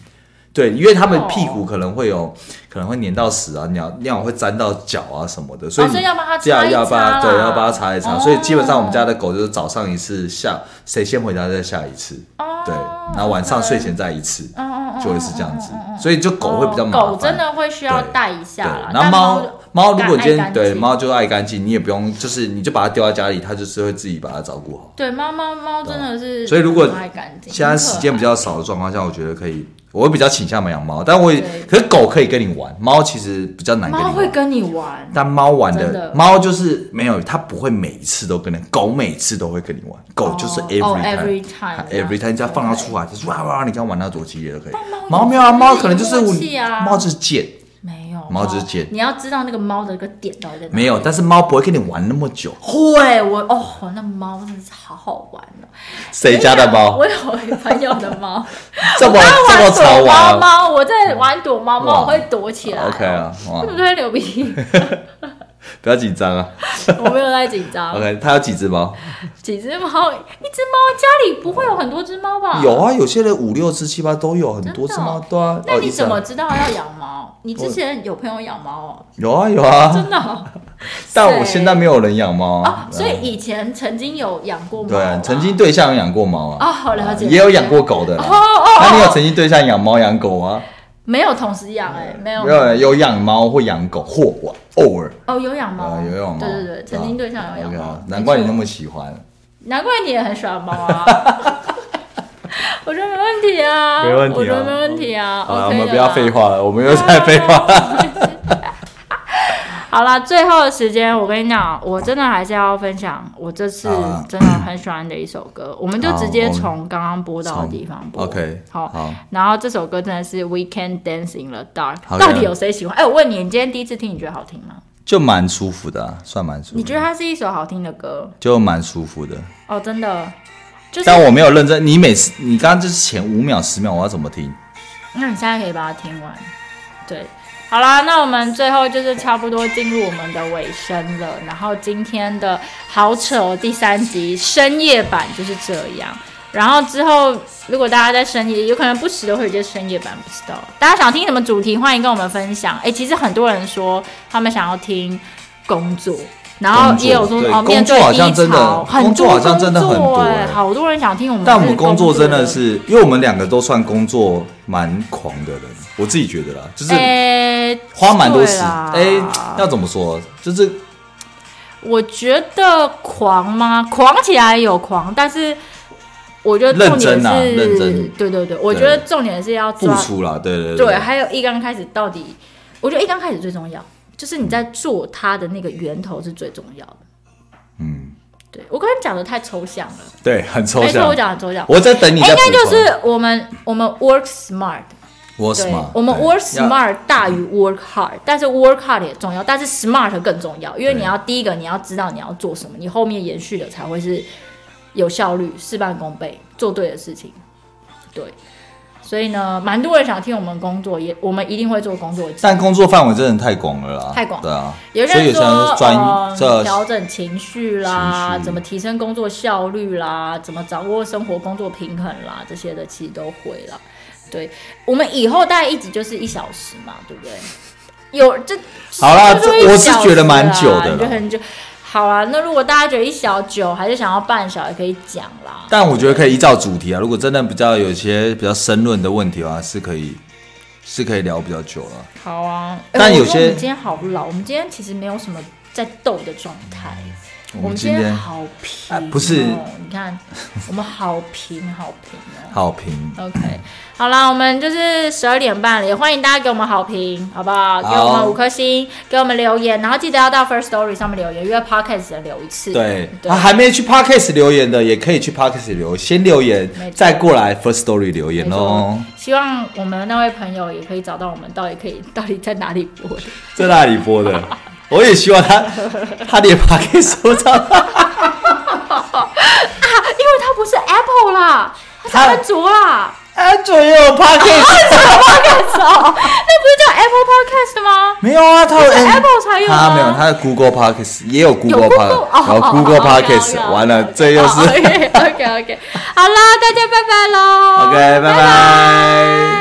[SPEAKER 1] 对，因为他们
[SPEAKER 2] 哦
[SPEAKER 1] 屁股可能会有，可能会粘到屎啊，尿尿会沾到脚啊什么的，所以
[SPEAKER 2] 哦
[SPEAKER 1] 你
[SPEAKER 2] 所以要帮它
[SPEAKER 1] 这样
[SPEAKER 2] 擦一
[SPEAKER 1] 要帮它
[SPEAKER 2] 擦
[SPEAKER 1] 对，啊
[SPEAKER 2] 啦
[SPEAKER 1] 要帮它擦一擦。
[SPEAKER 2] 哦
[SPEAKER 1] 所以基本上我们家的狗就是早上一次，下谁先回家再下一次，
[SPEAKER 2] 哦，
[SPEAKER 1] 对，然后晚上
[SPEAKER 2] OK
[SPEAKER 1] 睡前再一次，
[SPEAKER 2] 嗯嗯嗯，
[SPEAKER 1] 就会是这样子。所以就狗会比较麻
[SPEAKER 2] 哦
[SPEAKER 1] 烦，
[SPEAKER 2] 狗真的会需要
[SPEAKER 1] 对
[SPEAKER 2] 带一下
[SPEAKER 1] 对
[SPEAKER 2] 啦，，
[SPEAKER 1] 然后
[SPEAKER 2] 但
[SPEAKER 1] 猫猫如果
[SPEAKER 2] 爱
[SPEAKER 1] 今
[SPEAKER 2] 干
[SPEAKER 1] 天对
[SPEAKER 2] 净
[SPEAKER 1] 猫就爱干净，你也不用就是你就把它丢在家里，它就是会自己把它照顾好。
[SPEAKER 2] 对猫猫猫真的是，
[SPEAKER 1] 啊所以如果
[SPEAKER 2] 爱干净，
[SPEAKER 1] 现在时间比较少的状况下，我觉得可以，我会比较倾向养猫，但我也
[SPEAKER 2] 对
[SPEAKER 1] 可是狗可以跟你玩，猫其实比较难跟你
[SPEAKER 2] 猫会
[SPEAKER 1] 玩。
[SPEAKER 2] 跟你玩，
[SPEAKER 1] 但猫玩
[SPEAKER 2] 真
[SPEAKER 1] 的
[SPEAKER 2] 的
[SPEAKER 1] 猫就是没有，它不会每一次都跟你，狗每次都会跟你玩，狗就是
[SPEAKER 2] 哦
[SPEAKER 1] every time、
[SPEAKER 2] 哦 every time
[SPEAKER 1] 它
[SPEAKER 2] 这样
[SPEAKER 1] every time 只要放它
[SPEAKER 2] OK
[SPEAKER 1] 出来，就是哇哇，你刚玩到多激烈都可以。
[SPEAKER 2] 猫
[SPEAKER 1] 猫没有啊，猫
[SPEAKER 2] 就是
[SPEAKER 1] 可能就是
[SPEAKER 2] 默契啊
[SPEAKER 1] 猫就是贱，
[SPEAKER 2] 没有
[SPEAKER 1] 猫之间
[SPEAKER 2] 你要知道那个猫的一个点到底在哪。
[SPEAKER 1] 没有，但是猫不会跟你玩那么久。
[SPEAKER 2] 会，我哦，那猫真的是好好玩哦。
[SPEAKER 1] 谁家的猫？
[SPEAKER 2] 我有一朋友的猫，
[SPEAKER 1] 这么
[SPEAKER 2] 它
[SPEAKER 1] 这么
[SPEAKER 2] 玩
[SPEAKER 1] 潮
[SPEAKER 2] 躲猫
[SPEAKER 1] 玩啊
[SPEAKER 2] 猫，我在玩躲猫
[SPEAKER 1] 哇
[SPEAKER 2] 猫，我会躲起来。
[SPEAKER 1] ？OK 啊，哇
[SPEAKER 2] 会，不会流 鼻涕？
[SPEAKER 1] 不要紧张啊。
[SPEAKER 2] 我没有在紧张。
[SPEAKER 1] OK，它有几只猫？
[SPEAKER 2] 几只猫，一只猫家里不会有很多只猫吧？
[SPEAKER 1] 有。啊，有些人五六只、七八都有，很
[SPEAKER 2] 真的
[SPEAKER 1] 多只猫
[SPEAKER 2] 哦。
[SPEAKER 1] 对啊，
[SPEAKER 2] 那
[SPEAKER 1] 哦
[SPEAKER 2] 你
[SPEAKER 1] 一只
[SPEAKER 2] 怎
[SPEAKER 1] 啊
[SPEAKER 2] 么知道要养猫？你之前有朋友养猫哦？
[SPEAKER 1] 有啊有啊？
[SPEAKER 2] 真的哦
[SPEAKER 1] 但我现在没有人养猫
[SPEAKER 2] 哦
[SPEAKER 1] 啊，。
[SPEAKER 2] 所以以前曾经有养过猫
[SPEAKER 1] 对
[SPEAKER 2] 啊
[SPEAKER 1] 啊，，曾经对象养过猫啊。
[SPEAKER 2] 哦好了解
[SPEAKER 1] 也有养过狗的啦。
[SPEAKER 2] 哦哦哦
[SPEAKER 1] 那你有曾经对象养猫养狗啊？
[SPEAKER 2] 没有同时养哎，没有
[SPEAKER 1] 没有，有养猫或养狗，或我偶尔
[SPEAKER 2] 哦，有养猫，
[SPEAKER 1] 啊有养猫。
[SPEAKER 2] 对对对，曾经对象有养
[SPEAKER 1] 对
[SPEAKER 2] 猫
[SPEAKER 1] 啊，难怪你那
[SPEAKER 2] 没错
[SPEAKER 1] 么喜欢。
[SPEAKER 2] 难怪你也很喜欢猫 啊。我说没问题啊，
[SPEAKER 1] 没问题啊
[SPEAKER 2] 我说没问题啊。
[SPEAKER 1] 好了，我
[SPEAKER 2] OK 的
[SPEAKER 1] 们
[SPEAKER 2] 啦
[SPEAKER 1] 不要废。话了，我们又在废 话。
[SPEAKER 2] 好啦，最后的时间，我跟你讲，我真的还是要分享我这次
[SPEAKER 1] 好啊
[SPEAKER 2] 真的很喜欢的一首歌，我们就直接
[SPEAKER 1] 好我
[SPEAKER 2] 从刚刚播到的地方播。
[SPEAKER 1] OK，
[SPEAKER 2] 好。
[SPEAKER 1] 好，
[SPEAKER 2] 然后这首歌真的是《We Can Dance in the Dark
[SPEAKER 1] 好》，
[SPEAKER 2] 到底有谁喜欢？哎，我问你，你今天第一次听，你觉得好听吗？
[SPEAKER 1] 就蛮舒服的、啊，算蛮舒服的。
[SPEAKER 2] 你觉得它是一首好听的歌？
[SPEAKER 1] 就蛮舒服的，
[SPEAKER 2] 哦，真的，就是
[SPEAKER 1] 但我没有认真。你每次你刚刚就是前五秒、十秒，我要怎么听？
[SPEAKER 2] 那你现在可以把它听完。对，好啦，那我们最后就是差不多进入我们的尾声了。然后今天的好扯哦第三集深夜版就是这样。然后之后，如果大家在深夜，有可能不时的会有一些深夜版，不知道大家想听什么主题，欢迎跟我们分享。哎，其实很多人说他们想要听工作，然后也有说
[SPEAKER 1] 工作对
[SPEAKER 2] 哦，
[SPEAKER 1] 工
[SPEAKER 2] 面
[SPEAKER 1] 作好像
[SPEAKER 2] 低
[SPEAKER 1] 真的
[SPEAKER 2] 潮，很
[SPEAKER 1] 工
[SPEAKER 2] 多
[SPEAKER 1] 作好像真的很
[SPEAKER 2] 工作
[SPEAKER 1] 多
[SPEAKER 2] 哎
[SPEAKER 1] 哎
[SPEAKER 2] 好多人想听我们。
[SPEAKER 1] 但我们工作真的，是，因为我们两个都算工作蛮狂的人，我自己觉得啦，就是
[SPEAKER 2] 哎，
[SPEAKER 1] 花蛮多
[SPEAKER 2] 对
[SPEAKER 1] 时。
[SPEAKER 2] 啦
[SPEAKER 1] 哎、要怎么说？就是
[SPEAKER 2] 我觉得狂吗？狂起来有狂，但是我觉得重点
[SPEAKER 1] 认真
[SPEAKER 2] 是，
[SPEAKER 1] 啊认真
[SPEAKER 2] 对对对，我觉得重点是要
[SPEAKER 1] 付
[SPEAKER 2] 抓
[SPEAKER 1] 出啦，对对
[SPEAKER 2] 对还有一刚开始到底，我觉得一刚开始最重要，就是你在做它的那个源头是最重要的。
[SPEAKER 1] 嗯，
[SPEAKER 2] 对我刚才讲的太抽象了，
[SPEAKER 1] 对，很抽
[SPEAKER 2] 没错，
[SPEAKER 1] 象
[SPEAKER 2] 我。讲的抽象。
[SPEAKER 1] 我在等你
[SPEAKER 2] 哎
[SPEAKER 1] 再
[SPEAKER 2] 应
[SPEAKER 1] 补充。
[SPEAKER 2] 该就是我们我们 work smart，
[SPEAKER 1] 我
[SPEAKER 2] 对
[SPEAKER 1] smart，，
[SPEAKER 2] 我们
[SPEAKER 1] 对
[SPEAKER 2] work
[SPEAKER 1] 要
[SPEAKER 2] smart 大于 work hard，但是 work hard 也重要，但是 smart 更重要，因为
[SPEAKER 1] 对
[SPEAKER 2] 你要第一个你要知道你要做什么，你后面延续的才会是有效率，事半功倍，做对的事情。对，所以呢，蛮多人想听我们工作，也我们一定会做工作计划
[SPEAKER 1] 但工作范围真的太广了啦，
[SPEAKER 2] 太广
[SPEAKER 1] 对啊，
[SPEAKER 2] 有些
[SPEAKER 1] 所以有
[SPEAKER 2] 人
[SPEAKER 1] 些
[SPEAKER 2] 说
[SPEAKER 1] 人是专
[SPEAKER 2] 呃
[SPEAKER 1] 这
[SPEAKER 2] 调整情绪啦，
[SPEAKER 1] 情绪
[SPEAKER 2] 怎么提升工作效率啦，怎么掌握生活工作平衡啦，这些的其实都会啦。对，我们以后大概一直就是一小时嘛，对不对？有这
[SPEAKER 1] 好啦
[SPEAKER 2] 就是会
[SPEAKER 1] 这
[SPEAKER 2] 一
[SPEAKER 1] 我是
[SPEAKER 2] 小时
[SPEAKER 1] 觉得蛮久的
[SPEAKER 2] 啦
[SPEAKER 1] 啦
[SPEAKER 2] 你就很久。好啊，那如果大家觉得一小久，还是想要半小，也可以讲啦。
[SPEAKER 1] 但我觉得可以依照主题啊，如果真的比较有一些比较深论的问题的话，是可以是可以聊比较久了。
[SPEAKER 2] 好啊，哎
[SPEAKER 1] 但
[SPEAKER 2] 我
[SPEAKER 1] 有
[SPEAKER 2] 觉得
[SPEAKER 1] 些
[SPEAKER 2] 我们今天好老，我们今天其实没有什么在斗的状态。
[SPEAKER 1] 我
[SPEAKER 2] 我
[SPEAKER 1] 们
[SPEAKER 2] 们
[SPEAKER 1] 今
[SPEAKER 2] 今天
[SPEAKER 1] 天
[SPEAKER 2] 好平、哦
[SPEAKER 1] 啊不是
[SPEAKER 2] 你看，我们好平好平哦。
[SPEAKER 1] 好评，
[SPEAKER 2] OK，好啦，我们就是十二点半了，也欢迎大家给我们好评，好不好？给
[SPEAKER 1] 好
[SPEAKER 2] 我们五颗星，给我们留言，然后记得要到 First Story 上面留言，因为 Podcast 只能留一次。
[SPEAKER 1] 对，
[SPEAKER 2] 对
[SPEAKER 1] 啊，还没去 podcast 留言的，也可以去 podcast 留，先留言
[SPEAKER 2] 没，错
[SPEAKER 1] 再过来 first story 留
[SPEAKER 2] 没
[SPEAKER 1] 言
[SPEAKER 2] 错
[SPEAKER 1] 哦。
[SPEAKER 2] 希望我们那位朋友也可以找到我们，到底可以到底在哪里播的？
[SPEAKER 1] 在那里播 的，我也希望他他连 podcast 都找到，
[SPEAKER 2] 啊，因为它不是 Apple 啦，它是
[SPEAKER 1] 它
[SPEAKER 2] 安卓啦。
[SPEAKER 1] 安卓也有 podcast，
[SPEAKER 2] 啊 Podcast 哦，那不是叫 Apple Podcast 吗？
[SPEAKER 1] 没有啊，他有
[SPEAKER 2] 是 Apple 才有啊
[SPEAKER 1] 他没有，他的 Google podcast 也有 Google
[SPEAKER 2] 有
[SPEAKER 1] podcast，
[SPEAKER 2] 哦
[SPEAKER 1] 然后
[SPEAKER 2] 哦
[SPEAKER 1] Google
[SPEAKER 2] 哦哦有
[SPEAKER 1] podcast，
[SPEAKER 2] 有
[SPEAKER 1] 完了，
[SPEAKER 2] 有哦
[SPEAKER 1] 这又是
[SPEAKER 2] OK OK OK，好啦，大家拜拜喽
[SPEAKER 1] OK，拜拜。